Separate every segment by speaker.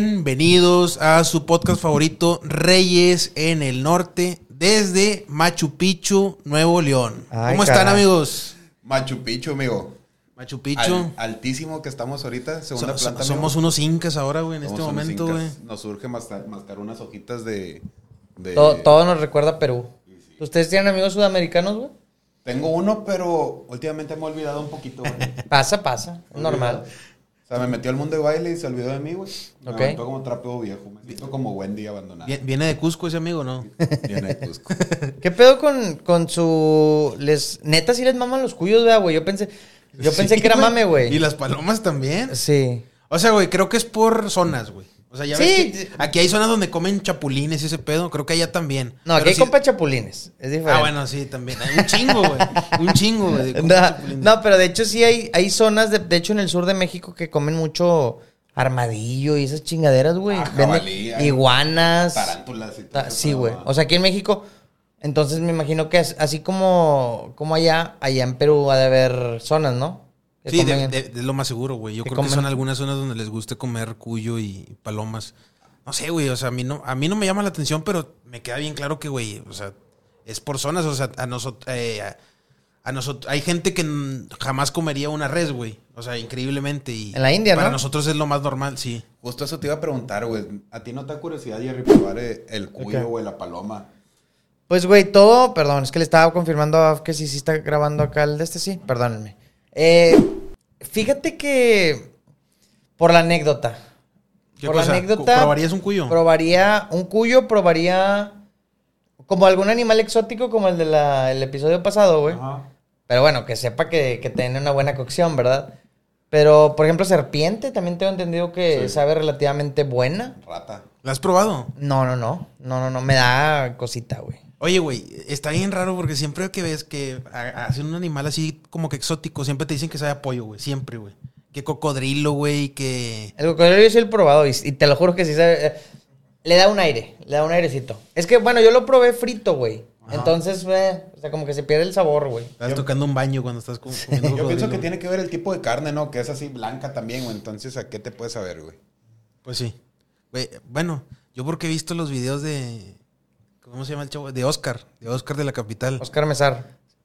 Speaker 1: Bienvenidos a su podcast favorito, Reyes en el Norte, desde Machu Picchu, Nuevo León.
Speaker 2: Ay,
Speaker 1: ¿Cómo están,
Speaker 2: caray.
Speaker 1: amigos?
Speaker 3: Machu Picchu, amigo.
Speaker 1: Machu Picchu.
Speaker 3: Al- altísimo que estamos ahorita,
Speaker 1: So-
Speaker 3: segunda
Speaker 1: so-
Speaker 3: planta. amigo.
Speaker 1: somos unos incas ahora, güey, en
Speaker 3: Somos
Speaker 1: este
Speaker 3: unos
Speaker 1: momento,
Speaker 3: incas.
Speaker 1: güey.
Speaker 3: Nos surge masca- mascar unas hojitas de.
Speaker 1: Este,
Speaker 3: de-
Speaker 2: Todo, todo nos recuerda a Perú. ¿Ustedes tienen amigos sudamericanos, güey?
Speaker 3: Tengo uno, pero últimamente me he olvidado un poquito, güey.
Speaker 2: Pasa, pasa. Normal.
Speaker 3: O sea, me metió al mundo de baile y se olvidó de mí, güey. Me
Speaker 2: Ok.
Speaker 3: levantó como trapo viejo. Me siento como Wendy abandonado. pues,
Speaker 1: Vie- Viene de Cusco ese amigo, ¿no?
Speaker 3: Viene de Cusco.
Speaker 2: ¿Qué pedo con, con su. Les, neta, sí les maman los cuyos, vea, güey. Yo pensé, yo pensé
Speaker 1: Sí,
Speaker 2: que era mame,
Speaker 1: Y
Speaker 2: güey.
Speaker 1: las palomas también.
Speaker 2: Sí.
Speaker 1: O sea, güey, creo que es por zonas, güey. O sea, ya
Speaker 2: Sí.
Speaker 1: ves que aquí hay zonas donde comen chapulines y ese pedo. Creo que allá también.
Speaker 2: No, aquí
Speaker 1: Pero
Speaker 2: hay
Speaker 1: sí-
Speaker 2: compa chapulines. Es diferente.
Speaker 1: Ah, bueno, sí, también. Hay un chingo, güey. Un chingo, güey. de compas
Speaker 2: No,
Speaker 1: chapulines.
Speaker 2: no, pero de hecho sí hay, hay zonas, de, de hecho en el sur de México que comen mucho armadillo y esas chingaderas, güey.
Speaker 3: Ah,
Speaker 2: Venden
Speaker 3: jabalí, hay
Speaker 2: iguanas.
Speaker 3: Tarántulas y todo
Speaker 2: Ta-
Speaker 3: eso,
Speaker 2: Ah, Sí,
Speaker 3: pero
Speaker 2: güey.
Speaker 3: no.
Speaker 2: O sea, aquí en México, entonces me imagino que as- así como, como allá, allá en Perú ha de haber zonas, ¿no? Que
Speaker 1: Sí, de-
Speaker 2: comen-
Speaker 1: de- de- es lo más seguro, güey. Yo
Speaker 2: que
Speaker 1: creo que
Speaker 2: comen-
Speaker 1: son algunas zonas donde les gusta comer cuyo y palomas. No sé, güey. O sea, a mí no, a mí no me llama la atención, pero me queda bien claro que, güey, o sea, es por zonas. O sea, a nosotros, a, nosotros, hay gente que mm, jamás comería una res, güey. O sea, increíblemente. Y
Speaker 2: En la India,
Speaker 1: Para
Speaker 2: ¿no?
Speaker 1: nosotros es lo más normal, sí.
Speaker 3: Justo eso te iba a preguntar, güey. ¿A ti no te da curiosidad, Jerry, probar eh, el cuyo,
Speaker 2: Ok.
Speaker 3: güey, la paloma?
Speaker 2: Pues, güey, todo, perdón, es que le estaba confirmando a Af que sí, sí está grabando acá el de este, sí, perdónenme. Eh, fíjate que, por la anécdota, por la anécdota,
Speaker 1: ¿Probarías un cuyo?
Speaker 2: probaría un cuyo, probaría como algún animal exótico como el del episodio pasado, güey.
Speaker 3: Ajá.
Speaker 2: Pero bueno, que sepa que, que tiene una buena cocción, ¿verdad? Pero, por ejemplo, serpiente, también tengo entendido que
Speaker 3: Sí.
Speaker 2: sabe relativamente buena.
Speaker 3: Rata.
Speaker 1: ¿La has probado?
Speaker 2: No, no, no. No, no, no. Me da cosita, güey.
Speaker 1: Oye, güey, está bien raro porque siempre que ves que ha- hacen un animal así como que exótico, siempre te dicen que sabe a pollo, güey. Siempre, güey. Que cocodrilo, güey, que...
Speaker 2: El cocodrilo yo sí lo he probado y, y te lo juro que sí sabe. eh, Le da un aire, le da un airecito. Es que, bueno, yo lo probé frito, güey. Entonces, eh, o sea, como que se pierde el sabor, güey.
Speaker 1: Estás tocando un baño cuando estás com- comiendo
Speaker 3: Yo pienso
Speaker 1: cocodrilo.
Speaker 3: que tiene que ver el tipo de carne, ¿no? Que es así blanca también, güey. Entonces, ¿a qué te puedes saber, güey?
Speaker 1: Pues sí. Güey, bueno, yo porque he visto los videos de... ¿Cómo se llama el chavo? De Oscar. De Oscar de la capital.
Speaker 2: Oscar Mesar.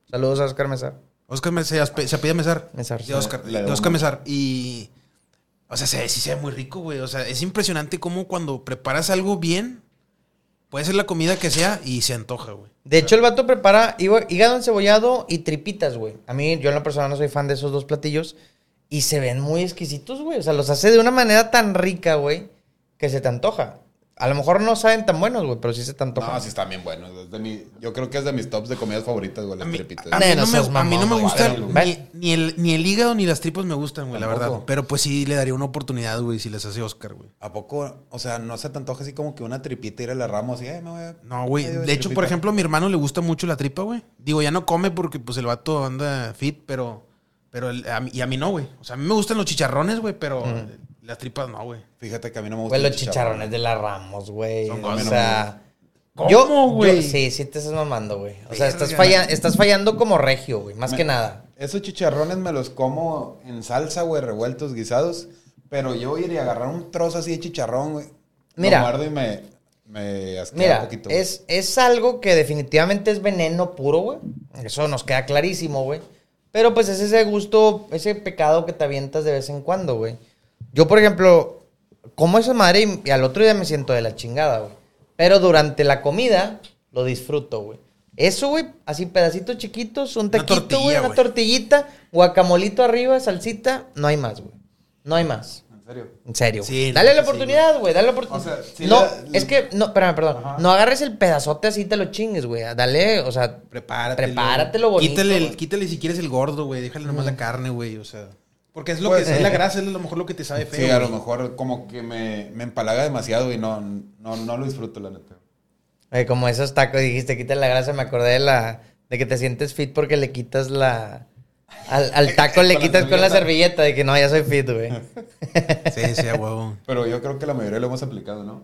Speaker 2: Saludos a Oscar Mesar.
Speaker 1: Oscar Mes- se, aspe- se apellida Mesar.
Speaker 2: Mesar, sí.
Speaker 1: De Oscar,
Speaker 3: Le- le
Speaker 1: de
Speaker 3: da
Speaker 1: Oscar
Speaker 3: un-
Speaker 1: Mesar. Y... O sea, se, sí se ve muy rico, güey. O sea, es impresionante cómo cuando preparas algo bien, puede ser la comida que sea y se antoja, güey.
Speaker 2: De hecho, el vato prepara higo- hígado encebollado y tripitas, güey. A mí, yo en la persona no soy fan de esos dos platillos. Y se ven muy exquisitos, güey. O sea, los hace de una manera tan rica, güey, que se te antoja. A lo mejor no saben tan buenos, güey, pero sí se te antoja.
Speaker 3: No, sí están bien buenos. Es de mi- yo creo que es de mis tops de comidas favoritas, güey,
Speaker 1: A
Speaker 3: las
Speaker 1: mí,
Speaker 3: tripitas.
Speaker 1: a mí
Speaker 2: Nah, no
Speaker 1: no, me,
Speaker 2: seas
Speaker 1: a mí no me
Speaker 2: mamón,
Speaker 1: gustan
Speaker 3: güey.
Speaker 1: ni, ni el, ni el hígado ni las tripas me gustan, güey, la verdad.
Speaker 3: Tampoco.
Speaker 1: Pero pues sí le daría una oportunidad, güey, si les hace Oscar, güey.
Speaker 3: ¿A poco? O sea, ¿no se te antoja así como que una tripita ir a la rama así? eh, me voy a-
Speaker 1: No, güey.
Speaker 3: me voy a
Speaker 1: De hecho, por
Speaker 3: tripita?
Speaker 1: ejemplo, a mi hermano le gusta mucho la tripa, güey. Digo, ya no come porque pues el vato anda fit, pero... pero el- a mí- y a mí no, güey. O sea, a mí me gustan los chicharrones, güey, pero las tripas no, güey.
Speaker 3: Fíjate que a mí no me gusta
Speaker 2: Güey, los chicharrones de la Ramos, güey.
Speaker 1: Son
Speaker 2: O
Speaker 1: buenos,
Speaker 2: sea.
Speaker 1: ¿Cómo,
Speaker 2: yo- yo-
Speaker 1: güey?
Speaker 2: Sí, sí te estás mamando, güey. O sea, estás,
Speaker 1: Verga.
Speaker 2: falla- estás fallando como regio, güey, más
Speaker 3: Me-
Speaker 2: que nada.
Speaker 3: Esos chicharrones me los como en salsa, güey, revueltos, guisados. Pero yo iría a agarrar un trozo así de chicharrón, güey.
Speaker 2: Mira.
Speaker 3: Lo muerdo y me, me asquea
Speaker 2: Mira,
Speaker 3: un poquito. güey.
Speaker 2: es, es algo que definitivamente es veneno puro, güey. Eso nos queda clarísimo, güey. Pero pues es ese gusto, ese pecado que te avientas de vez en cuando, güey. Yo, por ejemplo, como esa madre y, y al otro día me siento de la chingada, güey. Pero durante la comida lo disfruto, güey. Eso, güey, así pedacitos chiquitos, un
Speaker 1: Una
Speaker 2: taquito,
Speaker 1: tortilla,
Speaker 2: güey, una
Speaker 1: güey.
Speaker 2: tortillita, guacamolito arriba, salsita, no hay más, güey. No hay más.
Speaker 3: ¿En serio?
Speaker 2: En serio.
Speaker 1: Sí,
Speaker 2: dale
Speaker 1: la
Speaker 2: la
Speaker 1: neta, sí,
Speaker 2: oportunidad, güey. Dale la oportunidad.
Speaker 3: O sea, sí
Speaker 2: no,
Speaker 3: le-
Speaker 2: es que, no, espérame, perdón. No agarres el pedazote así y te lo chingues, güey. Dale, o sea,
Speaker 1: Prepáratelo.
Speaker 2: Prepáratelo bonito,
Speaker 1: Quítale, el-
Speaker 2: güey.
Speaker 1: quítale si quieres el gordo, güey. Déjale nomás la carne, güey. O sea... Porque es lo
Speaker 3: Pues,
Speaker 1: que... Es la
Speaker 3: eh.
Speaker 1: grasa, es a lo mejor lo que te sabe feo.
Speaker 3: Sí, a lo
Speaker 1: güey.
Speaker 3: mejor como que me, me empalaga demasiado y no, no, no lo disfruto, la neta.
Speaker 2: güey, eh, como esos tacos dijiste, quítale la grasa. Me acordé de la de que te sientes fit porque le quitas la. Al, al taco le
Speaker 3: Con la
Speaker 2: quitas con la
Speaker 3: servilleta.
Speaker 2: servilleta de que no, ya soy fit, güey.
Speaker 1: Sí, sí, a huevo.
Speaker 3: Pero yo creo que la mayoría lo hemos aplicado, ¿no?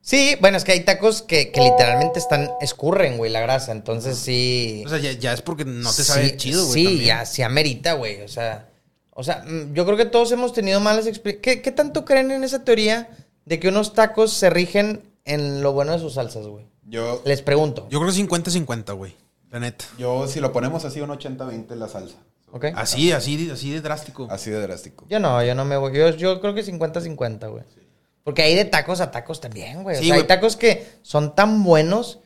Speaker 2: Sí, bueno, es que hay tacos que, que literalmente están, escurren, güey, la grasa. Entonces sí.
Speaker 1: O sea, ya, ya es porque no te sabe
Speaker 2: Sí,
Speaker 1: chido, güey.
Speaker 2: Sí,
Speaker 1: también.
Speaker 2: ya, sí amerita, güey. O sea, o sea, mm, yo creo que todos hemos tenido malas experiencias. ¿Qué, qué tanto creen en esa teoría de que unos tacos se rigen en lo bueno de sus salsas, güey?
Speaker 3: Yo,
Speaker 2: Les pregunto.
Speaker 1: Yo creo 50-50, güey. La neta.
Speaker 3: yo, si lo ponemos así, un 80-20 la salsa.
Speaker 2: ¿Ok?
Speaker 1: Así, así, así de drástico.
Speaker 3: Así de drástico.
Speaker 2: Yo no, yo no me voy. Yo, yo creo que 50-50, güey. Porque hay de tacos a tacos también, güey. O
Speaker 1: Sí,
Speaker 2: sea, hay
Speaker 1: güey.
Speaker 2: tacos que son tan buenos.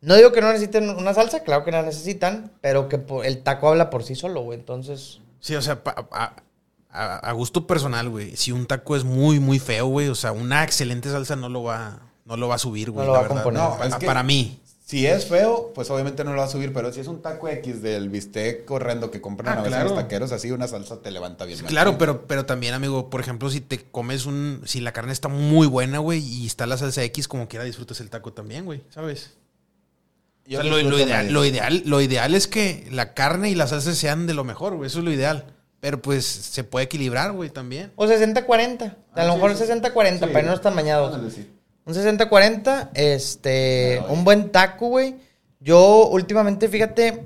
Speaker 2: No digo que no necesiten una salsa, claro que la necesitan, pero que por- el taco habla por sí solo, güey. Entonces,
Speaker 1: Sí, o sea, pa- a, a- a gusto personal, güey. Si un taco es muy, muy feo, güey, o sea, una excelente salsa no lo va, no lo va a subir, güey.
Speaker 2: lo
Speaker 1: la
Speaker 2: va a
Speaker 1: verdad.
Speaker 2: componer.
Speaker 1: No,
Speaker 3: No, es
Speaker 1: pa-
Speaker 3: que-
Speaker 1: Para mí.
Speaker 3: Si es feo, pues obviamente no lo va a subir, pero si es un taco X del bistec horrendo que compran
Speaker 1: Ah,
Speaker 3: a veces
Speaker 1: claro.
Speaker 3: los taqueros, así una salsa te levanta bien.
Speaker 1: Claro, pero, pero también, amigo, por ejemplo, si te comes un. Si la carne está muy buena, güey, y está la salsa X, como quiera disfrutas el taco también, güey, ¿sabes?
Speaker 3: Yo
Speaker 1: o sea, lo,
Speaker 3: disfruto
Speaker 1: lo
Speaker 3: medio.
Speaker 1: ideal, lo, ideal, lo ideal es que la carne y la salsa sean de lo mejor, güey. Eso es lo ideal. Pero pues se puede equilibrar, güey, también.
Speaker 2: o 60-40. A
Speaker 3: Ah,
Speaker 2: lo
Speaker 3: sí,
Speaker 2: mejor
Speaker 3: sí.
Speaker 2: 60-40,
Speaker 3: Sí.
Speaker 2: para no estar mañados.
Speaker 3: Ándale, sí.
Speaker 2: Un 60-40, este.
Speaker 3: Pero,
Speaker 2: un buen taco, güey. Yo últimamente, fíjate,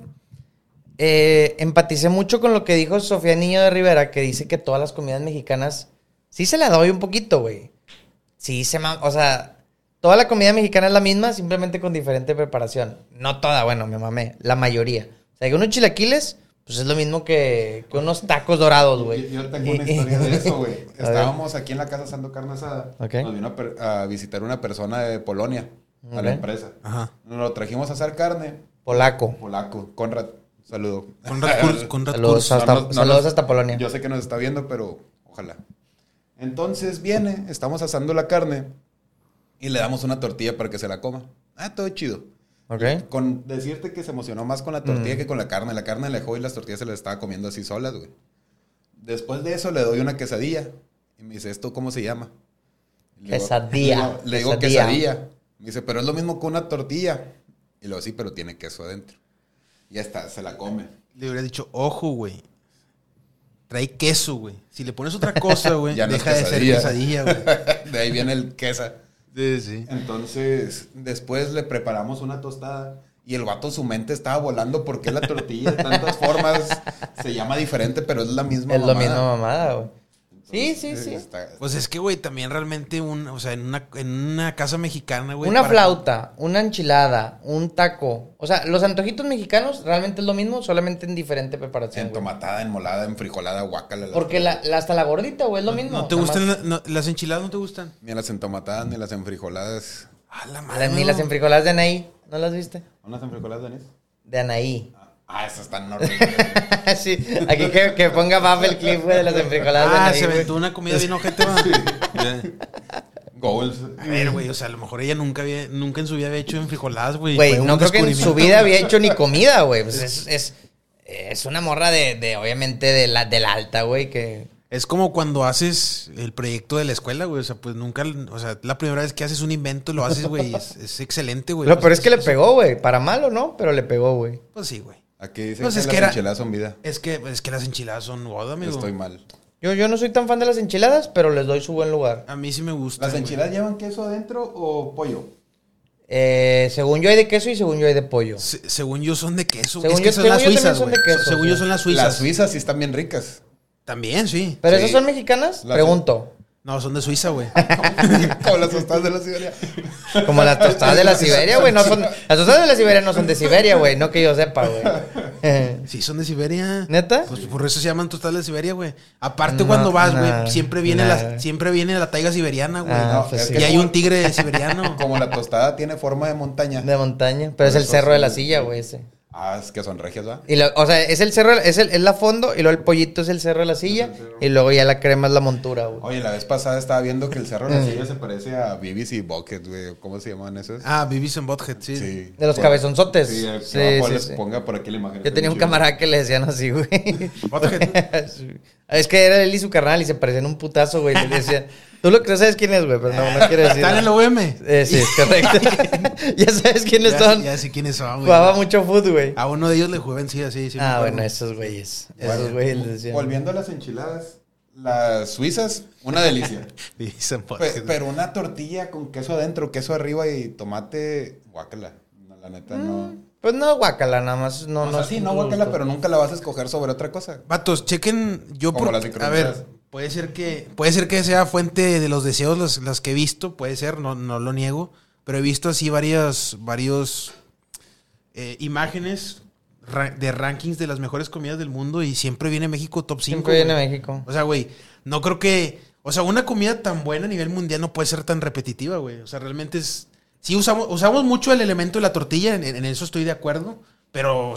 Speaker 2: eh, empaticé mucho con lo que dijo Sofía Niño de Rivera, que dice que todas las comidas mexicanas. Sí se la doy un poquito, güey. Sí se ma- O sea, toda la comida mexicana es la misma, simplemente con diferente preparación. No toda, bueno, me mamé. La mayoría. O sea, que unos chilaquiles, pues es lo mismo que, que unos tacos dorados, güey.
Speaker 3: Yo, yo tengo una historia de eso, güey.
Speaker 2: ver.
Speaker 3: Estábamos aquí en la casa asando carne asada.
Speaker 2: Ok.
Speaker 3: Nos vino a, per- a visitar una persona de Polonia, a
Speaker 2: Ok.
Speaker 3: la empresa.
Speaker 1: Ajá.
Speaker 3: Nos lo trajimos a asar carne,
Speaker 2: Polaco.
Speaker 3: polaco, Conrad, saludo.
Speaker 1: Conrad Kurz. Conrad
Speaker 2: Saludos,
Speaker 1: Kurz.
Speaker 2: hasta,
Speaker 3: No, no, no.
Speaker 2: saludos hasta Polonia.
Speaker 3: Yo sé que nos está viendo, pero ojalá. Entonces viene, estamos asando la carne y le damos una tortilla para que se la coma. Ah, todo chido.
Speaker 2: Ok.
Speaker 3: Con decirte que se emocionó más con la tortilla
Speaker 2: Mm.
Speaker 3: que con la carne. La carne le dejó y las tortillas se las estaba comiendo así solas, güey. Después de eso le doy una quesadilla. Y me dice, ¿esto cómo se llama? Y le digo-
Speaker 2: Quesadilla,
Speaker 3: Le digo
Speaker 2: quesadilla.
Speaker 3: quesadilla. Me dice, pero es lo mismo que una tortilla. Y luego, sí, pero tiene queso adentro. Ya está, se la come.
Speaker 1: Le hubiera dicho, ojo, güey. Trae queso, güey. Si le pones otra cosa, güey,
Speaker 3: Ya no es
Speaker 1: deja de ser
Speaker 3: quesadilla.
Speaker 1: quesadilla, güey.
Speaker 3: de ahí viene el quesa.
Speaker 1: Sí, sí.
Speaker 3: Entonces, después le preparamos una tostada y el vato su mente estaba volando porque la tortilla de tantas formas se llama diferente, pero es la misma
Speaker 2: Es lo
Speaker 3: mamada.
Speaker 2: mismo mamada, güey. Sí, sí,
Speaker 3: Entonces, eh,
Speaker 2: sí.
Speaker 3: está-
Speaker 1: Pues es que, güey, también realmente un, o sea, en una, en una casa mexicana, güey.
Speaker 2: una
Speaker 1: para-
Speaker 2: flauta, una enchilada, un taco. O sea, los antojitos mexicanos realmente es lo mismo, solamente en diferente preparación.
Speaker 3: en
Speaker 2: güey.
Speaker 3: tomatada, en molada, en frijolada, guacala.
Speaker 2: Porque la, la- hasta la gordita, güey, es lo mismo.
Speaker 1: ¿No te
Speaker 2: nada
Speaker 1: gustan
Speaker 2: más.
Speaker 1: la- no- las enchiladas? ¿No te gustan?
Speaker 3: Ni las entomatadas, ni las enfrijoladas.
Speaker 1: Ah, la
Speaker 2: Las- Ni las enfrijoladas de Anaí. ¿No las viste?
Speaker 3: ¿Unas enfrijoladas, Denis?
Speaker 2: De Anaí.
Speaker 3: Ah, esas están horribles.
Speaker 2: sí, aquí que, que ponga Baf el clip, güey, de las enfrijoladas de
Speaker 1: Ah,
Speaker 2: Anaí.
Speaker 1: se
Speaker 2: güey.
Speaker 1: aventó una comida bien ojete, va.
Speaker 3: Goals.
Speaker 1: A ver, güey, o sea, a lo mejor ella nunca había, nunca en su vida había hecho enfrijoladas, güey.
Speaker 2: Güey,
Speaker 1: Fue un
Speaker 2: no creo que en su
Speaker 1: descubrimiento.
Speaker 2: vida había hecho ni comida, güey. Pues es, es, es una morra de, de, obviamente, de la, de la alta, güey, que...
Speaker 1: Es como cuando haces el proyecto de la escuela, güey. O sea, pues nunca, o sea, la primera vez que haces un invento lo haces, güey. Es, es excelente, güey.
Speaker 2: Lo peor es
Speaker 1: O
Speaker 2: que
Speaker 1: sea,
Speaker 2: le pegó, güey. Para malo, ¿no? Pero le pegó, güey.
Speaker 1: Pues sí, güey.
Speaker 3: Aquí dicen
Speaker 1: Pues
Speaker 3: que
Speaker 1: es
Speaker 3: las
Speaker 1: que era-
Speaker 3: enchiladas son vida.
Speaker 1: Es que, pues, es que las enchiladas son boda, amigo.
Speaker 3: Estoy mal.
Speaker 2: Yo, yo no soy tan fan de las enchiladas, pero les doy su buen lugar.
Speaker 1: A mí sí me gustan.
Speaker 3: ¿Las
Speaker 1: güey.
Speaker 3: enchiladas llevan queso adentro o pollo?
Speaker 2: Eh, según yo hay de queso y según yo hay de pollo.
Speaker 1: Se- según yo son de queso.
Speaker 2: Según
Speaker 1: es que
Speaker 2: yo-
Speaker 1: son las
Speaker 2: según yo
Speaker 1: suizas, güey.
Speaker 2: también son de queso,
Speaker 1: según yo
Speaker 2: sí.
Speaker 1: son las suizas.
Speaker 3: Las suizas sí están bien ricas.
Speaker 1: También, sí.
Speaker 2: ¿Pero
Speaker 3: Sí.
Speaker 2: esas son mexicanas?
Speaker 3: Las-
Speaker 2: Pregunto.
Speaker 1: No, son de Suiza, güey.
Speaker 3: Como las tostadas de la Siberia.
Speaker 2: Como las tostadas de la Siberia, güey. No son, las tostadas de la Siberia no son de Siberia, güey. Ah, No que yo sepa, güey.
Speaker 1: Sí, son de Siberia.
Speaker 2: ¿Neta?
Speaker 1: Pues por eso se llaman tostadas de Siberia, güey. Aparte
Speaker 2: No,
Speaker 1: cuando vas, güey,
Speaker 2: nah,
Speaker 1: siempre viene
Speaker 2: nah.
Speaker 1: la siempre viene la taiga siberiana, güey.
Speaker 2: Ah,
Speaker 3: pues
Speaker 1: y
Speaker 3: sí.
Speaker 1: hay un tigre siberiano.
Speaker 3: Como la tostada tiene forma de montaña.
Speaker 2: De montaña. Pero es el cerro de la silla, güey, ese.
Speaker 3: Ah, es que son regias, ¿va?
Speaker 2: Y lo- o sea, es el cerro, es, el, es la fondo y luego el pollito es el cerro de la silla y luego ya la crema es la montura, güey.
Speaker 3: Oye, la vez pasada estaba viendo que el cerro de
Speaker 1: Mm.
Speaker 3: la silla se parece a BBC Bucket, güey. ¿Cómo se llaman esos?
Speaker 1: ah, vivís en Bothead, sí.
Speaker 2: De los
Speaker 3: Por-
Speaker 2: cabezonzotes.
Speaker 3: Sí, el que
Speaker 2: Sí,
Speaker 3: abajo
Speaker 2: sí,
Speaker 3: les
Speaker 2: sí.
Speaker 3: ponga por aquí la imagen.
Speaker 2: Yo tenía un camarada que le decían así, güey.
Speaker 1: Bothead.
Speaker 2: Sí. es que era él y su carnal y se parecían un putazo, güey. Le decían, tú lo que no sabes quién es, güey, pero no, no quiero decir.
Speaker 1: Están en el OM.
Speaker 2: Eh, sí, es correcto. ya sabes quiénes
Speaker 1: Ya,
Speaker 2: son.
Speaker 1: sé- ya sé quiénes son, güey.
Speaker 2: Jugaba mucho fútbol, güey.
Speaker 1: A uno de ellos le jugué en sí, así. sí me
Speaker 2: Ah,
Speaker 1: acuerdo.
Speaker 2: bueno, esos güeyes. Esos
Speaker 3: Bueno,
Speaker 2: güeyes les decían.
Speaker 3: Volviendo a las enchiladas, las suizas, una delicia.
Speaker 1: Beavis and
Speaker 3: Pe-
Speaker 1: Butthead.
Speaker 3: pero una tortilla con queso adentro, queso arriba y tomate, guácala. No, la neta, no.
Speaker 2: Pues no, guacala, nada más. No,
Speaker 3: No,
Speaker 2: no,
Speaker 3: no, sí, no guácala, pero nunca la vas a escoger sobre otra cosa.
Speaker 1: Vatos, chequen. Yo
Speaker 3: Como
Speaker 1: por.
Speaker 3: las de
Speaker 1: A ver,
Speaker 3: Crunchyroll.
Speaker 1: Puede ser que, puede ser que sea fuente de los deseos las, las que he visto, puede ser, no, no lo niego, pero he visto así varias, varios eh, imágenes ra- de rankings de las mejores comidas del mundo y siempre viene México top 5.
Speaker 2: Siempre viene México.
Speaker 1: O sea, güey, no creo que, o sea, una comida tan buena a nivel mundial no puede ser tan repetitiva, güey. O sea, realmente es, sí usamos, usamos mucho el elemento de la tortilla, en, en eso estoy de acuerdo, pero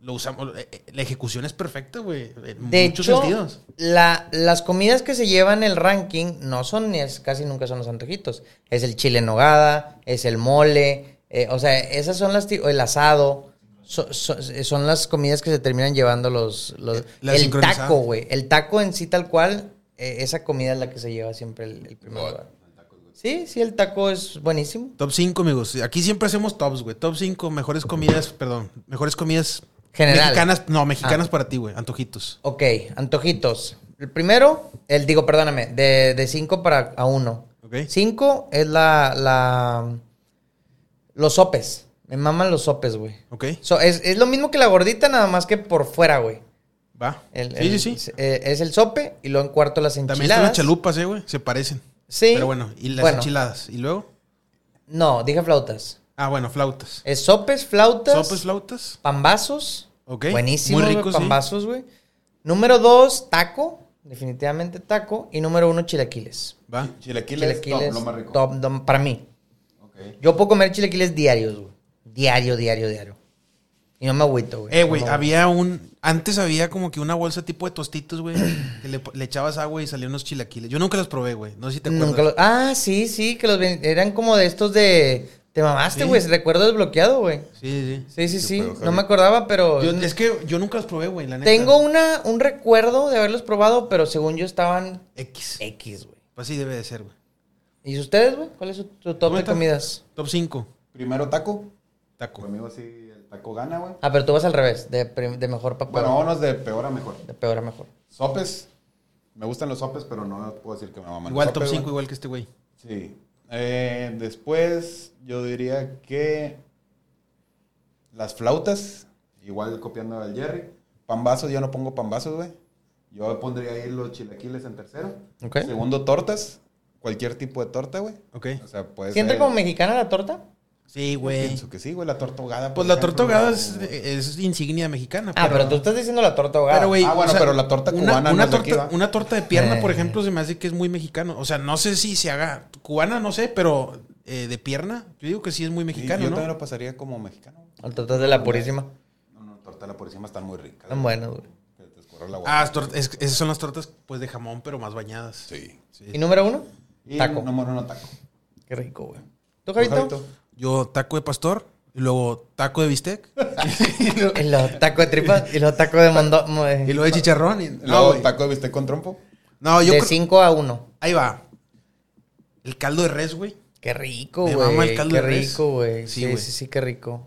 Speaker 1: lo usamos, eh, eh, la ejecución es perfecta, güey, en
Speaker 2: De
Speaker 1: muchos
Speaker 2: hecho,
Speaker 1: sentidos.
Speaker 2: la- las comidas que se llevan el ranking no son, es, casi nunca son los antojitos. Es el chile en nogada, es el mole, eh, o sea, esas son las, ti- o el asado, so- so- eh, son las comidas que se terminan llevando los... los-
Speaker 1: Eh, la
Speaker 2: el
Speaker 1: sincronizada.
Speaker 2: taco, güey. El taco en sí tal cual, eh, esa comida es la que se lleva siempre el, el primer lugar. Sí, sí, el taco es buenísimo.
Speaker 1: Top 5, amigos. Aquí siempre hacemos tops, güey. Top 5 mejores comidas, perdón, mejores comidas
Speaker 2: General. Ah.
Speaker 1: mexicanas, no, mexicanas para ti, güey, antojitos.
Speaker 2: Ok, antojitos. El primero, el digo, perdóname, de 5 para a 1.
Speaker 1: Ok.
Speaker 2: 5 es la, la. Los sopes. Me maman los sopes, güey.
Speaker 1: ¿Ok?
Speaker 2: So, es, es lo mismo que la gordita, nada más que por fuera, güey.
Speaker 1: Va.
Speaker 2: El-
Speaker 1: sí,
Speaker 2: el-
Speaker 1: sí, sí.
Speaker 2: eh, Es el sope y luego en cuarto las
Speaker 1: También están las
Speaker 2: enchiladas.
Speaker 1: chalupas, eh, güey. Se parecen.
Speaker 2: Sí.
Speaker 1: Pero bueno, y las
Speaker 2: Bueno,
Speaker 1: enchiladas. ¿Y luego?
Speaker 2: No, dije flautas.
Speaker 1: Ah, bueno, flautas.
Speaker 2: Es sopes, flautas.
Speaker 1: Sopes, flautas.
Speaker 2: Pambazos.
Speaker 1: Ok.
Speaker 2: Buenísimo,
Speaker 1: Muy
Speaker 2: güey,
Speaker 1: rico, sí.
Speaker 2: pambazos, güey. Número dos, taco. Definitivamente taco. Y número uno, chilaquiles.
Speaker 1: Va.
Speaker 3: Chilaquiles,
Speaker 2: Chilaquiles,
Speaker 3: top, lo más rico.
Speaker 2: top, dom- para mí.
Speaker 3: Ok.
Speaker 2: Yo puedo comer chilaquiles diarios, güey. Diario, diario, diario. Y no me agüito, güey.
Speaker 1: Eh, güey,
Speaker 2: No me agüito.
Speaker 1: había un. Antes había como que una bolsa tipo de tostitos, güey. que le, le echabas agua y salían unos chilaquiles. Yo nunca los probé, güey. No sé si te acuerdas.
Speaker 2: Nunca los- Ah, sí, sí, que los ven- eran como de estos de... Te mamaste,
Speaker 1: Sí.
Speaker 2: güey. Recuerdo desbloqueado, güey.
Speaker 1: Sí, sí.
Speaker 2: Sí, sí, sí.
Speaker 3: pedo,
Speaker 2: No
Speaker 3: Javi.
Speaker 2: me acordaba, pero...
Speaker 1: Yo- es que yo nunca los probé, güey, la neta.
Speaker 2: Pues, Tengo una, un recuerdo de haberlos probado, pero según yo estaban
Speaker 1: X.
Speaker 2: X, güey.
Speaker 1: Pues así debe de ser, güey.
Speaker 2: ¿Y ustedes, güey? ¿Cuál es su, su top de
Speaker 1: Aguanta.
Speaker 2: comidas?
Speaker 1: Top 5.
Speaker 3: Primero taco.
Speaker 1: Taco.
Speaker 3: Conmigo sí el taco gana, güey.
Speaker 2: Ah, pero tú vas al revés, de, prim- de mejor para peor.
Speaker 3: Bueno, vámonos de peor a mejor.
Speaker 2: De peor a mejor.
Speaker 3: Sopes. Me gustan los sopes, pero no puedo decir que me maman. los
Speaker 1: Igual top
Speaker 3: sopes,
Speaker 1: 5,
Speaker 3: güey.
Speaker 1: igual que este güey.
Speaker 3: Sí. Eh, después, yo diría que las flautas, igual copiando al Jerry. Pambazos, yo no pongo pambazos, güey. Yo pondría ahí los chilaquiles en tercero.
Speaker 2: Ok.
Speaker 3: Segundo, tortas. Cualquier tipo de torta, güey.
Speaker 1: Ok.
Speaker 3: O sea, puede
Speaker 2: ¿Siente
Speaker 3: ser-
Speaker 2: como mexicana la torta?
Speaker 1: Sí, güey.
Speaker 3: Pienso que sí, güey, la torta ahogada.
Speaker 1: Pues
Speaker 3: por
Speaker 1: la
Speaker 3: ejemplo,
Speaker 1: tortogada
Speaker 3: o-
Speaker 1: es, es insignia mexicana.
Speaker 2: Ah, pero tú estás diciendo la torta ahogada.
Speaker 1: Pero, güey,
Speaker 3: Ah, bueno,
Speaker 1: o sea,
Speaker 3: pero la torta
Speaker 1: una-
Speaker 3: cubana
Speaker 1: una,
Speaker 3: no es de aquí,
Speaker 1: torta,
Speaker 3: ¿va?
Speaker 1: una torta de pierna, por
Speaker 2: Eh.
Speaker 1: ejemplo, se me hace que es muy mexicano. O sea, no sé si se haga cubana, no sé, pero eh, de pierna, yo digo que sí es muy
Speaker 3: Sí,
Speaker 1: mexicano,
Speaker 3: yo
Speaker 1: ¿no?
Speaker 3: también lo pasaría como mexicano.
Speaker 2: Las tortas de la Purísima.
Speaker 3: No, no, torta de la policía están muy ricas.
Speaker 2: Están buenas, güey.
Speaker 3: Que te escurra la
Speaker 1: Ah,
Speaker 3: agua.
Speaker 1: es tor- es- esas son las tortas pues de jamón, pero más bañadas.
Speaker 3: sí. sí.
Speaker 2: ¿Y número uno?
Speaker 3: Y
Speaker 2: Taco.
Speaker 3: No, no, no, taco.
Speaker 2: Qué rico, güey. ¿Tú,
Speaker 1: Pues,
Speaker 2: Javito?
Speaker 3: Javito.
Speaker 1: Yo taco de pastor, y luego taco de bistec,
Speaker 2: Y los tacos de tripa y los tacos de mondo. mo-
Speaker 1: y luego de chicharrón. y- no,
Speaker 3: Luego,
Speaker 1: güey.
Speaker 3: taco de bistec con trompo.
Speaker 1: No, yo
Speaker 2: de
Speaker 1: creo-
Speaker 2: 5 a 1.
Speaker 1: Ahí va. El caldo de res, güey.
Speaker 2: Qué rico,
Speaker 1: Me mama el
Speaker 2: güey.
Speaker 1: caldo
Speaker 2: Qué
Speaker 1: de res.
Speaker 2: rico, güey.
Speaker 1: Sí,
Speaker 2: Sí, sí,
Speaker 1: güey.
Speaker 2: sí, qué rico.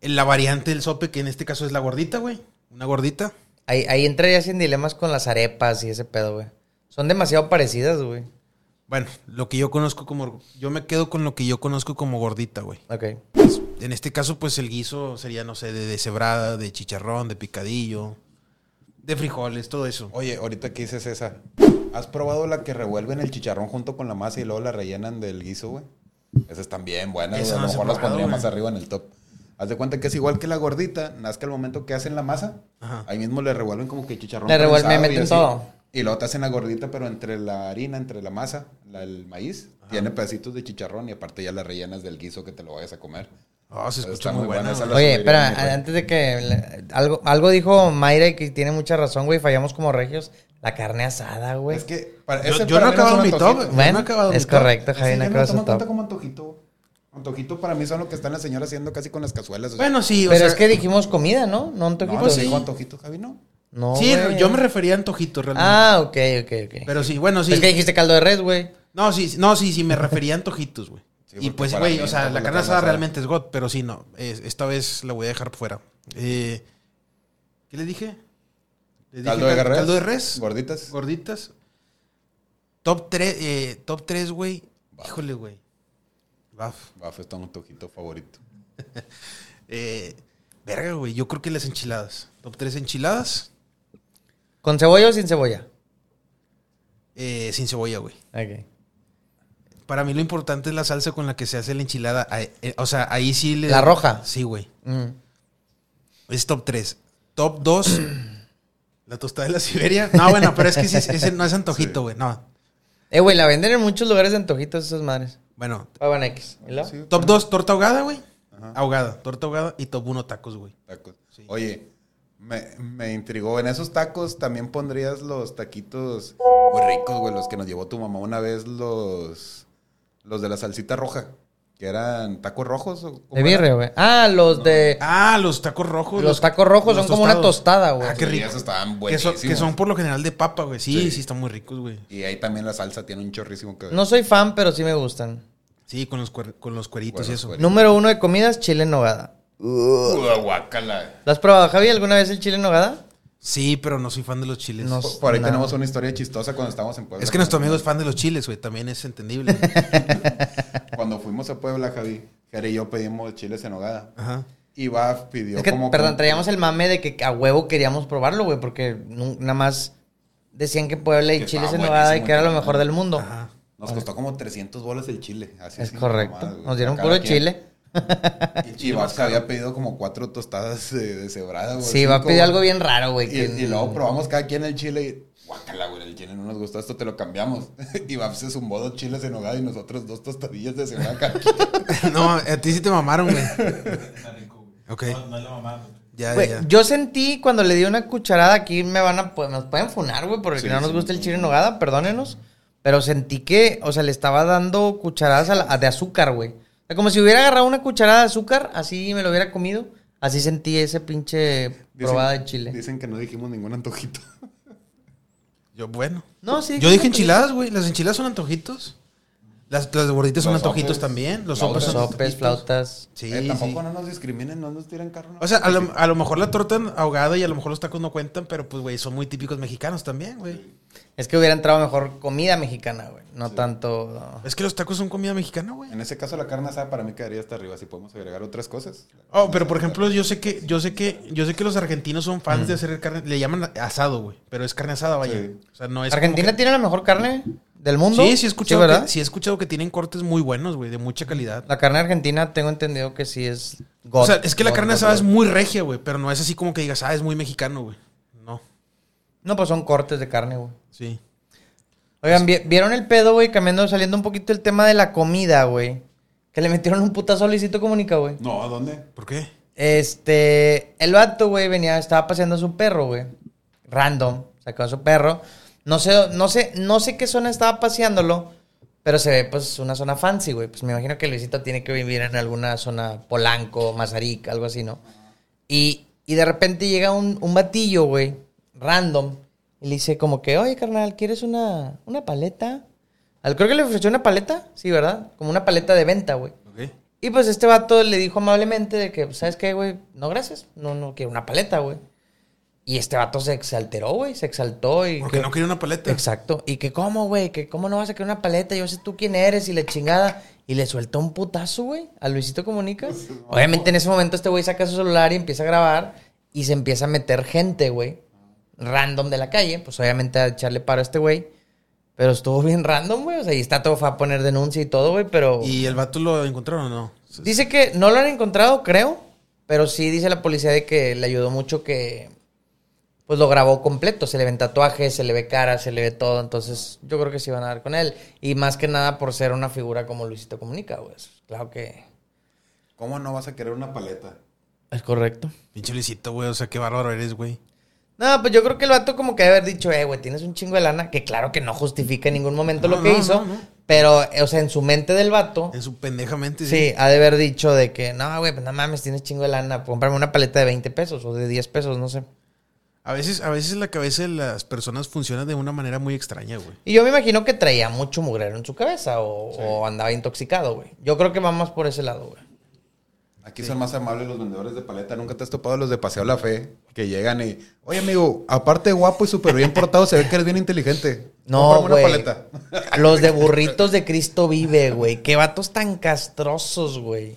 Speaker 1: La variante del sope, que en este caso es la gordita, güey. Una gordita.
Speaker 2: Ahí, ahí entraría sin dilemas con las arepas y ese pedo, güey. Son demasiado parecidas, güey.
Speaker 1: Bueno, lo que yo conozco como. Yo me quedo con lo que yo conozco como gordita, güey.
Speaker 2: Ok.
Speaker 1: En este caso, pues el guiso sería, no sé, de, de cebrada, de chicharrón, de picadillo, de frijoles, todo eso.
Speaker 3: Oye, ahorita que dices esa. ¿Has probado la que revuelven el chicharrón junto con la masa y luego la rellenan del guiso, güey? Esas están bien buenas, güey.
Speaker 1: Esa
Speaker 3: A
Speaker 1: no
Speaker 3: lo
Speaker 1: se
Speaker 3: mejor
Speaker 1: ha
Speaker 3: las
Speaker 1: probado,
Speaker 3: pondría
Speaker 1: güey.
Speaker 3: más arriba en el top. Haz de cuenta que es igual que la gordita, nazca el momento que hacen la masa.
Speaker 1: Ajá.
Speaker 3: Ahí mismo le revuelven como que chicharrón.
Speaker 2: Le revuelven,
Speaker 3: prensado y
Speaker 2: meten
Speaker 3: así.
Speaker 2: todo.
Speaker 3: Y luego te hacen la gordita, pero entre la harina, entre la masa, la- el maíz, tiene pedacitos de chicharrón y aparte ya la rellenas del guiso que te lo vayas a comer.
Speaker 1: Ah, se
Speaker 3: Está
Speaker 1: escucha
Speaker 3: muy
Speaker 1: muy buena.
Speaker 3: buena esa
Speaker 1: güey.
Speaker 3: la-
Speaker 2: Oye,
Speaker 3: subiría
Speaker 2: espera,
Speaker 3: mi güey.
Speaker 2: antes de que. le- Algo, algo dijo Mayra y que tiene mucha razón, güey. Fallamos como regios. La carne asada, güey.
Speaker 3: Es que para-
Speaker 1: Yo-
Speaker 3: ese
Speaker 1: yo no he
Speaker 3: para mí es
Speaker 1: acabado
Speaker 3: un
Speaker 1: mi
Speaker 3: antojito.
Speaker 1: top, güey. no
Speaker 2: Bueno,
Speaker 1: ha acabado
Speaker 2: es
Speaker 1: mi top.
Speaker 2: correcto,
Speaker 3: Así
Speaker 2: Javi, no
Speaker 3: ya
Speaker 2: acabas
Speaker 3: tomo
Speaker 2: su
Speaker 3: en
Speaker 2: top.
Speaker 3: cuenta como antojito. Antojito para mí son lo que están las señoras haciendo casi con las cazuelas. o sea.
Speaker 1: Bueno, sí, o
Speaker 2: Pero
Speaker 1: sea,
Speaker 2: es que dijimos comida, ¿no? No
Speaker 3: no,
Speaker 2: antojitos.
Speaker 3: no
Speaker 1: sí.
Speaker 3: dijo antojito, Javi, no.
Speaker 2: No,
Speaker 1: sí,
Speaker 2: güey.
Speaker 1: yo me refería a antojito realmente.
Speaker 2: Ah, ok, ok, ok.
Speaker 1: pero sí, bueno, sí.
Speaker 2: Es que dijiste caldo de res, güey.
Speaker 1: No, sí, sí, no, sí, sí, me refería a antojitos, güey.
Speaker 3: Sí,
Speaker 1: y
Speaker 3: porque
Speaker 1: pues,
Speaker 3: para
Speaker 1: güey,
Speaker 3: mí
Speaker 1: o sea,
Speaker 3: antojo
Speaker 1: la carne
Speaker 3: la carne
Speaker 1: asada
Speaker 3: asada.
Speaker 1: realmente es God, pero sí, no. es- esta vez la voy a dejar fuera. Eh, ¿Qué le dije? Les dije
Speaker 3: Caldo de
Speaker 1: cal-
Speaker 3: res.
Speaker 1: Caldo de res.
Speaker 3: Gorditas.
Speaker 1: Gorditas. Top 3, eh, top 3, güey. Híjole, güey. Baf.
Speaker 3: Va, fue tu antojito favorito.
Speaker 1: Eh, verga, güey. Yo creo que las enchiladas. Top 3 enchiladas.
Speaker 2: ¿Con cebolla o sin cebolla?
Speaker 1: Eh, sin cebolla, güey.
Speaker 2: Ok.
Speaker 1: Para mí lo importante es la salsa con la que se hace la enchilada. Ah, eh, O sea, ahí sí le.
Speaker 2: ¿La roja?
Speaker 1: Sí, güey.
Speaker 2: Mm.
Speaker 1: Es top 3. Top 2. la tostada de la Siberia. No, bueno, pero es que sí, ese no es antojito, güey. No.
Speaker 2: Eh, güey, la venden en muchos lugares de antojitos esas madres.
Speaker 1: Bueno.
Speaker 2: Pagan X. ¿Y luego?
Speaker 3: Sí,
Speaker 1: Top 2, torta ahogada, güey.
Speaker 3: Ajá.
Speaker 1: Ahogada. Torta ahogada. Y top 1, tacos, güey.
Speaker 3: Ah, tacos.
Speaker 1: Sí.
Speaker 3: Oye, me, me intrigó. En esos tacos también pondrías los taquitos muy ricos, güey, los que nos llevó tu mamá una vez, los, los de la salsita roja, que eran tacos rojos. ¿o cómo
Speaker 2: De
Speaker 3: era?
Speaker 2: birria, güey. Ah, los de.
Speaker 1: Ah, los tacos rojos.
Speaker 2: Los tacos rojos
Speaker 1: los
Speaker 2: son como una
Speaker 1: tostados.
Speaker 2: tostada, güey.
Speaker 1: Ah, qué
Speaker 3: Sí,
Speaker 1: rico.
Speaker 3: esos
Speaker 1: Que
Speaker 3: estaban
Speaker 1: son,
Speaker 3: buenísimos.
Speaker 1: que son por lo general de papa, güey. Sí, sí,
Speaker 3: Sí.
Speaker 1: están muy ricos, güey.
Speaker 3: Y ahí también la salsa tiene un chorrísimo que...
Speaker 2: No soy fan, pero sí me gustan.
Speaker 1: Sí, con los, cuer- con los cueritos
Speaker 3: Bueno,
Speaker 1: y eso.
Speaker 3: cueritos.
Speaker 2: Número uno de comidas, chile en nogada.
Speaker 3: Uah, guácala.
Speaker 2: ¿Lo has probado, Javi, alguna vez el chile en nogada?
Speaker 1: Sí, pero no soy fan de los chiles.
Speaker 2: No.
Speaker 3: Por, por ahí
Speaker 2: No.
Speaker 3: tenemos una historia chistosa cuando estábamos en Puebla.
Speaker 1: Es que nuestro amigo es fan de los chiles, güey. También es entendible. güey.
Speaker 3: Cuando fuimos a Puebla, Javi, Jere y yo pedimos chiles en hogada.
Speaker 1: Ajá.
Speaker 3: Y Baf pidió
Speaker 2: Es que,
Speaker 3: como...
Speaker 2: perdón,
Speaker 3: como-
Speaker 2: traíamos el mame de que a huevo queríamos probarlo, güey, porque nu- nada más decían que Puebla y
Speaker 3: Que
Speaker 2: chiles
Speaker 3: estaba
Speaker 2: en nogada y
Speaker 3: buenísimo,
Speaker 2: que era lo
Speaker 3: ¿no?
Speaker 2: mejor del mundo.
Speaker 1: Ajá.
Speaker 3: Nos costó como 300 bolas el chile. Así
Speaker 2: Es
Speaker 3: sin
Speaker 2: correcto.
Speaker 3: mamadas, güey.
Speaker 2: Nos dieron
Speaker 3: Cada
Speaker 2: puro
Speaker 3: quien.
Speaker 2: chile.
Speaker 3: Y, y Baf había pedido como cuatro tostadas de, de cebrada, güey.
Speaker 2: Sí, va a
Speaker 3: cinco,
Speaker 2: pedir
Speaker 3: güey.
Speaker 2: algo bien raro, güey.
Speaker 3: Y,
Speaker 2: que-
Speaker 3: y luego probamos cada quien el chile y... Guácala, güey, el chile no nos gustó, esto te lo cambiamos. Y Baf se zumbó dos chiles en hogada y nosotros dos tostadillas de cebrada cada quien.
Speaker 1: No, a ti sí te mamaron, güey.
Speaker 4: Está rico, güey.
Speaker 1: Ok.
Speaker 4: No, no es la mamá.
Speaker 1: Ya,
Speaker 2: Güey,
Speaker 1: ya.
Speaker 2: yo sentí cuando le di una cucharada aquí me van a pues, nos pueden funar, güey, porque
Speaker 3: Sí,
Speaker 2: no nos
Speaker 3: sí.
Speaker 2: gusta el chile en nogada, perdónenos, pero sentí que, o sea, le estaba dando cucharadas a la- a- de azúcar, güey. O sea, como si hubiera agarrado una cucharada de azúcar, así me lo hubiera comido, así sentí ese pinche
Speaker 3: Dicen-
Speaker 2: probada de chile.
Speaker 3: Dicen que no dijimos ningún antojito.
Speaker 1: Yo, bueno.
Speaker 2: No, sí.
Speaker 1: Yo dije
Speaker 2: como que-
Speaker 1: enchiladas, güey. Las enchiladas son antojitos. Las, las gorditas son
Speaker 3: Los
Speaker 1: antojitos
Speaker 3: sopes,
Speaker 1: también. Los
Speaker 3: flautas.
Speaker 1: sopas
Speaker 2: Sopes,
Speaker 1: son
Speaker 2: sopes,
Speaker 1: antojitos.
Speaker 2: flautas.
Speaker 1: Sí,
Speaker 3: Eh, tampoco
Speaker 1: sí.
Speaker 3: no nos discriminen, no nos tiran carro. ¿no?
Speaker 1: O sea, a lo, a lo mejor la torta ahogada y a lo mejor los tacos no cuentan, pero pues, güey, son muy típicos mexicanos también, güey.
Speaker 2: Es que hubiera entrado mejor comida mexicana, güey, no tanto... no.
Speaker 1: Es que los tacos son comida mexicana, güey.
Speaker 3: En ese caso la carne asada para mí quedaría hasta arriba, si podemos agregar otras cosas.
Speaker 1: Oh, pero por ejemplo, yo sé que, yo sé que, yo sé que los argentinos son fans de hacer carne, le llaman asado, güey, pero es carne asada, vaya.
Speaker 3: Mm. Sí.
Speaker 1: O sea, no es. como
Speaker 2: ¿Argentina
Speaker 1: que-
Speaker 2: tiene la mejor carne del mundo?
Speaker 1: Sí, sí he escuchado,
Speaker 2: ¿verdad?
Speaker 1: que, sí he escuchado que tienen cortes muy buenos, güey, de mucha calidad.
Speaker 2: La carne argentina tengo entendido que sí es God.
Speaker 1: o sea, es que la
Speaker 2: God,
Speaker 1: carne
Speaker 2: God,
Speaker 1: asada es
Speaker 2: God.
Speaker 1: muy regia, güey, pero no es así como que digas, ah, es muy mexicano, güey. No,
Speaker 2: No, pues son cortes de carne, güey.
Speaker 1: sí.
Speaker 2: Oigan, ¿vi- ¿vieron el pedo, güey? Cambiando, saliendo un poquito el tema de la comida, güey. Que le metieron un putazo a Luisito Comunica, güey.
Speaker 3: No, ¿a dónde?
Speaker 1: ¿Por qué?
Speaker 2: Este, el vato, güey, venía, estaba paseando a su perro, güey. Random, sacó a su perro. No sé, no sé, no sé qué zona estaba paseándolo, pero se ve, pues, una zona fancy, güey. Pues me imagino que Luisito tiene que vivir en alguna zona Polanco, Mazarik, algo así, ¿no? Y, y de repente llega un, un batillo, güey, random, y le dice como que, oye, carnal, ¿quieres una, una paleta? Al- Creo que le ofreció una paleta, sí, ¿verdad? Como una paleta de venta, güey.
Speaker 1: Ok.
Speaker 2: Y pues este vato le dijo amablemente de que, ¿sabes qué, güey? No, gracias. No, no quiero una paleta, güey. Y este vato se exalteró, güey. Se exaltó y...
Speaker 1: Porque
Speaker 2: que-
Speaker 1: no quería una paleta.
Speaker 2: Exacto. Y que, ¿cómo, güey? Que, ¿cómo no vas a querer una paleta? Yo sé tú quién eres y la chingada. Y le sueltó un putazo, güey, a Luisito Comunica. Obviamente en ese momento este güey saca su celular y empieza a grabar. Y se empieza a meter gente, güey. Random de la calle. Pues obviamente a echarle paro a este güey. Pero estuvo bien random, güey. O sea, y está todo, fue a poner denuncia y todo, güey, pero...
Speaker 1: ¿Y el vato lo encontraron o no?
Speaker 2: Dice que no lo han encontrado, creo, pero sí dice la policía de que le ayudó mucho que pues lo grabó completo, se le ven tatuajes, se le ve cara, se le ve todo, entonces yo creo que sí van a dar con él y más que nada por ser una figura como Luisito Comunica, pues claro que
Speaker 3: ¿Cómo no vas a querer una paleta?
Speaker 2: es correcto.
Speaker 1: Pinche Luisito, güey, o sea, qué bárbaro eres, güey.
Speaker 2: No, pues yo creo que el vato como que debe haber dicho, eh, güey, tienes un chingo de lana, que claro que no justifica en ningún momento
Speaker 1: No,
Speaker 2: lo que
Speaker 1: no,
Speaker 2: hizo,
Speaker 1: no, no.
Speaker 2: pero, eh, o sea, en su mente del vato,
Speaker 1: En su pendeja mente, sí.
Speaker 2: Sí, ha de haber dicho de que, no, güey, pues no mames, tienes chingo de lana, cómprame una paleta de 20 pesos o de 10 pesos, no sé.
Speaker 1: A veces, a veces la cabeza de las personas funciona de una manera muy extraña, güey.
Speaker 2: Y yo me imagino que traía mucho mugrero en su cabeza o, o andaba intoxicado, güey. Yo creo que va más por ese lado, güey.
Speaker 3: Aquí son más amables los vendedores de paleta. Nunca te has topado los de Paseo La Fe, que llegan y... Oye, amigo, aparte de guapo y súper bien portado, se ve que eres bien inteligente.
Speaker 2: No,
Speaker 3: Cómprame
Speaker 2: güey.
Speaker 3: una paleta.
Speaker 2: Los de burritos de Cristo vive, güey. Qué vatos tan castrosos, güey.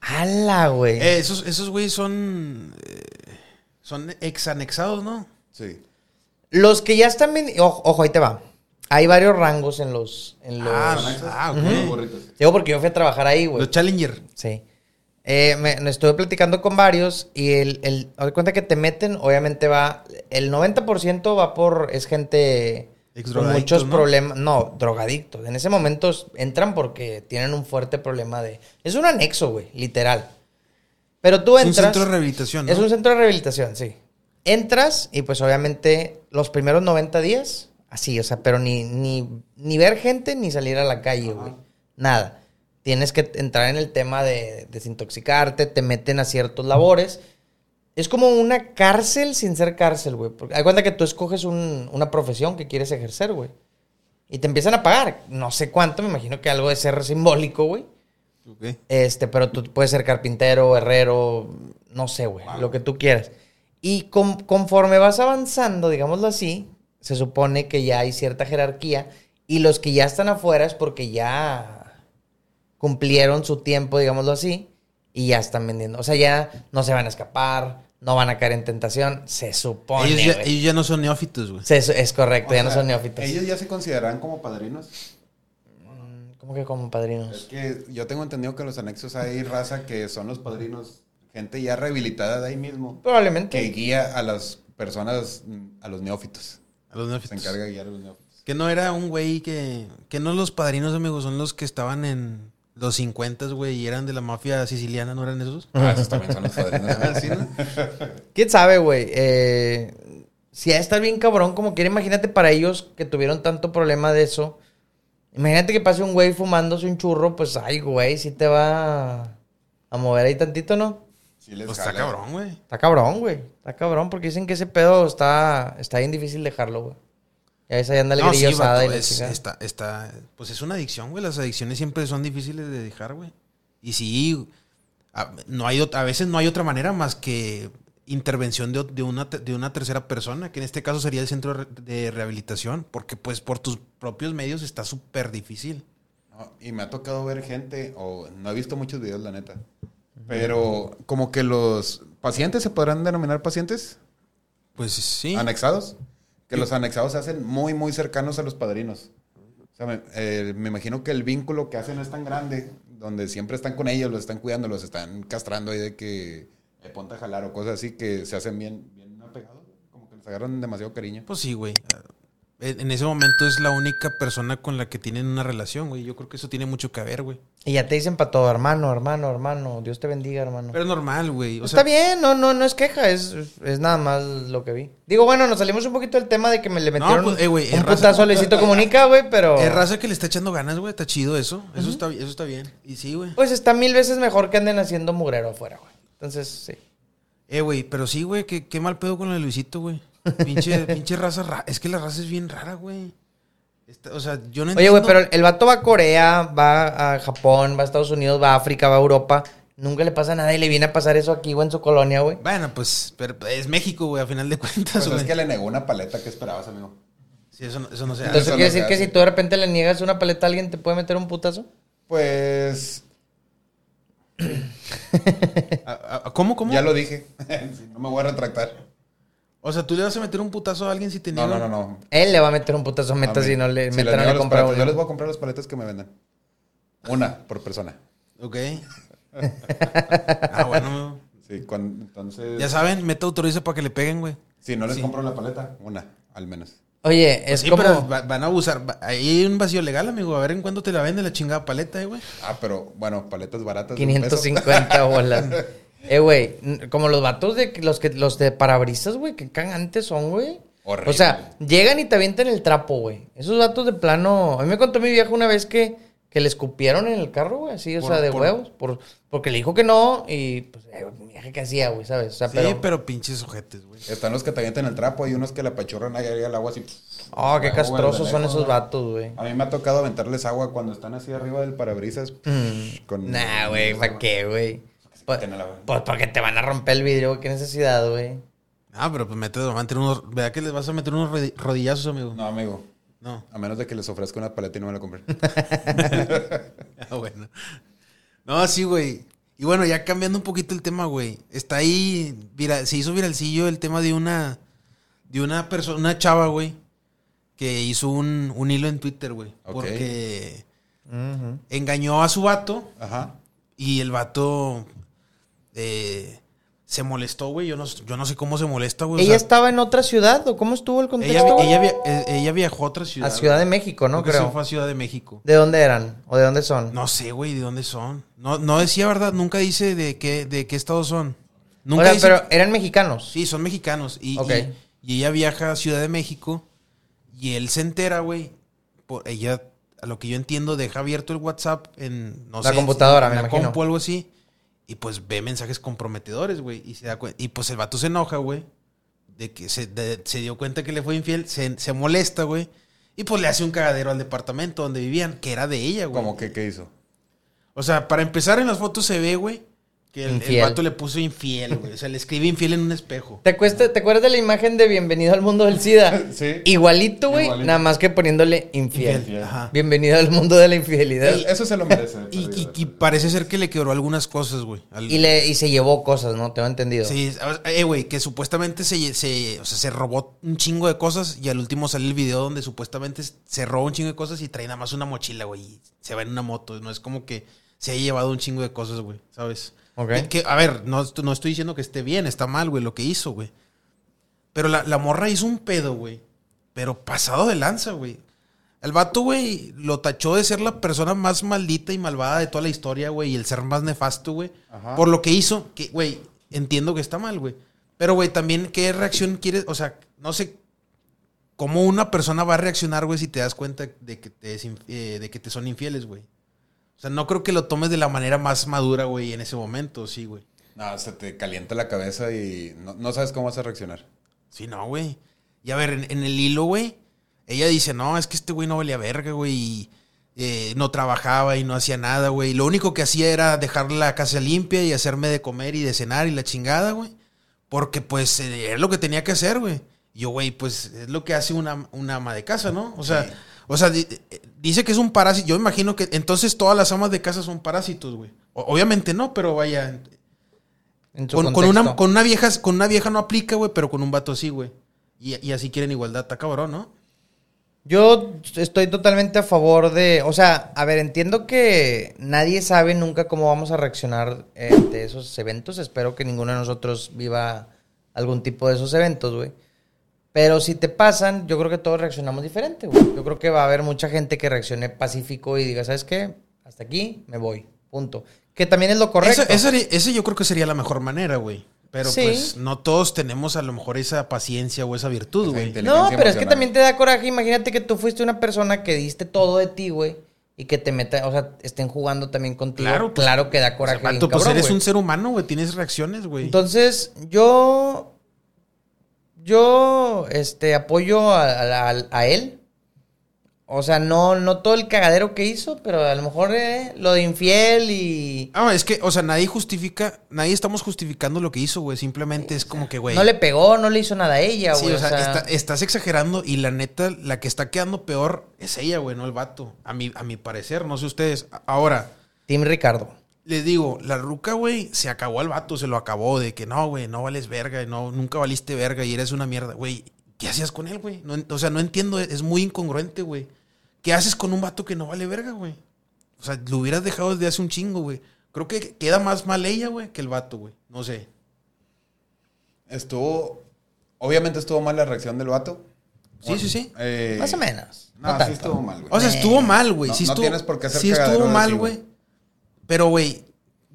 Speaker 2: Ala, güey.
Speaker 1: Eh, esos, esos güey son. eh, son exanexados, ¿no?
Speaker 3: Sí.
Speaker 2: Los que ya están bien. Ojo, ojo, ahí te va. Hay varios rangos en los. En los
Speaker 1: Ah,
Speaker 3: Anexos,
Speaker 1: ah, ok.
Speaker 3: los gorritos.
Speaker 2: Digo, porque yo fui a trabajar ahí, güey.
Speaker 1: Los Challenger.
Speaker 2: Sí. Eh, me, me estuve platicando con varios y el, el, haz de cuenta que te meten, obviamente va, el 90% va por, es gente
Speaker 1: Ex
Speaker 2: con
Speaker 1: drogadictos,
Speaker 2: muchos
Speaker 1: ¿no?
Speaker 2: problemas, no, drogadictos. En ese momento s- entran porque tienen un fuerte problema de, es un anexo, güey, literal. Pero tú
Speaker 1: Es un
Speaker 2: entras,
Speaker 1: centro de rehabilitación. ¿no?
Speaker 2: es un centro de rehabilitación, sí. Entras y pues obviamente los primeros 90 días, así, o sea, pero ni, ni, ni ver gente ni salir a la calle, güey. Nada. Tienes que entrar en el tema de desintoxicarte, te meten a ciertos labores. Es como una cárcel sin ser cárcel, güey. Porque hay cuenta que tú escoges un- una profesión que quieres ejercer, güey. Y te empiezan a pagar. No sé cuánto, me imagino que algo de ser simbólico, güey.
Speaker 1: Ok.
Speaker 2: Este, pero tú puedes ser carpintero, herrero, no sé, güey, lo que tú quieras. Y con- conforme vas avanzando, digámoslo así, se supone que ya hay cierta jerarquía y los que ya están afuera es porque ya cumplieron su tiempo, digámoslo así, y ya están vendiendo. O sea, ya no se van a escapar, no van a caer en tentación, se supone.
Speaker 1: Ellos, ya,
Speaker 2: güey.
Speaker 1: ellos ya no son neófitos, güey.
Speaker 2: Se su- es correcto,
Speaker 3: O
Speaker 2: ya no
Speaker 3: sea,
Speaker 2: son neófitos.
Speaker 3: Ellos ya se consideran como padrinos.
Speaker 2: Mm, ¿Cómo que como
Speaker 3: Es
Speaker 2: padrinos?
Speaker 3: que yo tengo entendido que en los anexos hay raza que son los padrinos, gente ya rehabilitada de ahí mismo,
Speaker 2: Probablemente.
Speaker 3: que guía a las personas, mm, a los neófitos.
Speaker 1: A los
Speaker 3: Se
Speaker 1: neófitos.
Speaker 3: encarga de guiar a los neófitos.
Speaker 1: Que no era un güey que. Que no los padrinos, amigos, son los que estaban en los 50, güey, y eran de la mafia siciliana, ¿no eran esos?
Speaker 3: Ah, esos también son los padrinos.
Speaker 1: Ah, sí, ¿no?
Speaker 2: ¿Quién sabe, güey? Eh, si ha de estar bien cabrón, como quiera, imagínate para ellos que tuvieron tanto problema de eso. Imagínate que pase un güey fumándose un churro, pues, ay, güey, si te va a mover ahí tantito, ¿no?
Speaker 3: Sí les
Speaker 1: Pues está
Speaker 3: jala.
Speaker 1: cabrón, güey.
Speaker 2: Está cabrón, güey. Está cabrón, porque dicen que ese pedo está, está bien difícil dejarlo, güey. Ya ves, ahí anda el
Speaker 1: No,
Speaker 2: grillo
Speaker 1: sí,
Speaker 2: asada
Speaker 1: vato,
Speaker 2: y la
Speaker 1: es-
Speaker 2: chingada.
Speaker 1: está, está, pues es una adicción, güey. Las adicciones siempre son difíciles de dejar, güey. Y sí, a, no hay, ot- a veces no hay otra manera más que intervención de, ot- de una, te- de una tercera persona, que en este caso sería el centro de re- de rehabilitación, porque pues por tus propios medios está súper difícil.
Speaker 3: No, y me ha tocado ver gente, o no he visto muchos videos, la neta. Pero como que los pacientes se podrán denominar pacientes
Speaker 1: Pues sí.
Speaker 3: anexados, que los anexados se hacen muy, muy cercanos a los padrinos. O sea, me, eh, me imagino que el vínculo que hacen es tan grande, donde siempre están con ellos, los están cuidando, los están castrando ahí de que eh, ponte a jalar o cosas así que se hacen bien, bien apegados, como que les agarran demasiado cariño.
Speaker 1: Pues sí, güey. En en ese momento es la única persona con la que tienen una relación, güey. Yo creo que eso tiene mucho que ver, güey.
Speaker 2: Y ya te dicen para todo, hermano, hermano, hermano. Dios te bendiga, hermano.
Speaker 1: Pero es normal, güey. O
Speaker 2: Está
Speaker 1: sea,
Speaker 2: bien, no, no, no es queja, es, es nada más lo que vi. Digo, bueno, nos salimos un poquito del tema de que me le metieron
Speaker 1: pues, eh, güey,
Speaker 2: un
Speaker 1: es raza.
Speaker 2: putazo a Luisito Comunica, güey, pero...
Speaker 1: Es raza que le está echando ganas, güey. Está chido eso. Eso, está, eso está bien. Y sí, güey.
Speaker 2: Pues está mil veces mejor que anden haciendo mugrero afuera, güey. Entonces, sí.
Speaker 1: Eh, güey, pero sí, güey. Qué, qué mal pedo con el Luisito, güey. Pinche, pinche raza. ra- Es que la raza es bien rara, güey. Está- O sea, yo no
Speaker 2: Oye, güey,
Speaker 1: entiendo-
Speaker 2: pero el vato va a Corea, va a Japón, va a Estados Unidos, va a África, va a Europa. Nunca le pasa nada y le viene a pasar eso aquí, güey, en su colonia, güey.
Speaker 1: Bueno, pues pero es México, güey, a final de cuentas,
Speaker 3: Pues
Speaker 1: güey.
Speaker 3: es que le negó una paleta que esperabas, amigo.
Speaker 1: Sí, eso no, eso no se hace.
Speaker 2: Entonces
Speaker 3: eso
Speaker 2: quiere
Speaker 3: no se
Speaker 2: decir que
Speaker 3: hace.
Speaker 2: si tú de repente le niegas una paleta a alguien, ¿te puede meter un putazo?
Speaker 3: Pues
Speaker 1: A- a- ¿Cómo, cómo?
Speaker 3: ya lo dije, Sí, no me voy a retractar.
Speaker 1: O sea, tú le vas a meter un putazo a alguien si te
Speaker 3: No, no,
Speaker 1: niega?
Speaker 3: no, no.
Speaker 2: Él le va a meter un putazo, meta,
Speaker 3: A mí.
Speaker 2: si no le,
Speaker 3: Si
Speaker 2: meta, no
Speaker 3: les niego
Speaker 2: le
Speaker 3: las
Speaker 2: compra
Speaker 3: paletas, Yo
Speaker 2: uno.
Speaker 3: les voy a comprar las paletas que me vendan. Una por persona.
Speaker 1: Ok. ah, bueno.
Speaker 3: Sí, con- entonces.
Speaker 1: Ya saben, meta autoriza para que le peguen, güey.
Speaker 3: Si no les
Speaker 1: Sí.
Speaker 3: compro la paleta, una, al menos.
Speaker 2: Oye, es
Speaker 1: Pues sí,
Speaker 2: como...
Speaker 1: pero va- van a abusar. Va- Ahí hay un vacío legal, amigo. A ver en cuándo te la vende la chingada paleta, eh, güey.
Speaker 3: Ah, pero bueno, paletas baratas. de un peso.
Speaker 2: 550 bolas. Eh, güey, n- como los vatos de que- los que los de parabrisas, güey, que cagantes son, güey.
Speaker 3: Horrible.
Speaker 2: O sea, llegan y te avientan el trapo, güey. Esos vatos de plano. A mí me contó mi viejo una vez que, que le escupieron en el carro, güey, así, o
Speaker 1: Por-
Speaker 2: sea, de
Speaker 1: por-
Speaker 2: huevos. Por, porque le dijo que no y pues, eh, mi vieja que hacía, güey, ¿sabes? O sea,
Speaker 3: Ah,
Speaker 1: Sí,
Speaker 2: pero.
Speaker 1: pero, pinches ojetes, güey.
Speaker 3: Están los que te avientan el trapo, hay unos que la pachurran ahí al agua así.
Speaker 2: Oh, qué
Speaker 3: Huevo,
Speaker 2: castrosos
Speaker 3: güey,
Speaker 2: son
Speaker 3: Ah, lejos,
Speaker 2: esos
Speaker 3: ¿no?
Speaker 2: vatos, güey.
Speaker 3: A mí me ha tocado aventarles agua cuando están así arriba del parabrisas.
Speaker 1: Mm.
Speaker 3: con-
Speaker 2: Nah, güey, ¿para qué, güey? Pues,
Speaker 3: quiten a la verga.
Speaker 2: pues porque te van a romper el vidrio, güey, qué necesidad, güey.
Speaker 1: Ah, pero pues mete, va a meter unos. ¿Verdad que les vas a meter unos rodi- rodillazos, amigo?
Speaker 3: No, amigo.
Speaker 1: No.
Speaker 3: A menos de que les ofrezca una paleta y no me la compren.
Speaker 1: Ah, bueno. No, sí, güey. Y bueno, ya cambiando un poquito el tema, güey. Está ahí. vira- se hizo viralcillo el tema de una. de una persona, una chava, güey, que hizo un, un hilo en Twitter, güey.
Speaker 3: Ok.
Speaker 1: Porque
Speaker 2: Ujú.
Speaker 1: engañó a su vato
Speaker 3: Ajá.
Speaker 1: y el vato eh, se molestó, güey. Yo no, yo no sé cómo se molesta, güey. o
Speaker 2: ¿Ella
Speaker 1: sea,
Speaker 2: estaba en otra ciudad o cómo estuvo el
Speaker 1: ella,
Speaker 2: contexto?
Speaker 1: ella via- eh, ella viajó a otra ciudad.
Speaker 2: a Ciudad de
Speaker 1: güey.
Speaker 2: México, ¿no?
Speaker 1: Creo que
Speaker 2: Creo.
Speaker 1: se fue a Ciudad de México.
Speaker 2: ¿De dónde eran? ¿O de dónde son?
Speaker 1: No sé, güey, de dónde son. No, no decía verdad, nunca dice de qué, de qué estado son.
Speaker 2: O
Speaker 1: Nunca
Speaker 2: sea,
Speaker 1: dice-
Speaker 2: pero eran mexicanos.
Speaker 1: Sí, son mexicanos. Y,
Speaker 2: Ok.
Speaker 1: y- y ella viaja a Ciudad de México y él se entera, güey. por- Ella, a lo que yo entiendo, deja abierto el WhatsApp en, no
Speaker 2: La
Speaker 1: sé,
Speaker 2: computadora,
Speaker 1: en
Speaker 2: me
Speaker 1: la
Speaker 2: imagino.
Speaker 1: compu o algo así. Y pues ve mensajes comprometedores, güey. Y se da cuen- Y pues el vato se enoja, güey. De que se, de- se dio cuenta que le fue infiel. Se, se molesta, güey. Y pues le hace un cagadero al departamento donde vivían, que era de ella, güey.
Speaker 3: ¿Cómo que qué hizo?
Speaker 1: O sea, para empezar en las fotos se ve, güey, que el, el
Speaker 2: Infiel.
Speaker 1: vato le puso infiel, güey. O sea, le escribe infiel en un espejo.
Speaker 2: ¿Te, acuesta- ¿Te acuerdas de la imagen de Bienvenido al Mundo del SIDA?
Speaker 3: Sí.
Speaker 2: Igualito, güey,
Speaker 3: Igualito.
Speaker 2: nada más que poniéndole infiel.
Speaker 1: Infiel, Ajá.
Speaker 2: Bienvenido al Mundo de la Infidelidad.
Speaker 3: Él- eso se lo merece. de
Speaker 1: Y, y-
Speaker 3: perdido.
Speaker 1: y parece ser que le quebró algunas cosas, güey. Al-
Speaker 2: Y, le, y se llevó cosas, ¿no? Te lo he entendido.
Speaker 1: Sí, a- eh, güey, que supuestamente se, lle- se, o sea, se robó un chingo de cosas y al último sale el video donde supuestamente se robó un chingo de cosas y trae nada más una mochila, güey. y se va en una moto. No es como que se haya llevado un chingo de cosas, güey, ¿sabes?
Speaker 2: Ok.
Speaker 1: Y Que, a ver, no, est- no estoy diciendo que esté bien, está mal, güey, lo que hizo, güey. Pero la, la morra hizo un pedo, güey. Pero pasado de lanza, güey. El vato, güey, lo tachó de ser la persona más maldita y malvada de toda la historia, güey, y el ser más nefasto, güey.
Speaker 3: Ajá.
Speaker 1: Por lo que hizo, que, güey, entiendo que está mal, güey. Pero, güey, también, ¿qué reacción quieres? O sea, no sé cómo una persona va a reaccionar, güey, si te das cuenta de que te, es inf- eh, de que te son infieles, güey. O sea, no creo que lo tomes de la manera más madura, güey, en ese momento, sí, güey.
Speaker 3: No, se te calienta la cabeza y no, no sabes cómo vas a reaccionar.
Speaker 1: Sí, no, güey. Y a ver, en, en el hilo, güey, ella dice, no, es que este güey no valía verga, güey, y eh, no trabajaba y no hacía nada, güey. Lo único que hacía era dejar la casa limpia y hacerme de comer y de cenar y la chingada, güey. Porque, pues, eh, era lo que tenía que hacer, güey. Y Yo, güey, pues, es lo que hace una, una ama de casa, ¿no? O sea, o sea, di- eh, dice que es un parásito. Yo imagino que entonces todas las amas de casa son parásitos, güey. O- obviamente no, pero vaya,
Speaker 2: En su
Speaker 1: con, con una,
Speaker 2: contexto.
Speaker 1: con, una vieja, con una vieja no aplica, güey, pero con un vato sí, güey. Y, y así quieren igualdad, está cabrón, ¿no?
Speaker 2: Yo estoy totalmente a favor de. O sea, a ver, entiendo que nadie sabe nunca cómo vamos a reaccionar eh, ante esos eventos. Espero que ninguno de nosotros viva algún tipo de esos eventos, güey. Pero si te pasan, yo creo que todos reaccionamos diferente, güey. Yo creo que va a haber mucha gente que reaccione pacífico y diga, ¿sabes qué? Hasta aquí me voy. Punto. Que también es lo correcto.
Speaker 1: Esa, esa haría- esa yo creo que sería la mejor manera, güey. Pero
Speaker 2: Sí.
Speaker 1: pues no todos tenemos a lo mejor esa paciencia o esa virtud,
Speaker 3: Esa
Speaker 1: güey.
Speaker 3: inteligencia.
Speaker 2: No, pero es que
Speaker 3: emocional.
Speaker 2: también te da coraje. Imagínate que tú fuiste una persona que diste todo de ti, güey. Y que te meta, o sea, estén jugando también contigo. Claro,
Speaker 1: Claro, pues,
Speaker 2: que da
Speaker 1: O sea,
Speaker 2: coraje. bien
Speaker 1: vato, pues
Speaker 2: cabrón,
Speaker 1: eres
Speaker 2: güey.
Speaker 1: un ser humano, güey. Tienes reacciones, güey.
Speaker 2: Entonces, yo. Yo este, apoyo a, a- a él. O sea, no, no todo el cagadero que hizo, pero a lo mejor eh, lo de infiel y.
Speaker 1: Ah, es que, o sea, nadie justifica, nadie estamos justificando lo que hizo, güey. Simplemente es como que, güey.
Speaker 2: No le pegó, no le hizo nada a ella,
Speaker 1: Sí,
Speaker 2: güey.
Speaker 1: o sea, está- eh, estás exagerando y la neta, la que está quedando peor es ella, güey, no el vato. A mi, a mi parecer, no sé ustedes. A- Ahora,
Speaker 2: Team Ricardo.
Speaker 1: Les digo, la ruca, güey, se acabó al vato, se lo acabó de que no, güey, no vales verga, y no, nunca valiste verga y eres una mierda, güey. ¿Qué hacías con él, güey? No en- o sea, no entiendo, es muy incongruente, güey. ¿Qué haces con un vato que no vale verga, güey? O sea, lo hubieras dejado desde hace un chingo, güey. Creo que queda más mal ella, güey, que el vato, güey. No sé.
Speaker 3: Estuvo. Obviamente estuvo mal la reacción del vato.
Speaker 1: Sí, sí, sí.
Speaker 3: eh,
Speaker 2: Más o menos.
Speaker 3: No,
Speaker 2: No,
Speaker 3: sí
Speaker 2: tanto.
Speaker 3: estuvo mal, güey.
Speaker 1: O sea,
Speaker 2: Nah.
Speaker 1: estuvo mal, güey.
Speaker 3: No-
Speaker 1: sí
Speaker 3: no
Speaker 1: estuvo,
Speaker 3: tienes por qué hacer
Speaker 1: sí
Speaker 3: cagadero
Speaker 1: estuvo
Speaker 3: de
Speaker 1: mal,
Speaker 3: ti,
Speaker 1: güey.
Speaker 3: güey.
Speaker 1: Pero, güey,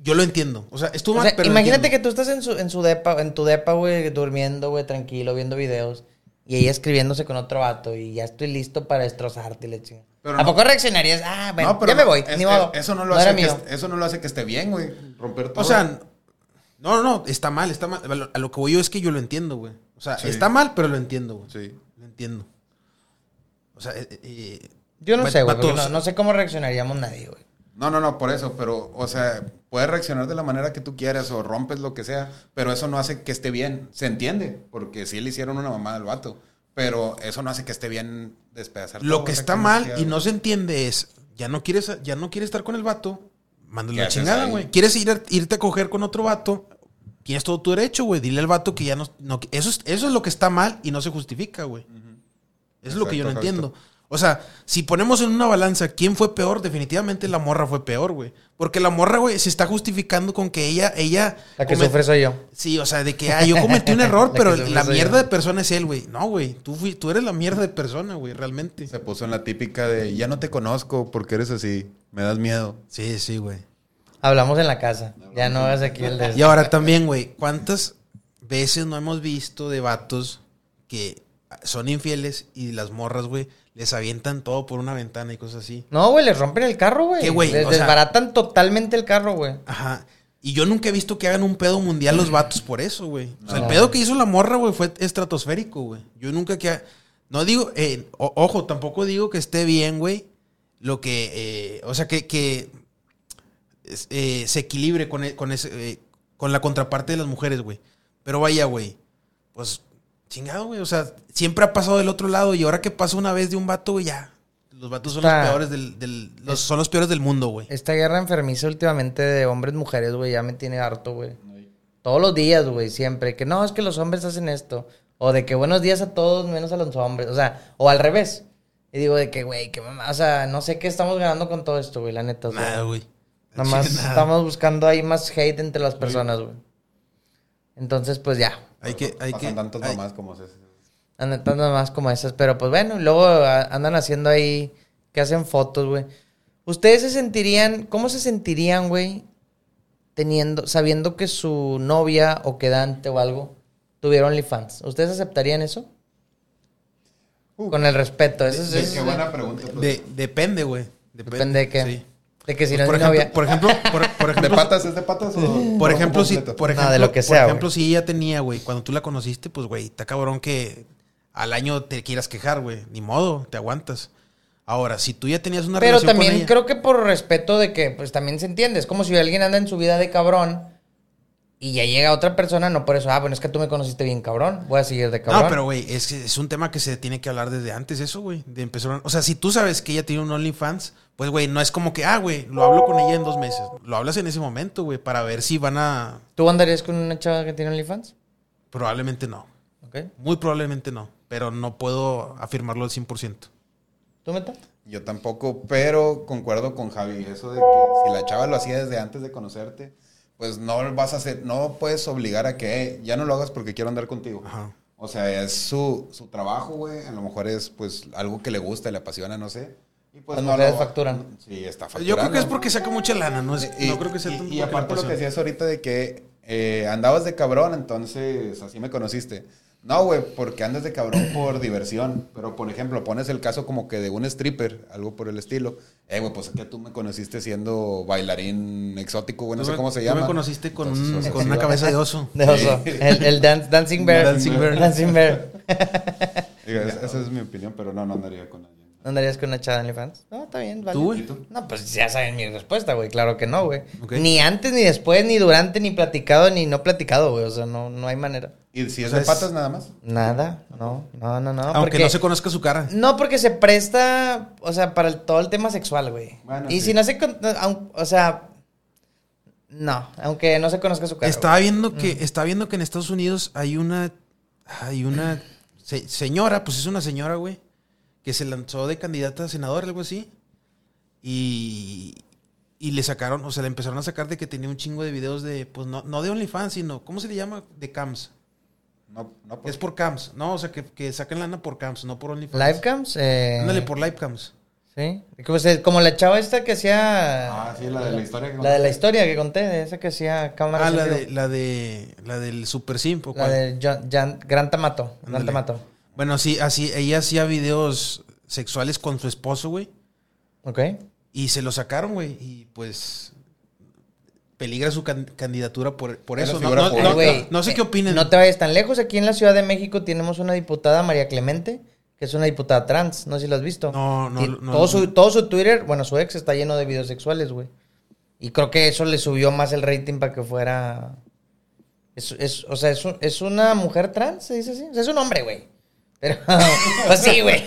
Speaker 1: yo lo entiendo. O sea, estuvo
Speaker 2: O
Speaker 1: mal,
Speaker 2: sea,
Speaker 1: pero lo
Speaker 2: imagínate
Speaker 1: entiendo.
Speaker 2: que tú estás en su, en su depa, en tu depa, güey, durmiendo, güey, tranquilo, viendo videos. Y ella escribiéndose con otro vato y ya estoy listo para destrozarte y le chinga.
Speaker 3: Pero
Speaker 2: ¿A
Speaker 3: no-
Speaker 2: poco reaccionarías? Ah, bueno,
Speaker 3: No, pero
Speaker 2: ya me voy,
Speaker 3: es-
Speaker 2: ni modo.
Speaker 3: Eso no, lo
Speaker 2: era
Speaker 3: hace que,
Speaker 2: mío.
Speaker 3: est- eso no lo hace que esté bien, güey. Romper todo.
Speaker 1: O sea, no, no, está mal, está mal. A lo- A lo que voy yo es que yo lo entiendo, güey. O sea,
Speaker 3: Sí.
Speaker 1: está mal, pero lo entiendo, güey.
Speaker 3: Sí.
Speaker 1: Lo entiendo. O sea, eh, eh,
Speaker 2: Yo no
Speaker 1: va-
Speaker 2: sé, güey,
Speaker 1: vatos,
Speaker 2: porque no, no sé cómo reaccionaríamos nadie, güey.
Speaker 3: No, no, no, por eso, pero, o sea, puedes reaccionar de la manera que tú quieras o rompes lo que sea, pero eso no hace que esté bien. Se entiende, porque sí le hicieron una mamada al vato, pero eso no hace que esté bien despedazar.
Speaker 1: Lo
Speaker 3: todo,
Speaker 1: que
Speaker 3: o sea,
Speaker 1: está
Speaker 3: no
Speaker 1: mal
Speaker 3: sea-
Speaker 1: y no se entiende es, ya no quieres, ya no quieres estar con el vato, mándale
Speaker 3: ¿Qué
Speaker 1: la
Speaker 3: haces
Speaker 1: chingada,
Speaker 3: ahí?
Speaker 1: güey. ¿Quieres ir a- irte a coger con otro vato? Tienes todo tu derecho, güey. Dile al vato que ya no. no- que- eso, es, eso es lo que está mal y no se justifica, güey. Es lo que yo no
Speaker 3: Exacto, Fausto.
Speaker 1: entiendo. O sea, si ponemos en una balanza quién fue peor, definitivamente la morra fue peor, güey. Porque la morra, güey, se está justificando con que ella, ella.
Speaker 2: La que
Speaker 1: come-
Speaker 2: sufre soy yo.
Speaker 1: Sí, o sea, de que ah, yo cometí un error,
Speaker 2: La que
Speaker 1: pero
Speaker 2: sufre
Speaker 1: la
Speaker 2: soy
Speaker 1: mierda
Speaker 2: yo.
Speaker 1: de persona es él, güey. No, güey. Tú, fui- tú eres la mierda de persona, güey, realmente.
Speaker 3: Se puso en la típica de, ya no te conozco porque eres así, me das miedo.
Speaker 1: Sí, sí, güey.
Speaker 2: Hablamos en la casa. Ya no hagas aquí el de...
Speaker 1: Y ahora también, güey, ¿cuántas veces no hemos visto de vatos que son infieles y las morras, güey, les avientan todo por una ventana y cosas así?
Speaker 2: No, güey, les rompen el carro, güey.
Speaker 1: ¿Qué, güey?
Speaker 2: Les
Speaker 1: O sea-
Speaker 2: desbaratan totalmente el carro, güey.
Speaker 1: Ajá. Y yo nunca he visto que hagan un pedo mundial los vatos por eso, güey. O sea,
Speaker 2: No.
Speaker 1: el pedo que hizo la morra, güey, fue estratosférico, güey. Yo nunca que... ha- No digo... eh, o- ojo, tampoco digo que esté bien, güey. Lo que... eh, o sea, que... que es- eh, se equilibre con, e- con, ese, eh, con la contraparte de las mujeres, güey. Pero vaya, güey. Pues chingado, güey. O sea, siempre ha pasado del otro lado. Y ahora que pasa una vez de un vato, güey, ya. Los vatos son
Speaker 2: Está-
Speaker 1: los peores del... del- los- son los peores del mundo, güey.
Speaker 2: Esta guerra enfermiza últimamente de hombres-mujeres, güey, ya me tiene harto, güey. Todos los días, güey, siempre. Que no, es que los hombres hacen esto. O de que buenos días a todos, menos a los hombres. O sea, o al revés. Y digo de que, güey, que mamá. O sea, no sé qué estamos ganando con todo esto, güey, la neta. O sea,
Speaker 1: Nada, güey.
Speaker 2: Nada más
Speaker 1: Sí, nada.
Speaker 2: estamos buscando ahí más hate entre las personas, güey. Entonces, pues ya.
Speaker 1: Hay que, hay
Speaker 3: Pasan
Speaker 1: que.
Speaker 3: tantas
Speaker 1: hay-
Speaker 3: mamás como se...
Speaker 2: Andan tan nada más como esas. Pero pues bueno, y luego a- andan haciendo ahí que hacen fotos, güey. ¿Ustedes se sentirían, cómo se sentirían, güey, teniendo, sabiendo que su novia o quedante o algo tuvieron OnlyFans? ¿Ustedes aceptarían eso?
Speaker 3: Uh.
Speaker 2: Con el respeto. Eso es,
Speaker 3: Sí,
Speaker 2: eso
Speaker 3: qué
Speaker 2: es-
Speaker 3: buena pregunta. pues.
Speaker 1: de- depende, güey.
Speaker 2: Depende de qué.
Speaker 1: sí. Pues,
Speaker 2: De que si no
Speaker 1: por,
Speaker 2: es mi
Speaker 1: ejemplo,
Speaker 2: novia.
Speaker 1: por ejemplo, por, por
Speaker 3: ¿De
Speaker 1: ejemplo,
Speaker 3: patas? ¿Es de patas o...?
Speaker 1: por ejemplo, si,
Speaker 3: completo?
Speaker 1: por
Speaker 2: No, de
Speaker 1: ejemplo,
Speaker 2: lo que
Speaker 1: por
Speaker 2: sea,
Speaker 1: ejemplo,
Speaker 2: güey.
Speaker 1: si ella tenía, güey, cuando tú la conociste, pues, güey, está cabrón que al año te quieras quejar, güey. Ni modo, te aguantas. Ahora, si tú ya tenías una
Speaker 2: Pero
Speaker 1: relación con
Speaker 2: también
Speaker 1: ella-
Speaker 2: creo que por respeto de que, pues también se entiende. Es como si alguien anda en su vida de cabrón y ya llega otra persona, no por eso, ah, bueno, es que tú me conociste bien cabrón, voy a seguir de cabrón.
Speaker 1: No, pero, güey, es, que es un tema que se tiene que hablar desde antes, eso, güey. De empezar. O sea, si tú sabes que ella tiene un OnlyFans, pues, güey, no es como que, ah, güey, lo hablo con ella en dos meses. Lo hablas en ese momento, güey, para ver si van a.
Speaker 2: ¿Tú andarías con una chava que tiene OnlyFans?
Speaker 1: Probablemente no.
Speaker 2: ¿Ok?
Speaker 1: Muy probablemente no, pero no puedo afirmarlo al 100%.
Speaker 2: ¿Tú, Meta?
Speaker 3: Yo tampoco, pero concuerdo con Javi. Eso de que si la chava lo hacía desde antes de conocerte, pues no vas a hacer, no puedes obligar a que "Eh, ya no lo hagas porque quiero andar contigo.
Speaker 1: Ajá.
Speaker 3: O sea, es su, su trabajo, güey. A lo mejor es pues algo que le gusta, le apasiona, no sé. Y pues
Speaker 2: Las
Speaker 3: no
Speaker 2: mujeres
Speaker 3: lo-
Speaker 2: facturan.
Speaker 3: Sí, está
Speaker 1: Yo
Speaker 3: facturando.
Speaker 1: creo que es porque saca mucha lana, no, es,
Speaker 3: Y,
Speaker 1: no creo que sea
Speaker 3: y-
Speaker 1: tanto
Speaker 3: y
Speaker 1: por
Speaker 3: aparte lo que
Speaker 1: pasión.
Speaker 3: decías ahorita de que eh, andabas de cabrón, entonces así me conociste. No, güey, porque andas de cabrón por diversión. Pero, por ejemplo, pones el caso como que de un stripper, algo por el estilo. Eh, güey, pues es que tú me conociste siendo bailarín exótico, güey, no
Speaker 1: Tú
Speaker 3: sé
Speaker 1: me-
Speaker 3: cómo se
Speaker 1: tú
Speaker 3: llama.
Speaker 1: me conociste con,
Speaker 3: Entonces, o
Speaker 1: un-
Speaker 3: sea,
Speaker 1: con
Speaker 3: sí
Speaker 1: una
Speaker 3: va.
Speaker 1: cabeza de oso.
Speaker 2: De oso. El, el dan- Dancing Bear.
Speaker 1: Dancing Bear.
Speaker 2: Dancing Bear.
Speaker 3: Digo, es- esa es mi opinión, pero no, no andaría con alguien.
Speaker 2: ¿No andarías con una chava de OnlyFans? No, está bien, vale.
Speaker 1: ¿Tú, güey?
Speaker 2: No, pues ya saben mi respuesta, güey. Claro que no, güey.
Speaker 1: Ok.
Speaker 2: Ni antes, ni después, ni durante, ni platicado, ni no platicado, güey. O sea, no, no hay manera.
Speaker 3: Y si es
Speaker 1: O sea,
Speaker 3: de
Speaker 1: es-
Speaker 3: patas nada más.
Speaker 2: Nada, no, no, no, no.
Speaker 1: Aunque
Speaker 2: porque-
Speaker 1: no se conozca su cara.
Speaker 2: No, porque se presta, o sea, para el- todo el tema sexual, güey.
Speaker 3: Bueno,
Speaker 2: y
Speaker 3: sí.
Speaker 2: si no se, con- no, aun- o sea, no, aunque no se conozca su cara.
Speaker 1: estaba viendo que
Speaker 2: Mm.
Speaker 1: estaba viendo que en Estados Unidos hay una hay una se- señora, pues es una señora, güey, que se lanzó de candidata a senador, algo así. Y y le sacaron, o sea, le empezaron a sacar de que tenía un chingo de videos de pues no no de OnlyFans, sino ¿cómo se le llama? de cams.
Speaker 3: No, no, pues.
Speaker 1: Es por cams, no, o sea, que, que sacan lana por cams, no por
Speaker 2: güey.
Speaker 1: OnlyFans.
Speaker 2: Live cams, eh,
Speaker 1: Ándale por live cams.
Speaker 2: sí, como, se- como la chava esta que hacía,
Speaker 3: Ah, sí, la de la historia. que
Speaker 2: la de la
Speaker 3: contaste.
Speaker 2: historia que conté, esa que hacía cámara.
Speaker 1: Ah, la de la de la del Super Simpo.
Speaker 2: la de John- Jan- Gran Tamato, Gran
Speaker 1: Ándale.
Speaker 2: Tamato,
Speaker 1: Bueno, sí, así ella hacía videos sexuales con su esposo, güey.
Speaker 2: ¿ok?
Speaker 1: Y se lo sacaron, güey. Y pues peligra su can- candidatura por, por
Speaker 3: Era
Speaker 1: eso. No,
Speaker 3: figura
Speaker 1: no-
Speaker 3: pública.
Speaker 1: no-
Speaker 2: Eh, güey,
Speaker 1: no sé
Speaker 2: eh,
Speaker 1: qué opinen.
Speaker 2: No te vayas tan lejos, aquí en la Ciudad de México tenemos una diputada, María Clemente, que es una diputada trans, no sé si la has visto.
Speaker 1: No, no,
Speaker 2: Y
Speaker 1: no,
Speaker 2: todo,
Speaker 1: no.
Speaker 2: Su, todo su Twitter, bueno, su ex está lleno de videos sexuales, güey. Y creo que eso le subió más el rating para que fuera... Es, es- o sea, es, un- es una mujer trans, se dice así. O sea, es un hombre, güey. Pero, pues sí, güey.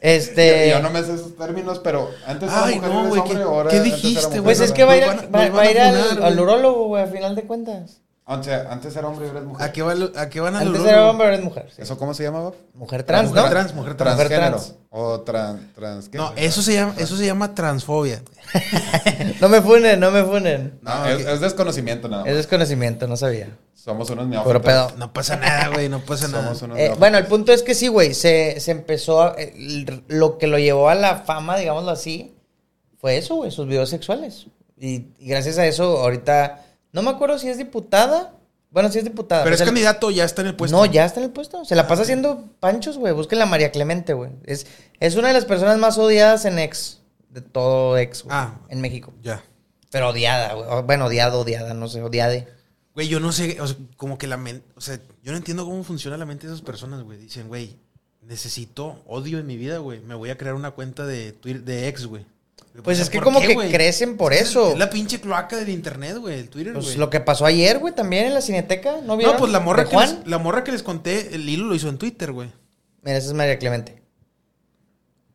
Speaker 2: Este...
Speaker 3: Yo, yo no me sé esos términos, pero antes era
Speaker 1: Ay,
Speaker 3: mujer,
Speaker 1: no,
Speaker 3: eres
Speaker 1: güey,
Speaker 3: hombre,
Speaker 1: ¿qué-
Speaker 3: ahora
Speaker 1: qué
Speaker 3: antes era
Speaker 1: dijiste,
Speaker 3: mujer,
Speaker 1: güey?
Speaker 2: Pues es
Speaker 3: ahora-
Speaker 2: que va a ir,
Speaker 1: Nos van
Speaker 2: al-
Speaker 1: a-
Speaker 2: va-
Speaker 1: nos
Speaker 2: va a
Speaker 1: van
Speaker 2: ir
Speaker 1: a
Speaker 2: al,
Speaker 1: funar,
Speaker 2: al
Speaker 1: güey.
Speaker 2: urólogo, güey, a final de cuentas.
Speaker 3: Antes, antes era hombre y ahora es mujer.
Speaker 1: ¿A qué, va lo- a qué van a
Speaker 2: Antes
Speaker 1: los
Speaker 2: era hombre, ahora es mujer. sí.
Speaker 3: ¿Eso cómo se llamaba?
Speaker 2: Mujer trans,
Speaker 1: Mujer
Speaker 2: ¿no?
Speaker 1: trans, mujer trans.
Speaker 3: Transgénero.
Speaker 2: trans.
Speaker 3: O tran, trans. ¿qué?
Speaker 1: No, eso se llama, eso se llama transfobia.
Speaker 2: No me funen, no me funen.
Speaker 3: No, es, es desconocimiento nada más.
Speaker 2: Es desconocimiento, no sabía.
Speaker 3: Somos unos neófitos.
Speaker 2: Pero pedo.
Speaker 1: No pasa nada, güey, no pasa nada.
Speaker 3: Somos unos
Speaker 2: Eh,
Speaker 3: neófitos.
Speaker 2: bueno, el punto es que sí, güey, se, se empezó, a- el- lo que lo llevó a la fama, digámoslo así, fue eso, güey, sus videos sexuales. Y, y gracias a eso, ahorita, no me acuerdo si es diputada, bueno, si es diputada.
Speaker 1: Pero
Speaker 2: O
Speaker 1: es
Speaker 2: sea,
Speaker 1: candidato, ya está en el puesto. Ah,
Speaker 2: No, ya está en el puesto, se la pasa haciendo panchos, güey, búsquenla a María Clemente, güey. Es, es una de las personas más odiadas en ex, de todo ex, güey,
Speaker 1: Ah.
Speaker 2: en México.
Speaker 1: Ya.
Speaker 2: Pero odiada, güey, O, bueno, odiado, odiada, no sé, odiade.
Speaker 1: Güey, yo no sé, o sea, como que la mente, o sea, yo no entiendo cómo funciona la mente de esas personas, güey. Dicen, güey, necesito odio en mi vida, güey. Me voy a crear una cuenta de Twitter, de ex, güey.
Speaker 2: Pues es que
Speaker 1: ¿por
Speaker 2: como
Speaker 1: qué,
Speaker 2: que
Speaker 1: güey?
Speaker 2: crecen por
Speaker 1: Es-
Speaker 2: eso.
Speaker 1: Es la pinche cloaca del internet, güey, el Twitter,
Speaker 2: Pues
Speaker 1: güey.
Speaker 2: lo que pasó ayer, güey, también en la cineteca, ¿no vieron?
Speaker 1: no, pues la morra,
Speaker 2: ¿De
Speaker 1: que
Speaker 2: Juan.
Speaker 1: les, la morra que les conté, el hilo lo hizo en Twitter, güey.
Speaker 2: Mira, esa es María Clemente.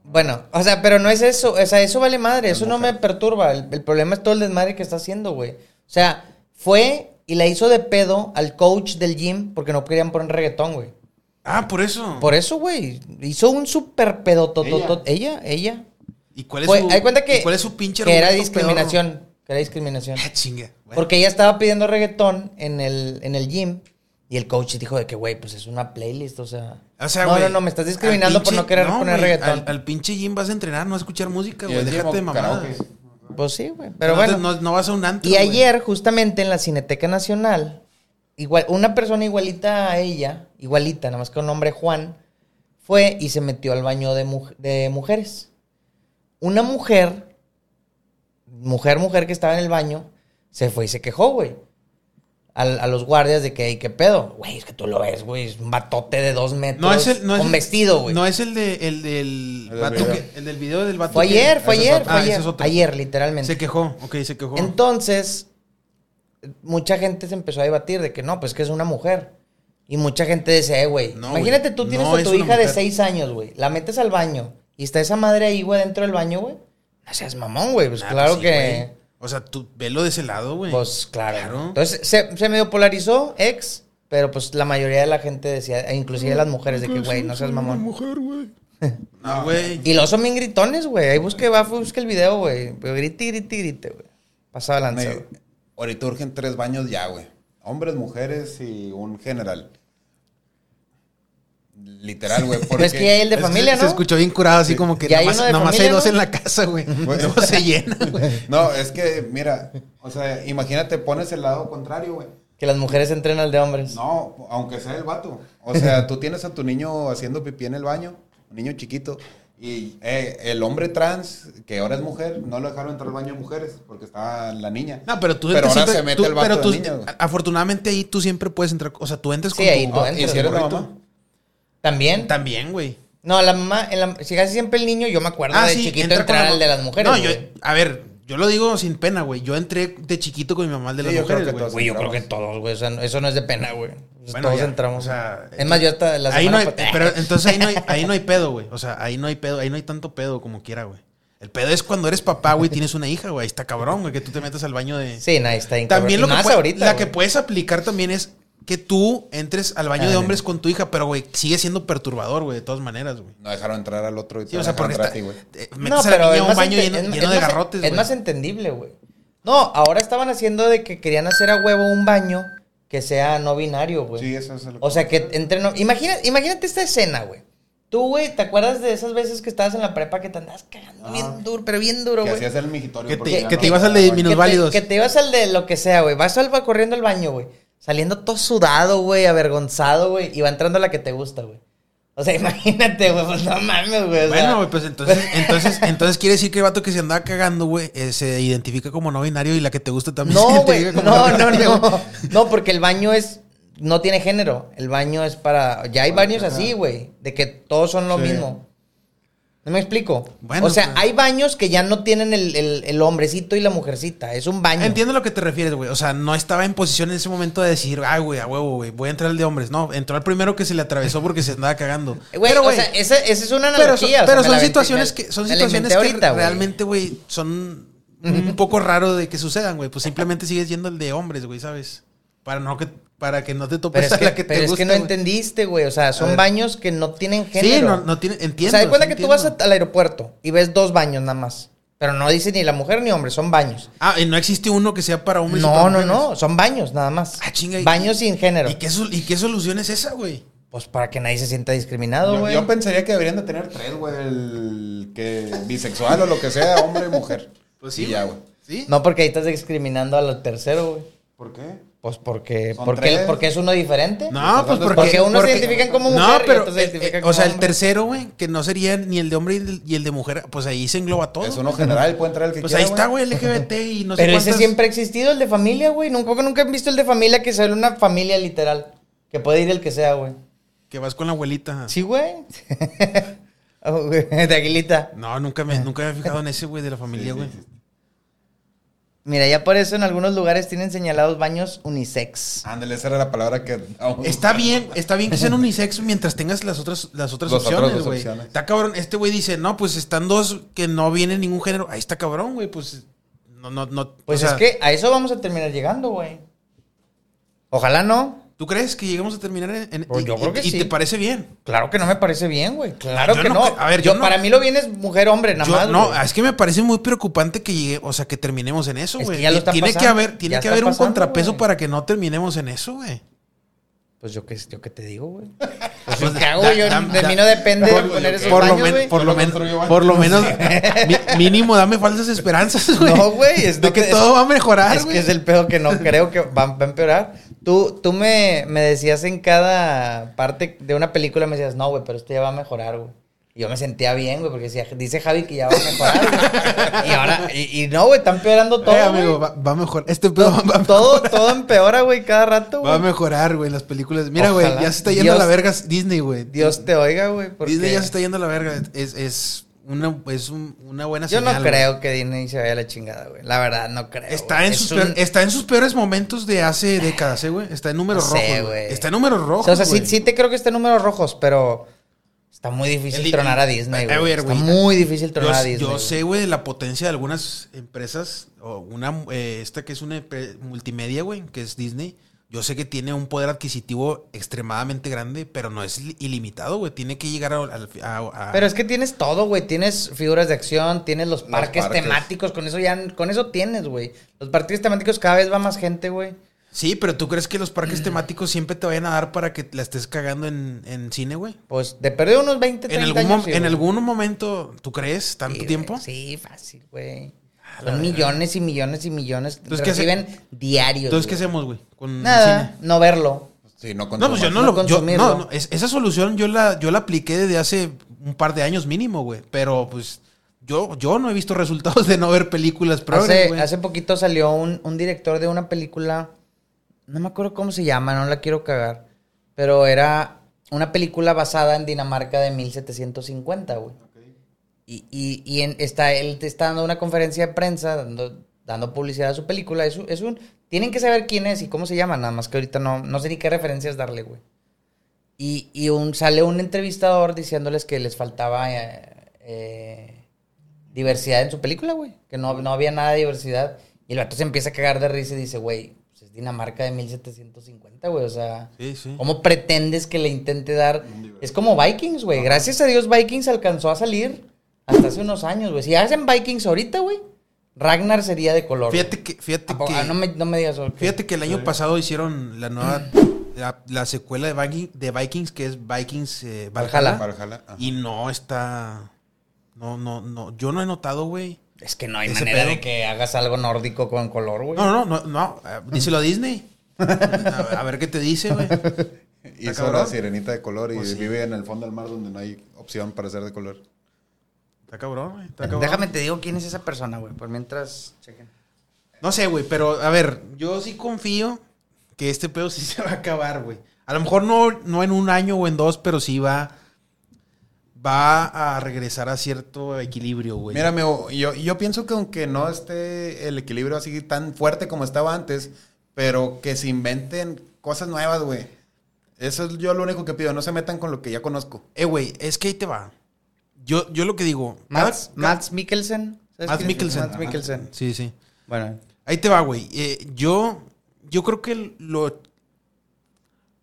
Speaker 2: Bueno, o sea, pero no es eso, o sea, eso vale madre, eso no me perturba. El, el problema es todo el desmadre que está haciendo, güey. O sea, fue y la hizo de pedo al coach del gym porque no querían poner reggaetón, güey.
Speaker 1: Ah, por eso.
Speaker 2: Por eso, güey, hizo un super pedo. Ella, ella.
Speaker 1: ¿Y cuál es
Speaker 2: Fue-
Speaker 1: su,
Speaker 2: hay cuenta que,
Speaker 1: ¿y cuál es su pinche
Speaker 2: que era
Speaker 1: argumento pedorro?
Speaker 2: discriminación, que era discriminación.
Speaker 1: Ah, chinga. Bueno,
Speaker 2: Porque ella estaba pidiendo reggaetón en el, en el gym. Y el coach dijo de que, güey, pues es una playlist, o sea.
Speaker 1: o sea,
Speaker 2: no,
Speaker 1: güey,
Speaker 2: no, no, me estás
Speaker 1: al
Speaker 2: discriminando por
Speaker 1: pinche-
Speaker 2: no querer poner
Speaker 1: güey,
Speaker 2: reggaetón.
Speaker 1: Al, al pinche gym vas a entrenar, no vas a escuchar música,
Speaker 3: Y
Speaker 1: güey.
Speaker 3: es
Speaker 1: Déjate
Speaker 3: como
Speaker 1: de mamadas.
Speaker 3: karaoke.
Speaker 2: Pues sí, güey. Pero
Speaker 1: no, te-
Speaker 2: bueno.
Speaker 1: no, no vas a un antro.
Speaker 2: y
Speaker 1: güey.
Speaker 2: ayer, justamente en la Cineteca Nacional, igual, una persona igualita a ella, igualita, nada más que un nombre Juan, fue y se metió al baño de, mu- de mujeres. Una mujer, mujer, mujer que estaba en el baño, se fue y se quejó, güey. al- A, los guardias de que, "Ey, ¿qué pedo? Güey, es que tú lo ves, güey, es un batote de dos metros.
Speaker 1: No es el. No es
Speaker 2: con
Speaker 1: el-
Speaker 2: vestido, güey.
Speaker 1: No es el, de, el del.
Speaker 3: El del
Speaker 1: vato
Speaker 3: video.
Speaker 1: que- el del video del vato.
Speaker 2: fue
Speaker 1: que-
Speaker 2: ayer, fue
Speaker 1: ese es
Speaker 2: ayer,
Speaker 1: otro.
Speaker 2: fue
Speaker 1: Ah, ese
Speaker 2: ayer.
Speaker 1: es otro.
Speaker 2: ayer, literalmente.
Speaker 1: Se quejó. Ok, se quejó.
Speaker 2: Entonces, mucha gente se empezó a debatir de que no, pues que es una mujer. Y mucha gente decía, eh, güey.
Speaker 1: No,
Speaker 2: imagínate,
Speaker 1: güey,
Speaker 2: tú tienes
Speaker 1: no
Speaker 2: a
Speaker 1: es
Speaker 2: tu
Speaker 1: una
Speaker 2: hija de
Speaker 1: mujer.
Speaker 2: seis años, güey. La metes al baño y está esa madre ahí, güey, dentro del baño, güey. No seas mamón, güey. Pues
Speaker 1: Nah,
Speaker 2: claro
Speaker 1: pues sí,
Speaker 2: que.
Speaker 1: güey. O sea, tú velo de ese lado, güey.
Speaker 2: Pues claro.
Speaker 1: Claro.
Speaker 2: Entonces, se, se medio polarizó, ex. Pero pues la mayoría de la gente decía, e inclusive las mujeres, de que, güey, no seas mamón.
Speaker 1: mujer, güey. No, güey.
Speaker 2: Y los son bien gritones, güey. Ahí busque, va, busque el video, güey. Pero grite, grite, grite, güey. Pasaba
Speaker 3: Me-
Speaker 2: lanza, güey.
Speaker 3: ahorita urgen tres baños ya, güey. Hombres, mujeres y un general. Literal, güey.
Speaker 2: Pero
Speaker 3: Porque
Speaker 2: es que ya hay el de
Speaker 1: Es que
Speaker 2: familia,
Speaker 1: se-
Speaker 2: ¿no?
Speaker 1: Se escuchó bien curado, así como que
Speaker 2: Y hay
Speaker 1: nomás,
Speaker 2: uno de
Speaker 1: nomás hay
Speaker 2: familia,
Speaker 1: dos
Speaker 2: ¿no?
Speaker 1: en la casa, güey.
Speaker 3: Güey.
Speaker 1: Luego se llena, güey.
Speaker 3: No, es que, mira, o sea, imagínate, pones el lado contrario, güey.
Speaker 2: Que las mujeres entren al de hombres.
Speaker 3: No, aunque sea el vato. O sea, tú tienes a tu niño haciendo pipí en el baño, un niño chiquito, y eh, el hombre trans, que ahora es mujer, no lo dejaron entrar al baño de mujeres porque estaba la niña.
Speaker 1: No, pues, pero tú
Speaker 3: Pero
Speaker 1: entras
Speaker 3: ahora
Speaker 1: siempre-
Speaker 3: se mete
Speaker 1: tú-
Speaker 3: el vato
Speaker 1: pero tú-
Speaker 3: de niña, güey.
Speaker 1: Afortunadamente ahí tú siempre puedes entrar. O sea, tú entras
Speaker 2: Sí,
Speaker 1: con
Speaker 2: ahí
Speaker 1: tu-
Speaker 2: tú
Speaker 1: ah,
Speaker 2: entras,
Speaker 3: ¿Y si eres la
Speaker 1: morrito.
Speaker 3: mamá?
Speaker 2: ¿También?
Speaker 1: También, güey. Ah,
Speaker 2: No, la mamá, en la- si casi siempre el niño, yo me acuerdo de chiquito
Speaker 1: entra con
Speaker 2: entrar
Speaker 1: la-
Speaker 2: al de las mujeres.
Speaker 1: No,
Speaker 2: güey.
Speaker 1: yo, a ver, yo lo digo sin pena, güey. Yo entré de chiquito con mi mamá al de
Speaker 3: Sí,
Speaker 1: las
Speaker 3: yo creo
Speaker 1: mujeres,
Speaker 3: que
Speaker 1: güey.
Speaker 3: todos.
Speaker 2: Güey, yo creo que todos, güey. O sea, no- eso no es de pena, güey. Pues
Speaker 1: Bueno,
Speaker 2: todos
Speaker 1: ya,
Speaker 2: entramos.
Speaker 1: o sea,
Speaker 2: es más, yo hasta la
Speaker 1: Ahí no
Speaker 2: semana
Speaker 1: hay,
Speaker 2: pa-
Speaker 1: pero entonces ahí no hay, ahí no hay pedo, güey. O sea, ahí no hay pedo, ahí no hay tanto pedo como quiera, güey. El pedo es cuando eres papá, güey, tienes una hija, güey. Ahí está cabrón, güey, que tú te metas al baño de.
Speaker 2: Sí, no, ahí está bien
Speaker 1: También lo
Speaker 2: cabrón. Y
Speaker 1: que,
Speaker 2: más
Speaker 1: puede-
Speaker 2: ahorita,
Speaker 1: la
Speaker 2: güey.
Speaker 1: que puedes aplicar también es que tú entres al baño
Speaker 2: Ah,
Speaker 1: de
Speaker 2: no.
Speaker 1: hombres con tu hija, pero güey, sigue siendo perturbador, güey, de todas maneras, güey.
Speaker 3: No dejaron entrar al otro y
Speaker 1: Sí,
Speaker 3: te
Speaker 1: o sea,
Speaker 3: dejaron
Speaker 1: porque
Speaker 3: entrar
Speaker 1: está,
Speaker 3: a ti, güey.
Speaker 1: eh,
Speaker 2: No,
Speaker 1: metes al
Speaker 2: pero
Speaker 1: niño
Speaker 2: es
Speaker 1: a un
Speaker 2: más
Speaker 1: baño
Speaker 2: ente-
Speaker 1: lleno,
Speaker 2: es ma-
Speaker 1: lleno
Speaker 2: es
Speaker 1: de
Speaker 2: más-
Speaker 1: garrotes,
Speaker 2: Es
Speaker 1: güey.
Speaker 2: más entendible, güey. No, ahora estaban haciendo de que querían hacer a huevo un baño que sea no binario, güey.
Speaker 3: Sí, eso es lo
Speaker 2: O sea, que entre... no- Imagina, imagínate esta escena, güey. Tú, güey, ¿te acuerdas de esas veces que estabas en la prepa que te andabas cagando
Speaker 3: Ah.
Speaker 2: bien duro, pero bien duro,
Speaker 3: Que
Speaker 2: güey?
Speaker 3: hacías el mijitorio.
Speaker 1: Que te-
Speaker 3: porque ya
Speaker 1: que
Speaker 3: no
Speaker 1: te ibas al de
Speaker 3: entraba al baño.
Speaker 2: que,
Speaker 1: minusválidos.
Speaker 2: Te, que te ibas al de lo que sea, güey. Vas al, va corriendo al baño, güey. Saliendo todo sudado, güey, avergonzado, güey. Y va entrando la que te gusta, güey. O sea, imagínate, güey. Pues no mames, güey. o sea,
Speaker 1: Bueno, güey, pues entonces, entonces, entonces quiere decir que el vato que se andaba cagando, güey, eh, se identifica como no binario y la que te gusta también se
Speaker 2: No, güey.
Speaker 1: identifica como
Speaker 2: No, no,
Speaker 1: binario, güey.
Speaker 2: no. No, porque el baño es. No tiene género. El baño es para. Ya
Speaker 1: Ah,
Speaker 2: hay baños así, güey. De que todos son lo
Speaker 3: Sí.
Speaker 2: mismo. ¿No me explico?
Speaker 1: Bueno,
Speaker 2: o sea,
Speaker 1: pues.
Speaker 2: hay baños que ya no tienen el, el- el hombrecito y la mujercita. Es un baño.
Speaker 1: Entiendo a lo que te refieres, güey. O sea, no estaba en posición en ese momento de decir, ay, güey, a huevo, güey, voy a entrar al de hombres. No, entró al primero que se le atravesó porque se andaba cagando.
Speaker 2: Eh, Güey,
Speaker 1: Pero,
Speaker 2: o sea, esa, esa es una
Speaker 1: pero son,
Speaker 2: analogía. o sea,
Speaker 1: pero
Speaker 2: me
Speaker 1: son
Speaker 2: la aventé-
Speaker 1: situaciones
Speaker 2: me-
Speaker 1: que son
Speaker 2: me la
Speaker 1: situaciones
Speaker 2: inventé
Speaker 1: que
Speaker 2: ahorita, güey.
Speaker 1: realmente, güey, son un poco raro de que sucedan, güey. Pues simplemente sigues yendo al de hombres, güey, ¿sabes? Para, no que, para que no te topes
Speaker 2: Pero es
Speaker 1: a
Speaker 2: que,
Speaker 1: la que te
Speaker 2: pero es que
Speaker 1: gusta,
Speaker 2: no
Speaker 1: güey.
Speaker 2: entendiste, güey. O sea, son
Speaker 1: ver.
Speaker 2: baños que no tienen género.
Speaker 1: Sí, no, no tiene,
Speaker 2: O
Speaker 1: entiendo.
Speaker 2: sea, haz cuenta
Speaker 1: sí
Speaker 2: que tú
Speaker 1: entiendo.
Speaker 2: vas a- al aeropuerto y ves dos baños nada más. Pero no dice ni la mujer ni hombre, son baños.
Speaker 1: Ah, y no existe uno que sea para hombres y para
Speaker 2: No, no,
Speaker 1: mujeres?
Speaker 2: no, son baños nada más.
Speaker 1: Ah, chinga, y-
Speaker 2: Baños sin género.
Speaker 1: ¿Y qué, sol- ¿Y qué solución es esa, güey?
Speaker 2: Pues para que nadie se sienta discriminado,
Speaker 3: Yo,
Speaker 2: güey.
Speaker 3: yo pensaría que deberían de tener tres, güey. El que bisexual o lo que sea, hombre y mujer.
Speaker 1: Pues sí,
Speaker 3: Y ya,
Speaker 1: güey.
Speaker 3: güey.
Speaker 1: ¿Sí?
Speaker 2: No, porque ahí estás discriminando al tercero, güey.
Speaker 3: ¿Por qué?
Speaker 2: Pues porque,
Speaker 3: Son
Speaker 2: porque,
Speaker 3: tres.
Speaker 2: porque es uno diferente.
Speaker 1: No, pues porque...
Speaker 2: Porque unos
Speaker 1: porque-
Speaker 2: se identifican como mujer
Speaker 1: No,
Speaker 2: y
Speaker 1: pero...
Speaker 2: otros se
Speaker 1: eh,
Speaker 2: identifican
Speaker 1: eh,
Speaker 2: como
Speaker 1: o sea, el
Speaker 2: hombre.
Speaker 1: tercero, güey, que no sería ni el de hombre y el, y el de mujer, pues ahí se engloba todo.
Speaker 3: Es uno general, puede entrar el que
Speaker 1: Pues
Speaker 3: quiera.
Speaker 1: ahí está, güey, LGBT y no sé
Speaker 2: Pero ese
Speaker 1: cuántas-
Speaker 2: siempre ha existido, el de familia, güey. Nunca, nunca han visto el de familia que sale una familia literal. Que puede ir el que sea, güey.
Speaker 1: Que vas con la abuelita.
Speaker 2: Sí, güey. Oh, güey, de aguilita.
Speaker 1: No, nunca me, nunca me había fijado en ese, güey, de la familia,
Speaker 3: Ah. Sí,
Speaker 1: güey.
Speaker 3: sí, sí.
Speaker 2: Mira, ya por eso en algunos lugares tienen señalados baños unisex.
Speaker 3: Ándale, esa era la palabra que.
Speaker 1: Está bien, está bien que sean unisex mientras tengas las otras, las otras
Speaker 3: Las otras
Speaker 1: opciones,
Speaker 3: dos
Speaker 1: güey.
Speaker 3: opciones.
Speaker 1: Está cabrón. Este güey dice, no, pues están dos que no vienen ningún género. Ahí está cabrón, güey. Pues no, no, no.
Speaker 2: Pues
Speaker 1: o sea,
Speaker 2: es que a eso vamos a terminar llegando, güey. Ojalá no.
Speaker 1: ¿Tú crees que llegamos a terminar en. en-
Speaker 2: Pues
Speaker 1: y,
Speaker 2: yo creo
Speaker 1: y-
Speaker 2: que
Speaker 1: y
Speaker 2: sí.
Speaker 1: te parece bien.
Speaker 2: Claro que no me parece bien, güey. Claro
Speaker 1: Yo
Speaker 2: que no.
Speaker 1: no cre- a ver, yo
Speaker 2: yo,
Speaker 1: no-
Speaker 2: para mí lo bien es mujer hombre, nada
Speaker 1: Yo-
Speaker 2: más.
Speaker 1: no,
Speaker 2: güey.
Speaker 1: es que me parece muy preocupante que llegue, o sea, que terminemos en eso,
Speaker 2: Es que
Speaker 1: güey.
Speaker 2: ya lo
Speaker 1: Y
Speaker 2: están
Speaker 1: tiene que
Speaker 2: pasando,
Speaker 1: haber, tiene
Speaker 2: ya
Speaker 1: que
Speaker 2: está
Speaker 1: haber un
Speaker 2: pasando,
Speaker 1: contrapeso
Speaker 2: güey.
Speaker 1: para que no terminemos en eso, güey.
Speaker 2: Pues yo qué, yo qué te digo, güey. Pues yo
Speaker 1: da-
Speaker 2: qué hago,
Speaker 1: da-
Speaker 2: yo
Speaker 1: da-
Speaker 2: de
Speaker 1: da-
Speaker 2: mí no depende de
Speaker 3: por-
Speaker 2: poner esos
Speaker 1: Por lo,
Speaker 2: baños,
Speaker 1: men-
Speaker 2: güey.
Speaker 1: por,
Speaker 3: Yo
Speaker 1: lo
Speaker 3: lo
Speaker 1: men-
Speaker 3: construí, güey.
Speaker 1: por lo menos, mi- mínimo, dame falsas esperanzas, güey.
Speaker 2: No, güey, es-
Speaker 1: De
Speaker 2: no
Speaker 1: que
Speaker 2: te-
Speaker 1: todo va a mejorar,
Speaker 2: Es
Speaker 1: güey.
Speaker 2: que es el pedo que no creo que va, va a empeorar. Tú, tú me, me decías en cada parte de una película, me decías, no, güey, pero esto ya va a mejorar, güey. Y yo me sentía bien, güey, porque decía, dice Javi que ya va a mejorar, güey. Y ahora, y, y no, güey, está empeorando todo,
Speaker 1: Eh,
Speaker 2: güey.
Speaker 1: amigo, va, va a mejorar. Este pedo va, va-
Speaker 2: todo, todo empeora, güey, cada rato,
Speaker 1: va a
Speaker 2: güey.
Speaker 1: mejorar, güey, las películas. Mira, güey,
Speaker 2: Ojalá.
Speaker 1: ya se está yendo a la
Speaker 2: Dios-
Speaker 1: verga Disney, güey.
Speaker 2: Dios te oiga, güey, porque
Speaker 1: Disney ya se está yendo a la verga. Es, es una, es un- una buena
Speaker 2: yo
Speaker 1: señal.
Speaker 2: no
Speaker 1: güey.
Speaker 2: creo que Disney se vaya a la chingada, güey. La verdad, no creo.
Speaker 1: Está
Speaker 2: güey.
Speaker 1: en,
Speaker 2: Es
Speaker 1: sus
Speaker 2: un-
Speaker 1: peor- está en sus peores momentos de hace décadas, ¿eh, güey. Está en números
Speaker 2: No sé,
Speaker 1: rojos, güey.
Speaker 2: güey.
Speaker 1: Está en números
Speaker 2: O
Speaker 1: rojos,
Speaker 2: sea, o sea, sí,
Speaker 1: güey.
Speaker 2: sí te creo que está en números rojos, pero está muy difícil
Speaker 1: El-
Speaker 2: tronar a
Speaker 1: el-
Speaker 2: Disney,
Speaker 1: a- a
Speaker 2: güey.
Speaker 1: ver,
Speaker 2: Está
Speaker 1: güey.
Speaker 2: muy difícil
Speaker 1: Yo,
Speaker 2: tronar a Disney.
Speaker 1: yo
Speaker 2: güey.
Speaker 1: sé, güey, de la potencia de algunas empresas, o una, eh, esta que es una empre- multimedia, güey, que es Disney. Yo sé que tiene un poder adquisitivo extremadamente grande, pero no es li- ilimitado, güey. Tiene que llegar a... al- a- a-
Speaker 2: Pero es que tienes todo, güey. Tienes figuras de acción, tienes los
Speaker 3: Los
Speaker 2: parques,
Speaker 3: parques.
Speaker 2: temáticos. Con eso ya, con eso tienes, güey. Los parques temáticos cada vez va más gente, güey.
Speaker 1: Sí, pero ¿tú crees que los parques temáticos siempre te vayan a dar para que la estés cagando en, en cine, güey?
Speaker 2: Pues de perder unos 20, 30
Speaker 1: En, algún,
Speaker 2: años.
Speaker 1: mom-
Speaker 2: sí,
Speaker 1: en
Speaker 2: güey.
Speaker 1: algún momento, ¿tú crees?
Speaker 2: Sí,
Speaker 1: ¿Tanto
Speaker 2: güey.
Speaker 1: tiempo?
Speaker 2: Sí, fácil, güey. Son millones y millones y millones que
Speaker 1: Entonces, ¿qué hace-
Speaker 2: reciben diarios.
Speaker 1: Entonces, ¿qué
Speaker 2: güey.
Speaker 1: hacemos, güey? Con
Speaker 2: Nada,
Speaker 1: cine?
Speaker 2: no verlo.
Speaker 3: Sí, no
Speaker 1: No, pues yo no,
Speaker 2: No
Speaker 1: lo. Yo,
Speaker 2: consumirlo.
Speaker 1: no, no, es- esa solución yo la, yo la apliqué desde hace un par de años mínimo, güey. Pero pues yo, yo no he visto resultados de no ver películas progres,
Speaker 2: Hace,
Speaker 1: güey.
Speaker 2: hace poquito salió un, un director de una película, no me acuerdo cómo se llama, no la quiero cagar, pero era una película basada en Dinamarca de 1750, güey. Y, y, y en- está, él te está dando una conferencia de prensa, dando, dando publicidad a su película. Es, un- es un, tienen que saber quién es y cómo se llama, nada más que ahorita no, no sé ni qué referencias darle, güey. Y, y un, sale un entrevistador diciéndoles que les faltaba eh, eh, diversidad en su película, güey. Que no, no había nada de diversidad. Y el vato se empieza a cagar de risa y dice, güey, pues es Dinamarca de 1750, güey. O sea,
Speaker 1: Sí, sí.
Speaker 2: ¿cómo pretendes que le intente dar? Es como Vikings, güey. Gracias a Dios Vikings alcanzó a salir hasta hace unos años, güey. Si hacen Vikings ahorita, güey, Ragnar sería de color.
Speaker 1: Fíjate que, fíjate
Speaker 2: güey. ¿A poco?
Speaker 1: que,
Speaker 2: Ah, no, me, no me digas. ok.
Speaker 1: fíjate que el año pasado hicieron la nueva, la, la secuela de, Viking- de Vikings, que es Vikings eh, Valhalla.
Speaker 2: Valhalla.
Speaker 1: Y no está. No, no, no. Yo no he notado, güey.
Speaker 2: Es que no hay
Speaker 1: Ese
Speaker 2: manera
Speaker 1: pedo.
Speaker 2: de que hagas algo nórdico con color, güey.
Speaker 1: No, no, no, no. eh, Díselo a Disney. A, a ver qué te dice, güey.
Speaker 3: Y
Speaker 1: ¿Está
Speaker 3: Hizo la
Speaker 1: cabrón?
Speaker 3: sirenita de color y
Speaker 1: Pues sí.
Speaker 3: vive en el fondo del mar donde no hay opción para ser de color.
Speaker 1: Está cabrón, güey. Está cabrón.
Speaker 2: Déjame te digo quién es esa persona, güey. Por mientras chequen.
Speaker 1: No sé, güey, pero a ver, yo sí confío que este pedo sí se va a acabar, güey. A lo mejor no, no en un año o en dos, pero sí va, va a regresar a cierto equilibrio, güey.
Speaker 3: Mira, amigo, yo, yo pienso que aunque no esté el equilibrio así tan fuerte como estaba antes, pero que se inventen cosas nuevas, güey. Eso es yo lo único que pido, no se metan con lo que ya conozco.
Speaker 1: eh, güey, es que ahí te va. Yo, yo lo que digo.
Speaker 2: Mads,
Speaker 1: cada-
Speaker 2: Mads Mikkelsen. ¿sabes
Speaker 1: Mads
Speaker 2: quién es?
Speaker 1: Mikkelsen.
Speaker 2: Mads Mikkelsen.
Speaker 1: Sí, sí.
Speaker 2: Bueno,
Speaker 1: Ahí te va, güey. Eh, yo, yo creo que lo,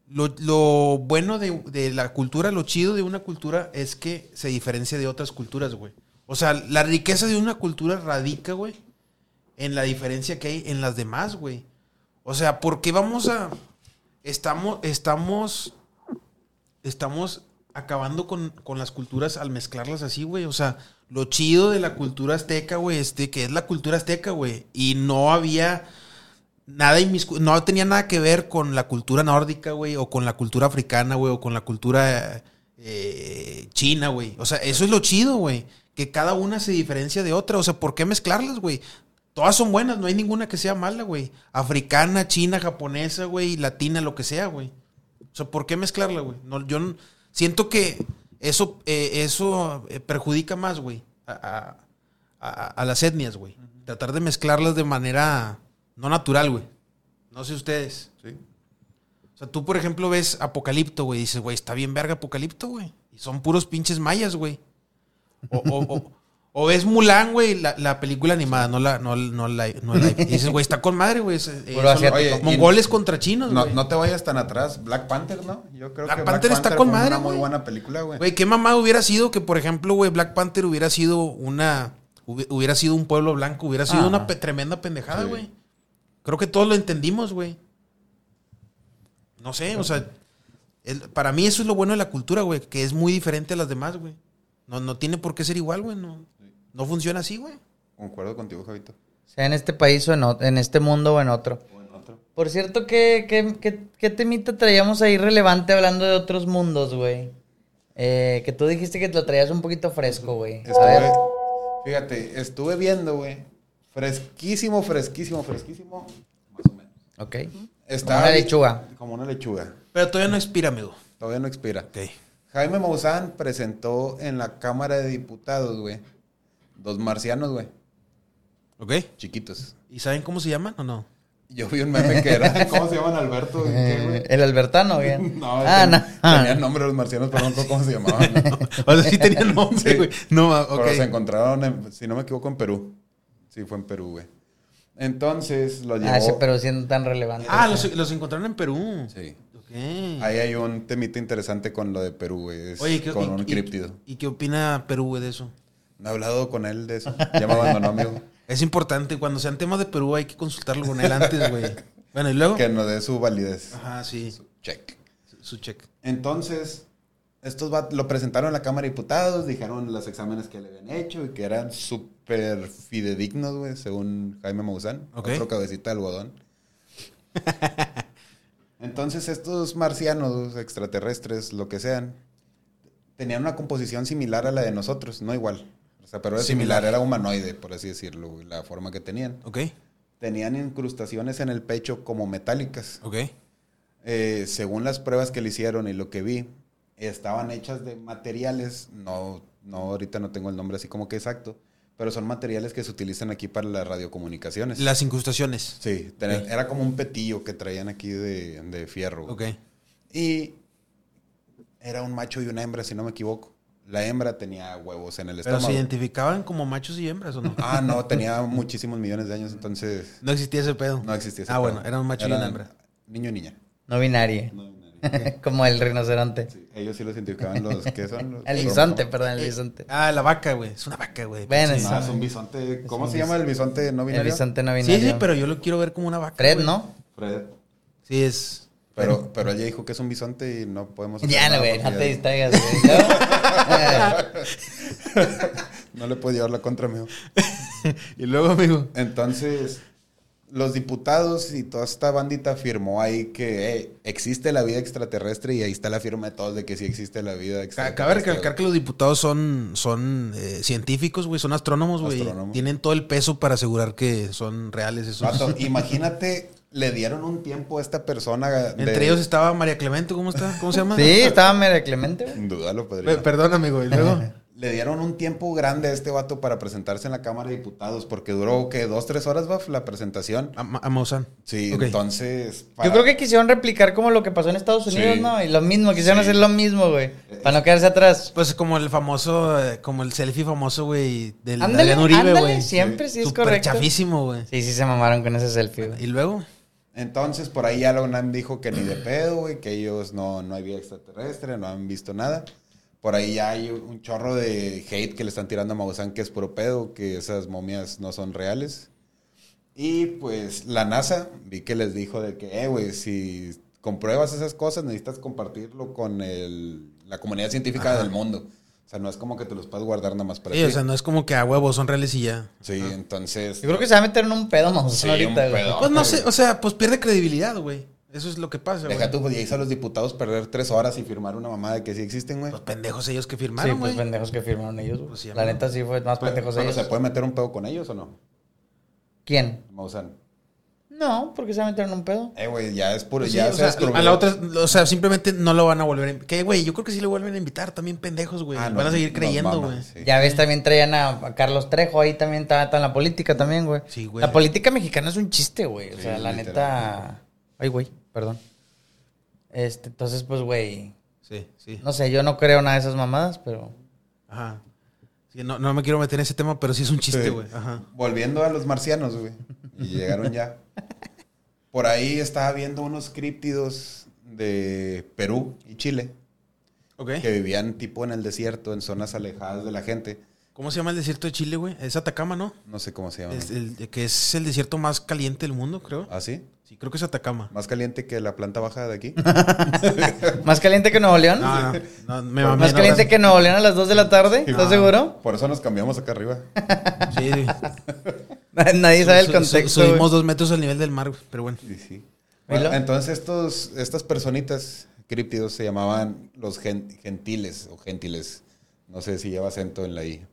Speaker 1: lo, lo bueno de, de la cultura, lo chido de una cultura es que se diferencia de otras culturas, güey. O sea, la riqueza de una cultura radica, güey, en la diferencia que hay en las demás, güey. O sea, ¿por qué vamos a... Estamos, estamos, estamos acabando con, con las culturas al mezclarlas así, güey. O sea, lo chido de la cultura azteca, güey, este, que es la cultura azteca, güey. Y no había nada inmiscu- no tenía nada que ver con la cultura nórdica, güey, o con la cultura africana, güey, o con la cultura eh, china, güey. O sea, eso es lo chido, güey. Que cada una se diferencia de otra. O sea, ¿por qué mezclarlas, güey? Todas son buenas, no hay ninguna que sea mala, güey. Africana, china, japonesa, güey, latina, lo que sea, güey. O sea, ¿por qué mezclarla, güey? No, yo no- siento que eso, eh, eso eh, perjudica más, güey, a, a- a- a las etnias, güey. Tratar de mezclarlas de manera no natural, güey. No sé ustedes.
Speaker 3: Sí.
Speaker 1: O sea, tú, por ejemplo, ves Apocalipto, güey, y dices, güey, está bien verga Apocalipto, güey. Y son puros pinches mayas, güey. O, o- o- o ves Mulan, güey, la, la película animada, no la, no, no la, no la- Y dices, güey, está con madre, güey. es- eh,
Speaker 2: Puro
Speaker 1: son
Speaker 2: asiático.
Speaker 1: los
Speaker 3: Oye, y-
Speaker 1: mongoles contra chinos,
Speaker 3: No,
Speaker 1: Pues, güey.
Speaker 3: no te vayas tan atrás. Black Panther, ¿no? Yo creo
Speaker 1: Black
Speaker 3: que
Speaker 1: Panther está con
Speaker 3: fue
Speaker 1: madre,
Speaker 3: una muy
Speaker 1: güey.
Speaker 3: buena película, güey.
Speaker 1: Güey, qué mamá hubiera sido que, por ejemplo, güey, Black Panther hubiera sido una. hubi- Hubiera sido un pueblo blanco, hubiera sido
Speaker 2: Ah.
Speaker 1: una pe- tremenda pendejada,
Speaker 3: Sí.
Speaker 1: güey. Creo que todos lo entendimos, güey. No sé, o sea. el- para mí eso es lo bueno de la cultura, güey, que es muy diferente a las demás, güey. No, no tiene por qué ser igual, güey. No, no funciona así, güey.
Speaker 3: Concuerdo contigo, Javito.
Speaker 2: Sea en este país o en, o- en este mundo o en otro. Por cierto, ¿qué, qué, qué- qué temita traíamos ahí relevante hablando de otros mundos, güey? Eh, que tú dijiste que te lo traías un poquito fresco, güey. A ver.
Speaker 3: Estuve- fíjate, estuve viendo, güey. Fresquísimo, fresquísimo, fresquísimo. Más o menos.
Speaker 2: Ok.
Speaker 3: Está
Speaker 2: Como una lechuga.
Speaker 3: Como una lechuga.
Speaker 1: Pero todavía no expira, amigo.
Speaker 3: Todavía no expira.
Speaker 1: Ok.
Speaker 3: Jaime Maussan presentó en la Cámara de Diputados, güey. Dos marcianos, güey.
Speaker 1: ¿Ok?
Speaker 3: Chiquitos.
Speaker 1: ¿Y saben cómo se llaman o no?
Speaker 3: Yo vi un meme que era. ¿Cómo se llaman Alberto? ¿Y qué, güey?
Speaker 2: Eh, el albertano, güey.
Speaker 3: No,
Speaker 2: ah,
Speaker 3: ten-
Speaker 2: no.
Speaker 3: tenían nombre los marcianos, pero no recuerdo cómo se llamaban. ¿no?
Speaker 1: O sea, sí tenían nombre,
Speaker 3: Sí.
Speaker 1: güey. No, ma- ok.
Speaker 3: Pero se encontraron, en- si no me equivoco, en Perú. Sí, fue en Perú, güey. Entonces lo llevó.
Speaker 2: Ah, sí, pero siendo tan relevante.
Speaker 1: Ah, los, los encontraron en Perú.
Speaker 3: Sí.
Speaker 1: Ok.
Speaker 3: Ahí hay un temita interesante con lo de Perú, güey. Es
Speaker 1: Oye, ¿qué,
Speaker 3: con
Speaker 1: y-
Speaker 3: un
Speaker 1: y-
Speaker 3: críptido.
Speaker 1: ¿Y qué opina Perú, güey, de eso?
Speaker 3: No he hablado con él de eso. Ya me abandonó, amigo.
Speaker 1: Es importante, cuando sean temas de Perú hay que consultarlo con él antes, güey. Bueno, y luego.
Speaker 3: Que nos dé su validez.
Speaker 1: Ajá, sí,
Speaker 3: Check.
Speaker 1: su- su check.
Speaker 3: Entonces, estos va- lo presentaron en la Cámara de Diputados, dijeron los exámenes que le habían hecho y que eran súper fidedignos, güey, según Jaime Maussan,
Speaker 1: Ok.
Speaker 3: otro cabecita de algodón. Entonces, estos marcianos, extraterrestres, lo que sean, tenían una composición similar a la de nosotros, no igual. O sea, pero era similar,
Speaker 1: Similar.
Speaker 3: era humanoide, por así decirlo, güey, la forma que tenían.
Speaker 1: Ok,
Speaker 3: Tenían incrustaciones en el pecho como metálicas.
Speaker 1: ok.
Speaker 3: Eh, según las pruebas que le hicieron y lo que vi, estaban hechas de materiales, no, no, ahorita no tengo el nombre así como que exacto, pero son materiales que se utilizan aquí para las radiocomunicaciones.
Speaker 1: Las incrustaciones.
Speaker 3: Sí, tenía-
Speaker 1: Ok.
Speaker 3: era como un petillo que traían aquí de, de fierro.
Speaker 1: Ok.
Speaker 3: Y era un macho y una hembra, si no me equivoco. La hembra tenía huevos en el
Speaker 1: Pero se
Speaker 3: estómago.
Speaker 1: identificaban como machos y hembras, ¿o no?
Speaker 3: Ah, no, tenía muchísimos millones de años, entonces
Speaker 1: No existía ese pedo.
Speaker 3: no existía. ese
Speaker 1: Ah,
Speaker 3: pedo.
Speaker 1: bueno, era un macho y
Speaker 3: Eran
Speaker 1: una hembra.
Speaker 3: Niño y niña.
Speaker 2: No binaria. Como el rinoceronte.
Speaker 3: Sí, ellos sí los identificaban los que son los
Speaker 2: El
Speaker 3: los-
Speaker 2: bisonte, perdón, el bisonte.
Speaker 1: Ah, la vaca, güey. Es una vaca, güey.
Speaker 2: Ven,
Speaker 1: Sí,
Speaker 2: es-
Speaker 3: No, Ah, es un bisonte. ¿Cómo
Speaker 2: un
Speaker 3: se llama el bisonte no
Speaker 2: El
Speaker 3: binario?
Speaker 2: bisonte no binario.
Speaker 1: sí, sí, pero yo lo quiero ver como una vaca.
Speaker 2: Fred,
Speaker 1: güey.
Speaker 2: ¿no?
Speaker 3: Fred.
Speaker 1: Sí, es.
Speaker 3: Pero, pero él ya dijo que es un bisonte y no podemos. hacer
Speaker 2: Ya,
Speaker 3: nada
Speaker 2: güey,
Speaker 3: porque
Speaker 2: no te
Speaker 3: ya-
Speaker 2: distraigas, güey. ¿no?
Speaker 3: No le puedo llevar la contra, amigo.
Speaker 1: Y luego, amigo.
Speaker 3: Entonces, los diputados y toda esta bandita firmó ahí que eh, existe la vida extraterrestre y ahí está la firma de todos de que sí existe la vida
Speaker 1: Ca-
Speaker 3: extraterrestre.
Speaker 1: Cabe recalcar que los diputados son, son eh, científicos, güey, son astrónomos, güey.
Speaker 3: Astrónomos.
Speaker 1: Tienen todo el peso para asegurar que son reales esos.
Speaker 3: Vato, imagínate, le dieron un tiempo a esta persona. de-
Speaker 1: Entre ellos estaba María Clemente, ¿cómo está? ¿Cómo se llama?
Speaker 2: Sí, estaba María Clemente, güey.
Speaker 3: Dúdalo, padrino.
Speaker 1: Pe- Perdón, amigo, y luego.
Speaker 3: Le dieron un tiempo grande a este vato para presentarse en la Cámara de Diputados, porque duró, ¿qué? ¿Dos, tres horas, va la presentación? Ah,
Speaker 1: A, Ma- a Maussan.
Speaker 3: Sí,
Speaker 1: Ok.
Speaker 3: entonces... para-
Speaker 2: Yo creo que quisieron replicar como lo que pasó en Estados Unidos,
Speaker 3: Sí.
Speaker 2: ¿no? Y lo mismo, quisieron
Speaker 3: Sí.
Speaker 2: hacer lo mismo, güey. Para no quedarse atrás.
Speaker 1: Pues como el famoso, eh, como el selfie famoso, güey, del
Speaker 2: Ándale,
Speaker 1: Adrián Uribe,
Speaker 2: ándale,
Speaker 1: güey.
Speaker 2: siempre, sí, es
Speaker 1: Súper
Speaker 2: correcto.
Speaker 1: chafísimo, güey.
Speaker 2: Sí, sí se mamaron con ese selfie,
Speaker 1: Y
Speaker 2: güey.
Speaker 1: luego.
Speaker 3: Entonces, por ahí ya la UNAM dijo que ni de pedo, güey, que ellos no, no hay vida extraterrestre, no han visto nada. Por ahí ya hay un chorro de hate que le están tirando a Maussan que es puro pedo, que esas momias no son reales. Y pues la NASA, vi que les dijo de que, eh, güey, si compruebas esas cosas, necesitas compartirlo con el- la comunidad científica del mundo. O sea, no es como que te los puedas guardar nada más para
Speaker 1: Sí,
Speaker 3: ti.
Speaker 1: o sea, no es como que a huevos son reales y ya.
Speaker 3: sí, entonces...
Speaker 2: Yo creo que se va a meter en un pedo más
Speaker 3: Sí,
Speaker 2: ahorita,
Speaker 3: un
Speaker 2: güey.
Speaker 3: pedo.
Speaker 1: Pues no sé, o sea, pues pierde credibilidad, güey. Eso es lo que pasa, güey.
Speaker 3: Deja tú, güey, y hizo a los diputados perder tres horas y firmar una mamada de que sí existen, güey.
Speaker 1: Los pendejos ellos que
Speaker 2: Sí,
Speaker 1: firmaron,
Speaker 2: pues
Speaker 1: güey.
Speaker 2: pendejos que firmaron ellos. güey.
Speaker 1: Pues sí,
Speaker 2: la
Speaker 1: amigo.
Speaker 2: neta sí fue más
Speaker 3: Pero,
Speaker 2: pendejos
Speaker 3: pero
Speaker 2: ellos.
Speaker 3: Pues, ¿se puede meter un pedo con ellos o no?
Speaker 2: ¿Quién?
Speaker 3: Maussan.
Speaker 2: No, porque se va a meter en un pedo.
Speaker 3: Eh, güey, ya es puro,
Speaker 1: Pues Sí,
Speaker 3: ya
Speaker 1: o
Speaker 3: se
Speaker 1: sea,
Speaker 3: descubrió.
Speaker 1: a la otra, o sea, simplemente no lo van a volver a invitar. ¿Qué, güey? Yo creo que sí le vuelven a invitar también pendejos, güey.
Speaker 3: Ah, no,
Speaker 1: van a seguir
Speaker 3: nos
Speaker 1: creyendo,
Speaker 3: mama,
Speaker 1: güey.
Speaker 3: sí.
Speaker 2: Ya ves, también traían a, a Carlos Trejo, ahí también está, está en la política también, güey.
Speaker 1: Sí, güey.
Speaker 2: La política mexicana es un chiste, güey. O
Speaker 3: Sí,
Speaker 2: sea, la
Speaker 3: literal.
Speaker 2: neta. Ay, güey, perdón. Este, entonces, pues, güey.
Speaker 1: Sí, sí.
Speaker 2: No sé, yo no creo nada de esas mamadas, pero.
Speaker 1: Ajá. Sí, no, no me quiero meter en ese tema, pero sí es un chiste,
Speaker 3: Sí.
Speaker 1: güey. Ajá.
Speaker 3: Volviendo a los marcianos, güey. Y llegaron ya. Por ahí estaba viendo unos críptidos de Perú y Chile
Speaker 1: Ok.
Speaker 3: que vivían tipo en el desierto, en zonas alejadas de la gente.
Speaker 1: ¿Cómo se llama el desierto de Chile, güey? Es Atacama, ¿no?
Speaker 3: No sé cómo se llaman.
Speaker 1: Es el- que es el desierto más caliente del mundo, creo.
Speaker 3: ¿Ah, sí?
Speaker 1: Sí, creo que es Atacama.
Speaker 3: ¿Más caliente que la planta baja de aquí?
Speaker 2: ¿Más caliente que Nuevo León?
Speaker 1: No, no, no, me mamé,
Speaker 2: ¿Más
Speaker 1: no,
Speaker 2: caliente que Nuevo León a las 2 de la tarde? ¿Estás
Speaker 1: No.
Speaker 2: seguro?
Speaker 3: Por eso nos cambiamos acá arriba.
Speaker 1: Sí, sí.
Speaker 2: Nadie sabe el
Speaker 1: Su- su-
Speaker 2: contexto. güey.
Speaker 1: subimos dos metros al nivel del mar, güey, pero bueno.
Speaker 3: Sí, sí.
Speaker 2: ¿Y luego?
Speaker 3: Bueno, entonces estos, estas personitas críptidos se llamaban los gen- gentiles o gentiles. No sé si lleva acento en la I.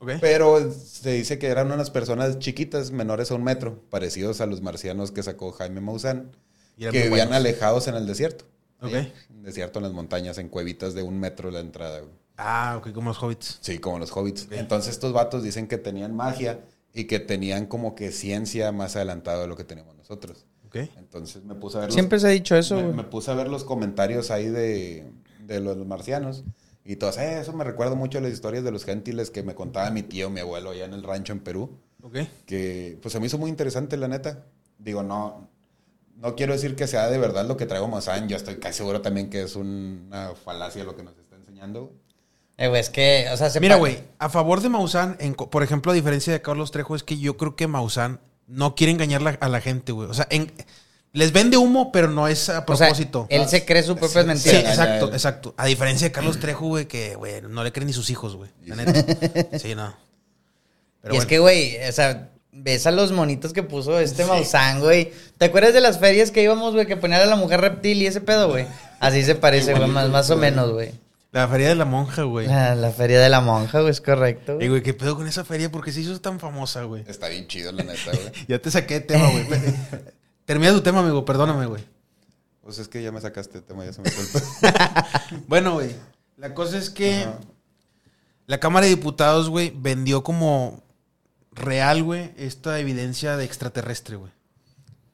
Speaker 1: Ok.
Speaker 3: Pero se dice que eran unas personas chiquitas, menores a un metro, parecidos a los marcianos que sacó Jaime Maussan,
Speaker 1: Y eran
Speaker 3: que
Speaker 1: muy
Speaker 3: vivían
Speaker 1: buenos.
Speaker 3: alejados en el desierto.
Speaker 1: Ok.
Speaker 3: Sí, en desierto en las montañas, en cuevitas de un metro la entrada. güey.
Speaker 1: Ah, ok, como los hobbits.
Speaker 3: Sí, como los hobbits. Entonces estos vatos dicen que tenían magia y que tenían como que ciencia más adelantada de lo que tenemos nosotros.
Speaker 1: Ok.
Speaker 3: Entonces me puse a ver los-
Speaker 2: Siempre se ha dicho eso,
Speaker 3: me,
Speaker 2: güey.
Speaker 3: me puse a ver los comentarios ahí de, de los marcianos. Y todos, "Eh, eso me recuerda mucho a las historias de los gentiles que me contaba mi tío, mi abuelo, allá en el rancho en Perú.
Speaker 1: Ok.
Speaker 3: Que pues se me hizo muy interesante, la neta. Digo, no, no quiero decir que sea de verdad lo que traigo Mozán. Yo estoy casi seguro también que es un- una falacia lo que nos está enseñando.
Speaker 2: Eh, güey, es que, o sea, se
Speaker 1: Mira,
Speaker 2: pa-
Speaker 1: güey, a favor de Maussan, en co- por ejemplo, a diferencia de Carlos Trejo, es que yo creo que Maussan no quiere engañar la- a la gente, güey. O sea, en- les vende humo, pero no es a
Speaker 2: O sea,
Speaker 1: propósito.
Speaker 2: él se cree su propia
Speaker 3: Sí,
Speaker 1: Sí,
Speaker 2: mentira.
Speaker 3: engaña
Speaker 1: exacto,
Speaker 3: él.
Speaker 1: exacto. A diferencia de Carlos Trejo, güey, que, güey, no le creen ni sus hijos, güey. La neta. Sí, no. Pero
Speaker 2: y es
Speaker 1: bueno.
Speaker 2: que, güey, o sea, ves a los monitos que puso este Maussan, güey. ¿Te acuerdas de las ferias que íbamos, güey, que ponían a la mujer reptil y ese pedo, güey? Así se parece, güey, más, más o menos, güey.
Speaker 1: La feria de la monja, güey.
Speaker 2: La, la feria de la monja, güey, es correcto.
Speaker 1: Ey,
Speaker 2: güey.
Speaker 1: güey, ¿qué pedo con esa feria? ¿Por qué se hizo tan famosa, güey?
Speaker 3: Está bien chido, la neta, güey.
Speaker 1: Ya te saqué de tema, güey. Termina tu tema, amigo, perdóname, güey.
Speaker 3: Pues es que ya me sacaste el tema, ya se me fue el pedo.
Speaker 1: Bueno, güey, la cosa es que
Speaker 3: Ajá.
Speaker 1: la Cámara de Diputados, güey, vendió como real, güey, esta evidencia de extraterrestre, güey.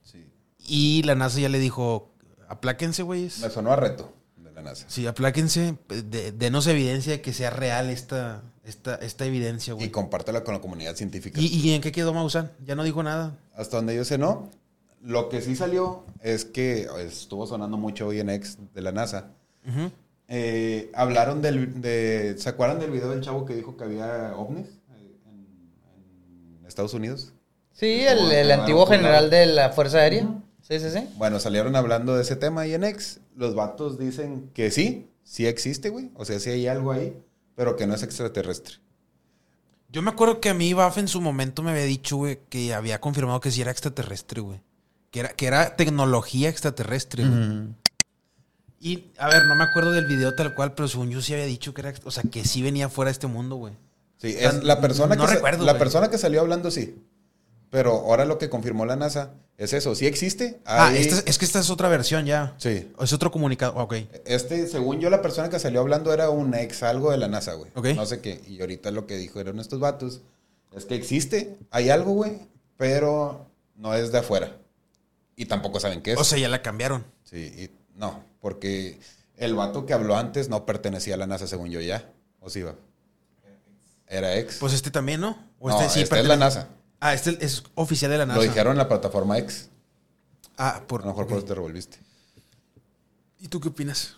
Speaker 3: Sí.
Speaker 1: Y la NASA ya le dijo, apláquense, güeyes.
Speaker 3: Me sonó a reto de la NASA.
Speaker 1: Sí, apláquense, de, denos evidencia de que sea real esta, esta, esta evidencia,
Speaker 3: Y
Speaker 1: güey.
Speaker 3: compártela con la comunidad científica.
Speaker 1: ¿Y, y en qué quedó Maussan? Ya no dijo nada.
Speaker 3: Hasta donde yo sé, no. Lo que sí salió es que pues, estuvo sonando mucho hoy en ex de la NASA.
Speaker 1: Ujú.
Speaker 3: Eh, hablaron del. De, ¿Se acuerdan del video del chavo que dijo que había ovnis eh, en, en Estados Unidos?
Speaker 2: Sí, el, el antiguo general de la Fuerza Aérea. Sí, sí, sí.
Speaker 3: Bueno, salieron hablando de ese tema ahí en ex. Los vatos dicen que sí, sí existe, güey. O sea, sí hay algo ahí, pero que no es extraterrestre.
Speaker 1: Yo me acuerdo que a mí Baf en su momento me había dicho, güey, que había confirmado que sí era extraterrestre, güey. Que era, que era tecnología extraterrestre, güey. Y, a ver, no me acuerdo del video tal cual, pero según yo sí había dicho que era, ext- o sea, que sí venía fuera de este mundo, güey.
Speaker 3: Sí,
Speaker 1: sea,
Speaker 3: es la persona,
Speaker 1: Ah, no
Speaker 3: que, sa-
Speaker 1: recuerdo,
Speaker 3: la
Speaker 1: güey.
Speaker 3: persona que salió hablando, sí. Pero ahora lo que confirmó la NASA es eso. Sí existe.
Speaker 1: Ah,
Speaker 3: hay-
Speaker 1: esta es, es que esta es otra versión ya.
Speaker 3: Sí.
Speaker 1: Es otro comunicado, ok.
Speaker 3: Este, según yo, la persona que salió hablando era un ex algo de la NASA, güey.
Speaker 1: Ok.
Speaker 3: No sé qué. Y ahorita lo que dijo eran estos vatos. Es que existe, hay algo, güey, pero no es de afuera. Y tampoco saben qué es.
Speaker 1: O sea, ya la cambiaron.
Speaker 3: sí, y- no, porque el vato que habló antes no pertenecía a la NASA, según yo, ya. ¿O sí, va? Era ex.
Speaker 1: Pues este también, ¿no? O
Speaker 3: No,
Speaker 1: este sí
Speaker 3: esta es la
Speaker 1: pertene-
Speaker 3: NASA.
Speaker 1: Ah, este es oficial de la NASA.
Speaker 3: Lo dijeron en la plataforma ex.
Speaker 1: Ah, por.
Speaker 3: A lo mejor por este-
Speaker 1: ok.
Speaker 3: eso te revolviste.
Speaker 1: ¿Y tú qué opinas?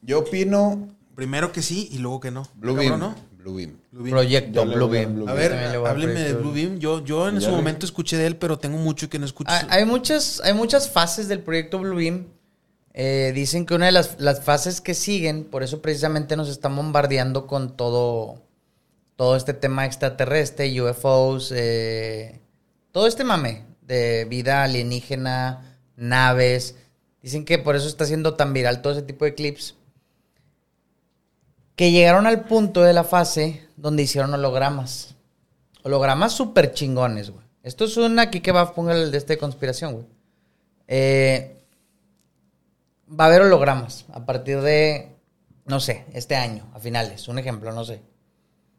Speaker 3: Yo opino
Speaker 1: Primero que sí y luego que no.
Speaker 3: Blue
Speaker 1: Cabrón,
Speaker 3: Beam.
Speaker 1: ¿no?
Speaker 3: Blue Beam.
Speaker 1: Blue Beam.
Speaker 2: Proyecto
Speaker 3: Yo le
Speaker 2: Blue
Speaker 3: voy a
Speaker 2: Beam.
Speaker 3: Blue
Speaker 1: A
Speaker 3: Beam.
Speaker 1: ver,
Speaker 2: También le voy a
Speaker 1: hábleme de
Speaker 2: proyecto.
Speaker 1: Blue Beam. Yo, yo en
Speaker 3: Ya
Speaker 1: su
Speaker 3: le-
Speaker 1: momento escuché de él, pero tengo mucho que no escucho.
Speaker 2: Ah, Hay muchas, hay muchas fases del proyecto Blue Beam. Eh, dicen que una de las, las fases que siguen, por eso precisamente nos están bombardeando con todo, todo este tema extraterrestre, UFOs, eh, todo este mame de vida alienígena, naves. Dicen que por eso está siendo tan viral todo ese tipo de clips. Que llegaron al punto de la fase donde hicieron hologramas. Hologramas súper chingones, güey. Esto es una aquí que va a poner el de este de conspiración, güey. Eh, va a haber hologramas a partir de, no sé, este año, a finales, un ejemplo, no sé.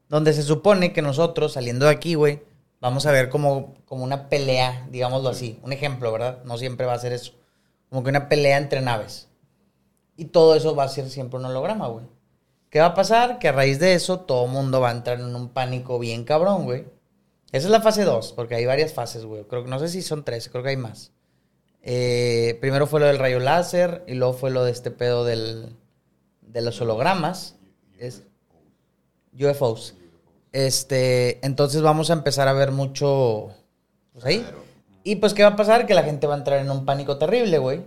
Speaker 2: Donde se supone que nosotros, saliendo de aquí, güey, vamos a ver como, como una pelea, digámoslo así. Un ejemplo, ¿verdad? No siempre va a ser eso. Como que una pelea entre naves. Y todo eso va a ser siempre un holograma, güey. ¿Qué va a pasar? Que a raíz de eso todo el mundo va a entrar en un pánico bien cabrón, güey. Esa es la fase 2, porque hay varias fases, güey. Creo que no sé si son tres, creo que hay más. Eh, primero fue lo del rayo láser y luego fue lo de este pedo del, de los hologramas. Es, UFOs. Este, entonces vamos a empezar a ver mucho pues ahí. Y pues qué va a pasar? Que la gente va a entrar en un pánico terrible, güey.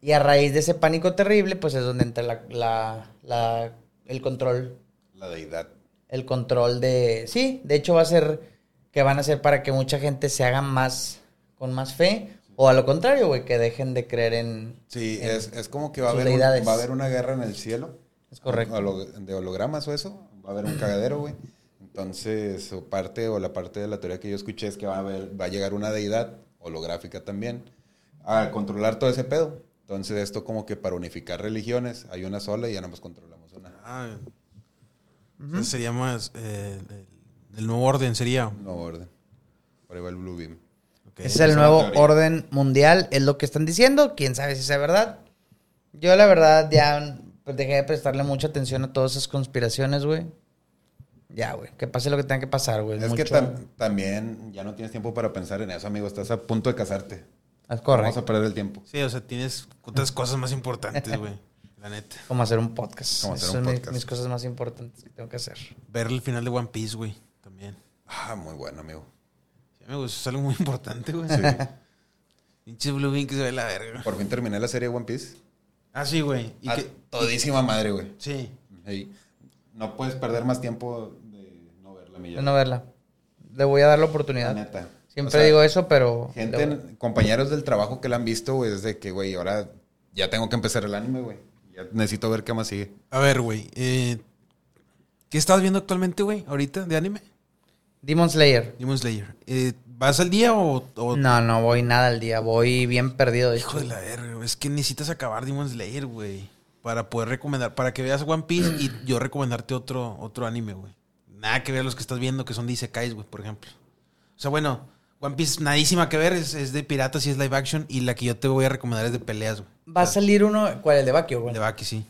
Speaker 2: Y a raíz de ese pánico terrible, pues es donde entra la- la- la- el control
Speaker 3: La deidad.
Speaker 2: el control de. Sí, de hecho va a ser que van a ser para que mucha gente se haga más con más fe. O a lo contrario, güey, que dejen de creer en.
Speaker 3: Sí,
Speaker 2: en-
Speaker 3: es, es como que va a,
Speaker 2: sus
Speaker 3: haber un-
Speaker 2: deidades.
Speaker 3: va a haber una guerra en el cielo.
Speaker 2: Es correcto.
Speaker 3: Holo- De hologramas o eso. Va a haber un cagadero, güey. Entonces, su parte o la parte de la teoría que yo escuché es que va a, haber, va a llegar una deidad holográfica también a controlar todo ese pedo. Entonces, esto como que para unificar religiones, hay una sola y ya no más controlamos una.
Speaker 2: eh.
Speaker 1: Ah, entonces Sería más. eh, el, el nuevo orden sería.
Speaker 3: No orden. Por ahí va el Blue Beam.
Speaker 1: Ok.
Speaker 2: es el
Speaker 3: esa
Speaker 2: nuevo
Speaker 3: teoría.
Speaker 2: orden mundial, es lo que están diciendo. Quién sabe si sea verdad. Yo, la verdad, ya pues, dejé de prestarle mucha atención a todas esas conspiraciones, güey. Ya, güey. Que pase lo que tenga que pasar, güey.
Speaker 3: Es que tam- también ya no tienes tiempo para pensar en eso, amigo. Estás a punto de casarte.
Speaker 2: Es
Speaker 3: Vamos
Speaker 2: correcto.
Speaker 3: a perder el tiempo.
Speaker 1: Sí, o sea, tienes otras cosas más importantes, güey. La neta.
Speaker 2: Como hacer un podcast.
Speaker 3: Como hacer
Speaker 2: Esas
Speaker 3: un
Speaker 2: son mi-
Speaker 3: podcast.
Speaker 2: mis cosas más importantes que tengo que hacer.
Speaker 1: Ver el final de One Piece, güey. También.
Speaker 3: Ah, muy bueno, amigo.
Speaker 1: Sí, me gustó, es algo muy importante, güey.
Speaker 3: Sí.
Speaker 1: Pinche Blue Beam que se ve la verga.
Speaker 3: Por fin terminé la serie de One Piece.
Speaker 1: Ah, sí, güey. Y
Speaker 3: A
Speaker 1: que-
Speaker 3: todísima madre, güey.
Speaker 1: Sí.
Speaker 3: Ey, No puedes perder más tiempo de no verla, mi
Speaker 2: de no verla. Le voy a dar la oportunidad.
Speaker 3: La neta.
Speaker 2: Siempre
Speaker 3: O sea,
Speaker 2: digo eso, pero.
Speaker 3: Gente, compañeros del trabajo que la han visto, güey, es de que, güey, ahora ya tengo que empezar el anime, güey. Ya necesito ver qué más sigue.
Speaker 1: A ver, güey. eh, ¿Qué estás viendo actualmente, güey? Ahorita, de anime.
Speaker 2: Demon Slayer.
Speaker 1: Demon Slayer. Eh, ¿Vas al día o.? o-
Speaker 2: No, no voy nada al día. Voy bien perdido. De
Speaker 1: Hijo
Speaker 2: hecho.
Speaker 1: de la verga, güey. Es que necesitas acabar Demon Slayer, güey. Para poder recomendar. Para que veas One Piece y yo recomendarte otro, otro anime, güey. Nada que ver los que estás viendo que son de Isekais, güey, por ejemplo. O sea, bueno, One Piece nadísima que ver. Es, es de piratas y es live action. Y la que yo te voy a recomendar es de peleas, güey.
Speaker 2: Va a salir uno. ¿Cuál? El de Bakio, güey.
Speaker 1: De Baki, sí.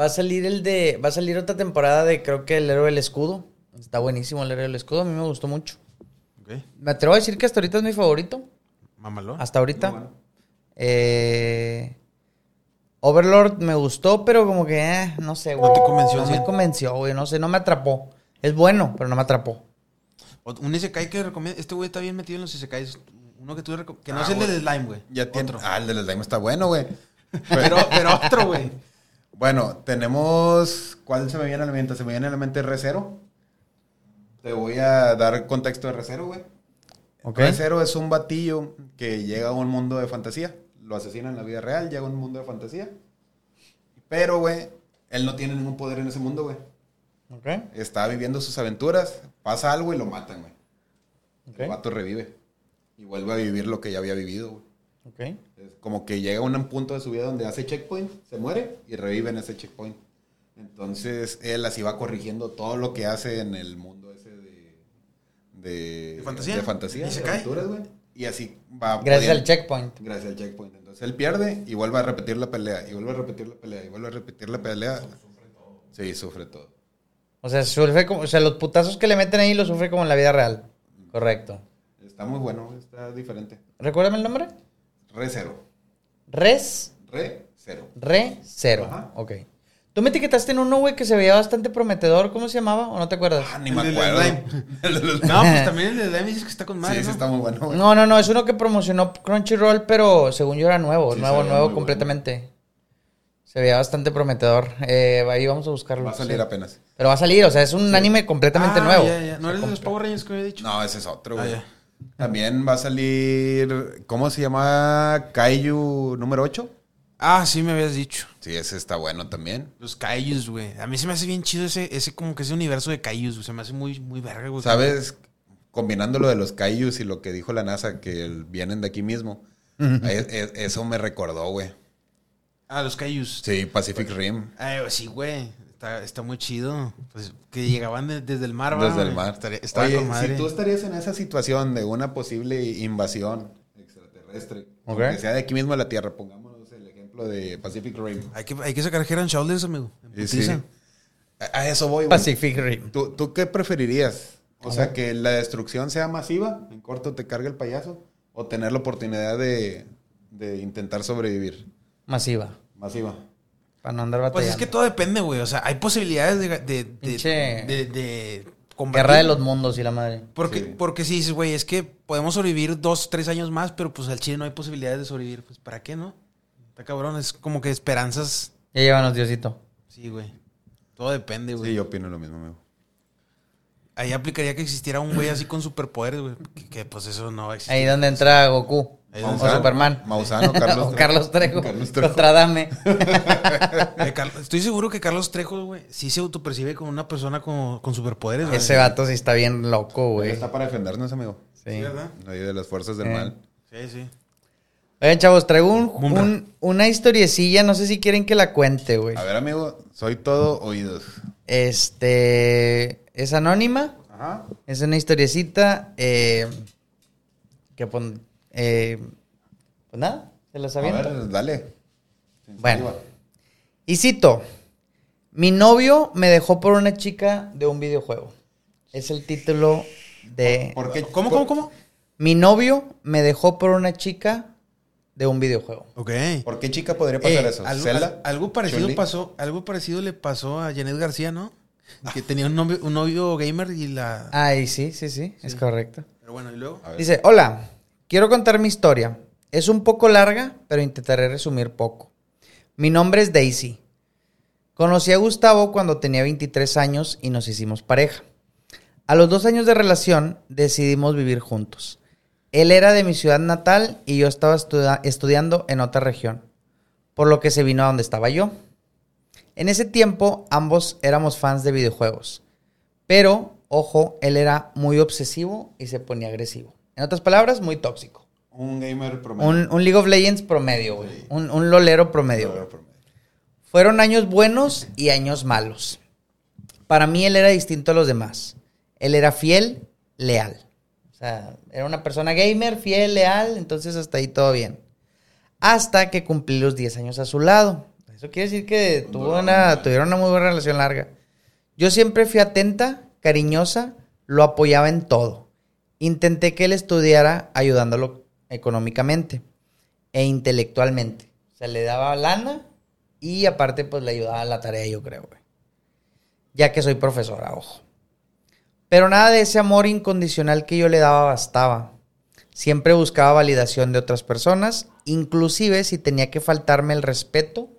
Speaker 2: Va a salir el de. Va a salir otra temporada de creo que El héroe del escudo. Está buenísimo el héroe del escudo. A mí me gustó mucho.
Speaker 1: Ok.
Speaker 2: Me atrevo a decir que hasta ahorita es mi favorito.
Speaker 1: Mámalo.
Speaker 2: Hasta ahorita.
Speaker 3: Muy bueno.
Speaker 2: Eh, Overlord me gustó, pero como que eh, no sé, güey.
Speaker 1: te convenció,
Speaker 2: No
Speaker 1: ¿sí?
Speaker 2: me convenció, güey. No sé, no me atrapó. Es bueno, pero no me atrapó.
Speaker 1: Ot- Un Isekai que recomiendo. Este güey está bien metido en los Isekais. Uno que tú recom- Que no
Speaker 3: Ah,
Speaker 1: es el
Speaker 3: güey.
Speaker 1: del slime, güey.
Speaker 3: Ya tiene.
Speaker 1: Otro.
Speaker 3: Ah, el del slime está bueno, güey.
Speaker 1: Pero, pero otro, güey.
Speaker 3: Bueno, tenemos. ¿Cuál se me viene a la mente? Se me viene a la mente R0. Te voy a dar contexto de R0, güey.
Speaker 2: Ok.
Speaker 3: R0 es un batillo que llega a un mundo de fantasía. Lo asesina en la vida real, llega a un mundo de fantasía. Pero, güey, él no tiene ningún poder en ese mundo, güey.
Speaker 2: Ok.
Speaker 3: Está viviendo sus aventuras, pasa algo y lo matan, güey. El
Speaker 2: Ok.
Speaker 3: vato revive y vuelve a vivir lo que ya había vivido, güey.
Speaker 2: Ok.
Speaker 3: Es como que llega a un punto de su vida donde hace checkpoint, se muere y revive en ese checkpoint. Entonces él así va corrigiendo todo lo que hace en el mundo ese de. de,
Speaker 1: ¿De fantasía?
Speaker 3: de fantasía,
Speaker 1: ¿Y se
Speaker 3: de
Speaker 1: cae?
Speaker 3: aventuras, güey. Y así va.
Speaker 2: Gracias
Speaker 3: pudiendo-
Speaker 2: al checkpoint.
Speaker 3: Gracias al checkpoint. Entonces él pierde y vuelve a repetir la pelea, y vuelve a repetir la pelea, y vuelve a repetir la pelea. Sí, sufre todo.
Speaker 2: O sea, sufre como, o sea, los putazos que le meten ahí los sufre como en la vida real. Correcto.
Speaker 3: Está muy bueno, güey, está diferente.
Speaker 2: ¿Recuérdame el nombre?
Speaker 3: Re cero.
Speaker 2: Res,
Speaker 3: Re cero.
Speaker 2: re, cero.
Speaker 3: Ajá.
Speaker 2: Ok. Tú me etiquetaste en uno, güey, que se veía bastante prometedor. ¿Cómo se llamaba? ¿O no te acuerdas?
Speaker 3: Ah, ni
Speaker 1: El
Speaker 3: me
Speaker 1: del
Speaker 3: acuerdo.
Speaker 1: slime.
Speaker 3: El del slime.
Speaker 1: No, pues también el de Dime dices que está con madre.
Speaker 3: sí, sí,
Speaker 1: ¿no?
Speaker 3: está muy bueno, güey.
Speaker 2: No, no, no, es uno que promocionó Crunchyroll, pero según yo era nuevo,
Speaker 3: Sí, se
Speaker 2: nuevo,
Speaker 3: veía
Speaker 2: nuevo
Speaker 3: muy
Speaker 2: completamente. Se veía bastante prometedor. Eh, ahí vamos a buscarlo.
Speaker 3: Va a salir
Speaker 2: sí.
Speaker 3: apenas.
Speaker 2: Pero va a salir, o sea, es un anime completamente
Speaker 1: Ah,
Speaker 2: nuevo.
Speaker 1: ya, ya. ¿No
Speaker 2: Se
Speaker 1: eres de los
Speaker 2: compra.
Speaker 1: Power Rangers que había dicho?
Speaker 3: No, ese es otro,
Speaker 1: Ah,
Speaker 3: güey.
Speaker 1: ya.
Speaker 3: También va a salir. ¿Cómo se llama? Kaiju número 8.
Speaker 1: Ah, sí, me habías dicho.
Speaker 3: Sí, ese está bueno también.
Speaker 1: Los Kaijus, güey. A mí se me hace bien chido ese, ese como que ese universo de Kaijus. güey. Se me hace muy, muy verga, güey.
Speaker 3: ¿Sabes? Combinando lo de los Kaijus y lo que dijo la NASA, que el- vienen de aquí mismo. Es- es- eso me recordó, güey.
Speaker 1: Ah, los Kaijus.
Speaker 3: Sí, Pacific Rim.
Speaker 1: Ah, eh, sí, güey. Está, está muy chido. Pues que llegaban de- desde el mar, ¿va,
Speaker 3: Desde el
Speaker 1: güey?
Speaker 3: mar.
Speaker 1: Estaría- estaba
Speaker 3: Oye,
Speaker 1: con madre.
Speaker 3: si tú estarías en esa situación de una posible invasión extraterrestre,
Speaker 2: Ok.
Speaker 3: que sea de aquí mismo a la Tierra, pongámonos el ejemplo de Pacific Rim.
Speaker 1: Hay que, hay que sacar Head and Shoulders, amigo. En
Speaker 3: Y sí.
Speaker 1: putiza.
Speaker 3: A, a eso voy, güey.
Speaker 2: Pacific Rim.
Speaker 3: ¿Tú, tú qué preferirías? O sea, que la destrucción sea masiva, en corto te cargue el payaso, o tener la oportunidad de, de intentar sobrevivir
Speaker 2: Masiva.
Speaker 3: masiva.
Speaker 2: Para no andar
Speaker 1: Pues
Speaker 2: batallando.
Speaker 1: es que todo depende, güey. O sea, hay posibilidades de... de, de,
Speaker 2: Pinche-
Speaker 1: de, de combatir.
Speaker 2: Guerra de los mundos y la madre.
Speaker 1: Porque,
Speaker 3: Sí.
Speaker 1: porque si dices, güey, es que podemos sobrevivir dos, tres años más, pero pues al chile no hay posibilidades de sobrevivir. Pues ¿para qué no? Está cabrón, es como que esperanzas.
Speaker 2: Ya llévanos, Diosito.
Speaker 1: Sí, güey. Todo depende, güey.
Speaker 3: Sí, yo opino lo mismo, amigo.
Speaker 1: Ahí aplicaría que existiera un güey así con superpoderes, güey. Que, que, pues eso no va a existir.
Speaker 2: Ahí donde entra Goku.
Speaker 1: Ahí
Speaker 2: o
Speaker 1: donde entra-
Speaker 2: Superman.
Speaker 3: Mausano, Carlos
Speaker 2: o Carlos Trejo.
Speaker 3: Carlos Trejo.
Speaker 2: Contra Dame.
Speaker 1: Eh, Carlos- Estoy seguro que Carlos Trejo, güey, sí se autopercibe como una persona con, con superpoderes, güey.
Speaker 2: Ese vato sí está bien loco,
Speaker 3: Él
Speaker 2: güey.
Speaker 3: Está para defendernos, amigo.
Speaker 2: Sí.
Speaker 3: Ahí de las fuerzas del
Speaker 2: Eh.
Speaker 3: mal.
Speaker 1: Sí, sí.
Speaker 2: Oigan, chavos, traigo un-
Speaker 1: Mumra.
Speaker 2: un- una historiecilla. No sé si quieren que la cuente, güey.
Speaker 3: A ver, amigo, soy todo oídos.
Speaker 2: Este. Es anónima.
Speaker 3: Ajá.
Speaker 2: Es una historiecita. eh, que pon- eh, pues nada, se las
Speaker 3: A
Speaker 2: aviento.
Speaker 3: ver, dale.
Speaker 2: Bueno. Y cito: Mi novio me dejó por una chica de un videojuego. Es el título de.
Speaker 3: ¿Por qué?
Speaker 1: ¿Cómo, cómo, cómo?
Speaker 2: Mi novio me dejó por una chica de un videojuego.
Speaker 1: Ok.
Speaker 3: ¿Por qué chica podría pasar
Speaker 1: Eh,
Speaker 3: eso?
Speaker 1: Algo,
Speaker 3: ¿Zelda?
Speaker 1: al- algo parecido
Speaker 3: ¿Chun-Li?
Speaker 1: pasó, algo parecido le pasó a Janet García, ¿no? Que tenía un novio, un novio gamer y la.
Speaker 2: Ay, sí, sí, sí, es correcto.
Speaker 1: Pero bueno, y luego.
Speaker 3: A ver.
Speaker 2: Dice, hola, quiero contar mi historia. Es un poco larga, pero intentaré resumir poco. Mi nombre es Daisy. Conocí a Gustavo cuando tenía 23 años y nos hicimos pareja. A los dos años de relación decidimos vivir juntos. Él era de mi ciudad natal y yo estaba estuda- estudiando en otra región, por lo que se vino a donde estaba yo. En ese tiempo ambos éramos fans de videojuegos. Pero, ojo, él era muy obsesivo y se ponía agresivo. En otras palabras, muy tóxico.
Speaker 3: Un gamer promedio.
Speaker 2: Un, un League of Legends promedio, güey. Un, un lolero promedio.
Speaker 3: gamer
Speaker 2: güey.
Speaker 3: promedio.
Speaker 2: Fueron años buenos y años malos. Para mí él era distinto a los demás. Él era fiel, leal. O sea, era una persona gamer, fiel, leal, entonces hasta ahí todo bien. Hasta que cumplí los 10 años a su lado. Eso quiere decir que tuvo una, tuvieron una muy buena relación larga. Yo siempre fui atenta, cariñosa, lo apoyaba en todo. Intenté que él estudiara ayudándolo económicamente e intelectualmente. O sea, le daba lana y aparte pues le ayudaba a la tarea, yo creo, güey. Ya que soy profesora, ojo. Pero nada de ese amor incondicional que yo le daba bastaba. Siempre buscaba validación de otras personas, inclusive si tenía que faltarme el respeto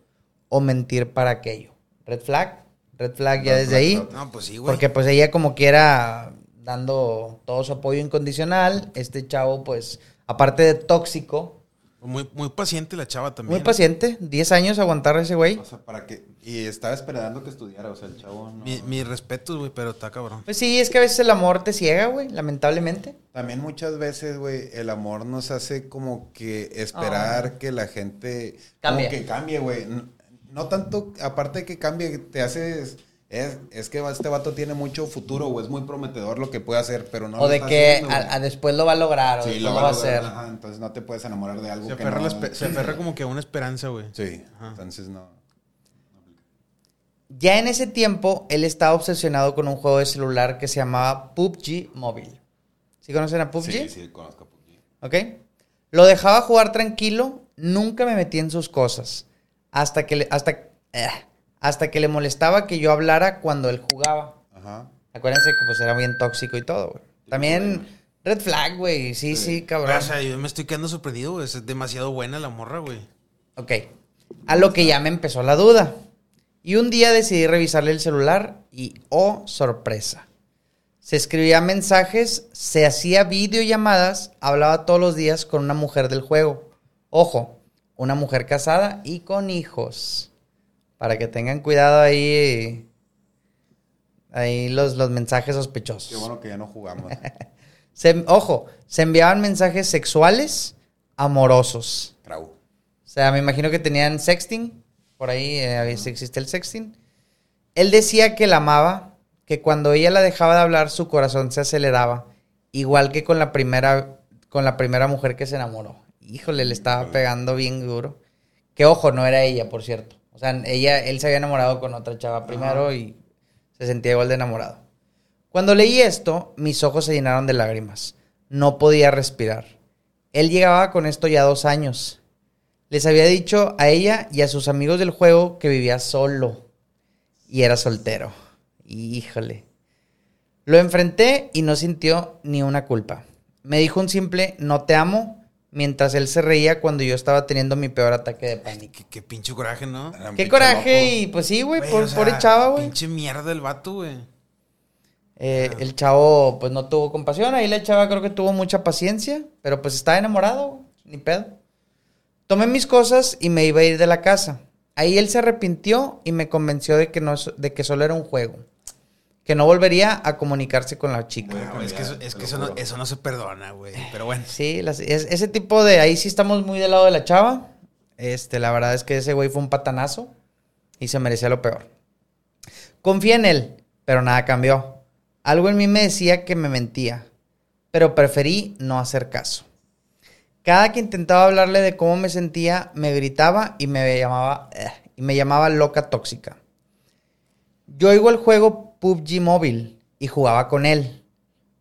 Speaker 2: o mentir para aquello. Red flag, red flag ya
Speaker 3: Red
Speaker 2: desde
Speaker 3: flag,
Speaker 2: ahí.
Speaker 3: red
Speaker 1: No, pues sí, güey.
Speaker 2: Porque pues ella como quiera dando todo su apoyo incondicional, este chavo pues aparte de tóxico,
Speaker 1: Muy, muy paciente la chava también.
Speaker 2: muy paciente, 10 años aguantar a ese güey.
Speaker 3: O sea, para que. Y estaba esperando que estudiara, o sea, el chavo no.
Speaker 1: Mi, mis respetos, güey, pero está cabrón.
Speaker 2: Pues sí, es que a veces el amor te ciega, güey, lamentablemente.
Speaker 3: También muchas veces, güey, el amor nos hace como que esperar que la gente
Speaker 2: Cambie.
Speaker 3: como que cambie, güey. No, no tanto, aparte de que cambie, te haces es, es que este vato tiene mucho futuro, güey, es muy prometedor lo que puede hacer, pero no
Speaker 2: o
Speaker 3: lo
Speaker 2: de
Speaker 3: está
Speaker 2: que
Speaker 3: haciendo, güey.
Speaker 2: a- a después lo va a lograr o
Speaker 3: Sí,
Speaker 2: después
Speaker 3: lo
Speaker 2: lo,
Speaker 3: va
Speaker 2: va a
Speaker 3: lograr,
Speaker 2: hacer.
Speaker 3: ajá, entonces no te puedes enamorar de algo
Speaker 1: Se
Speaker 3: que
Speaker 1: aferra,
Speaker 3: no-
Speaker 1: la espe- se aferra como que a una esperanza, güey.
Speaker 3: Sí,
Speaker 1: Ajá.
Speaker 3: entonces no.
Speaker 2: Ya en ese tiempo él estaba obsesionado con un juego de celular que se llamaba PUBG Mobile. ¿Sí conocen a PUBG?
Speaker 3: Sí, sí, conozco a Puggy.
Speaker 2: ¿Ok? Lo dejaba jugar tranquilo, nunca me metí en sus cosas. Hasta que le, hasta, eh, hasta que le molestaba que yo hablara cuando él jugaba.
Speaker 3: Ajá.
Speaker 2: Acuérdense que pues era bien tóxico y todo, güey. También red flag, güey. Sí, sí, cabrón.
Speaker 1: O sea, yo me estoy quedando sorprendido, güey. Es demasiado buena la morra, güey.
Speaker 2: Ok. A lo que ya me empezó la duda. Y un día decidí revisarle el celular y, oh, sorpresa. Se escribía mensajes, se hacía videollamadas, hablaba todos los días con una mujer del juego. Ojo, una mujer casada y con hijos. Para que tengan cuidado ahí. Ahí los, los mensajes sospechosos.
Speaker 3: Qué bueno que ya no jugamos.
Speaker 2: Se- ojo, se enviaban mensajes sexuales amorosos.
Speaker 3: Trau.
Speaker 2: O sea, me imagino que tenían sexting. Por ahí eh, a veces existe el sexting. Él decía que la amaba, que cuando ella la dejaba de hablar, su corazón se aceleraba. Igual que con la primera, con la primera mujer que se enamoró. Híjole, le estaba
Speaker 3: Híjole.
Speaker 2: pegando bien duro. Que ojo, no era ella, por cierto. O sea, ella, él se había enamorado con otra chava primero y se sentía igual de enamorado. Cuando leí esto, mis ojos se llenaron de lágrimas. No podía respirar. Él llegaba con esto ya dos años. Les había dicho a ella y a sus amigos del juego que vivía solo y era soltero. Híjole. Lo enfrenté y no sintió ni una culpa. Me dijo un simple no te amo mientras él se reía cuando yo estaba teniendo mi peor ataque de
Speaker 1: Ay,
Speaker 2: pánico.
Speaker 1: qué, qué pinche coraje, ¿no?
Speaker 3: Ah,
Speaker 2: Qué coraje y pues sí, güey,
Speaker 1: Güey,
Speaker 2: por,
Speaker 1: o sea,
Speaker 2: pobre chava, güey.
Speaker 1: Pinche mierda el vato, güey.
Speaker 2: Eh, el chavo, pues no tuvo compasión. Ahí la chava creo que tuvo mucha paciencia, pero pues estaba enamorado, güey, ni pedo. Tomé mis cosas y me iba a ir de la casa. Ahí él se arrepintió y me convenció de que, no, es- de que solo era un juego. Que no volvería a comunicarse con la chica.
Speaker 3: Güey,
Speaker 1: Ah, güey, es que, eso,
Speaker 3: te
Speaker 1: es que
Speaker 3: lo
Speaker 1: eso, no,
Speaker 3: juro.
Speaker 1: eso no se perdona, güey. Pero bueno.
Speaker 2: Sí, las- es- ese tipo de... Ahí sí estamos muy del lado de la chava. Este, la verdad es que ese güey fue un patanazo y se merecía lo peor. Confié en él, pero nada cambió. Algo en mí me decía que me mentía, pero preferí no hacer caso. Cada que intentaba hablarle de cómo me sentía, me gritaba y me llamaba, eh, y me llamaba loca tóxica. Yo oigo el juego PUBG Móvil y jugaba con él,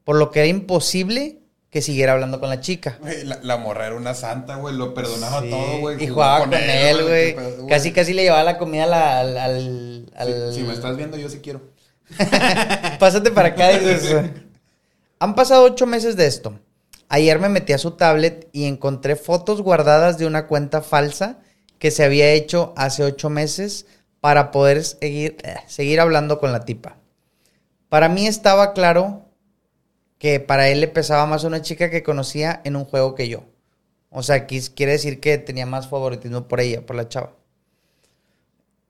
Speaker 2: por lo que era imposible que siguiera hablando con la chica.
Speaker 3: Güey, la, la morra era una santa, güey. Lo perdonaba
Speaker 2: Sí,
Speaker 3: todo, güey.
Speaker 2: Y
Speaker 3: jugó
Speaker 2: jugaba con él,
Speaker 3: qué pedo,
Speaker 2: güey. Casi, casi le llevaba la comida a la- al. al, al-
Speaker 3: Si, si me estás viendo, yo sí quiero.
Speaker 2: Pásate para acá, dices. Han pasado ocho meses de esto. Ayer me metí a su tablet y encontré fotos guardadas de una cuenta falsa que se había hecho hace ocho meses para poder seguir, eh, seguir hablando con la tipa. Para mí estaba claro que para él le pesaba más una chica que conocía en un juego que yo. O sea, quis- quiere decir que tenía más favoritismo por ella, por la chava.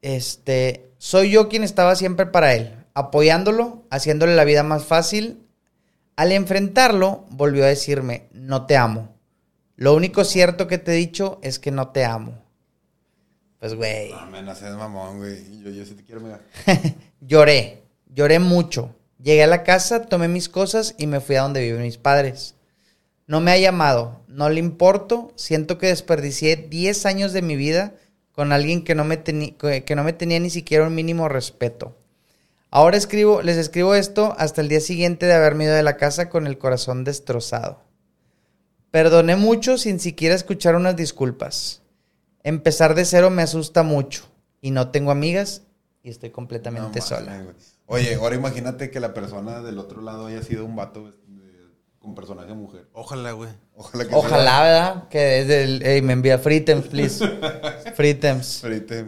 Speaker 2: Este, soy yo quien estaba siempre para él, apoyándolo, haciéndole la vida más fácil. Al enfrentarlo, volvió a decirme, no te amo. Lo único cierto que te he dicho es que no te amo. Pues, güey.
Speaker 3: No, me naces mamón, güey. Yo, yo sí te quiero, mira.
Speaker 2: Lloré, lloré mucho. Llegué a la casa, tomé mis cosas y me fui a donde viven mis padres. No me ha llamado, no le importo, siento que desperdicié 10 años de mi vida con alguien que no me, teni- que que no me tenía ni siquiera un mínimo respeto. Ahora escribo, les escribo esto hasta el día siguiente de haberme ido de la casa con el corazón destrozado. Perdoné mucho sin siquiera escuchar unas disculpas. Empezar de cero me asusta mucho y no tengo amigas y estoy completamente
Speaker 3: No
Speaker 2: sola.
Speaker 3: mames, güey. Oye, ahora imagínate que la persona del otro lado haya sido un vato eh, con personaje mujer.
Speaker 1: Ojalá, güey.
Speaker 3: Ojalá que
Speaker 2: Ojalá, ¿verdad? Que desde el... Ey, me envía free temps, please. Free temps.
Speaker 3: sea. Pero ahí te-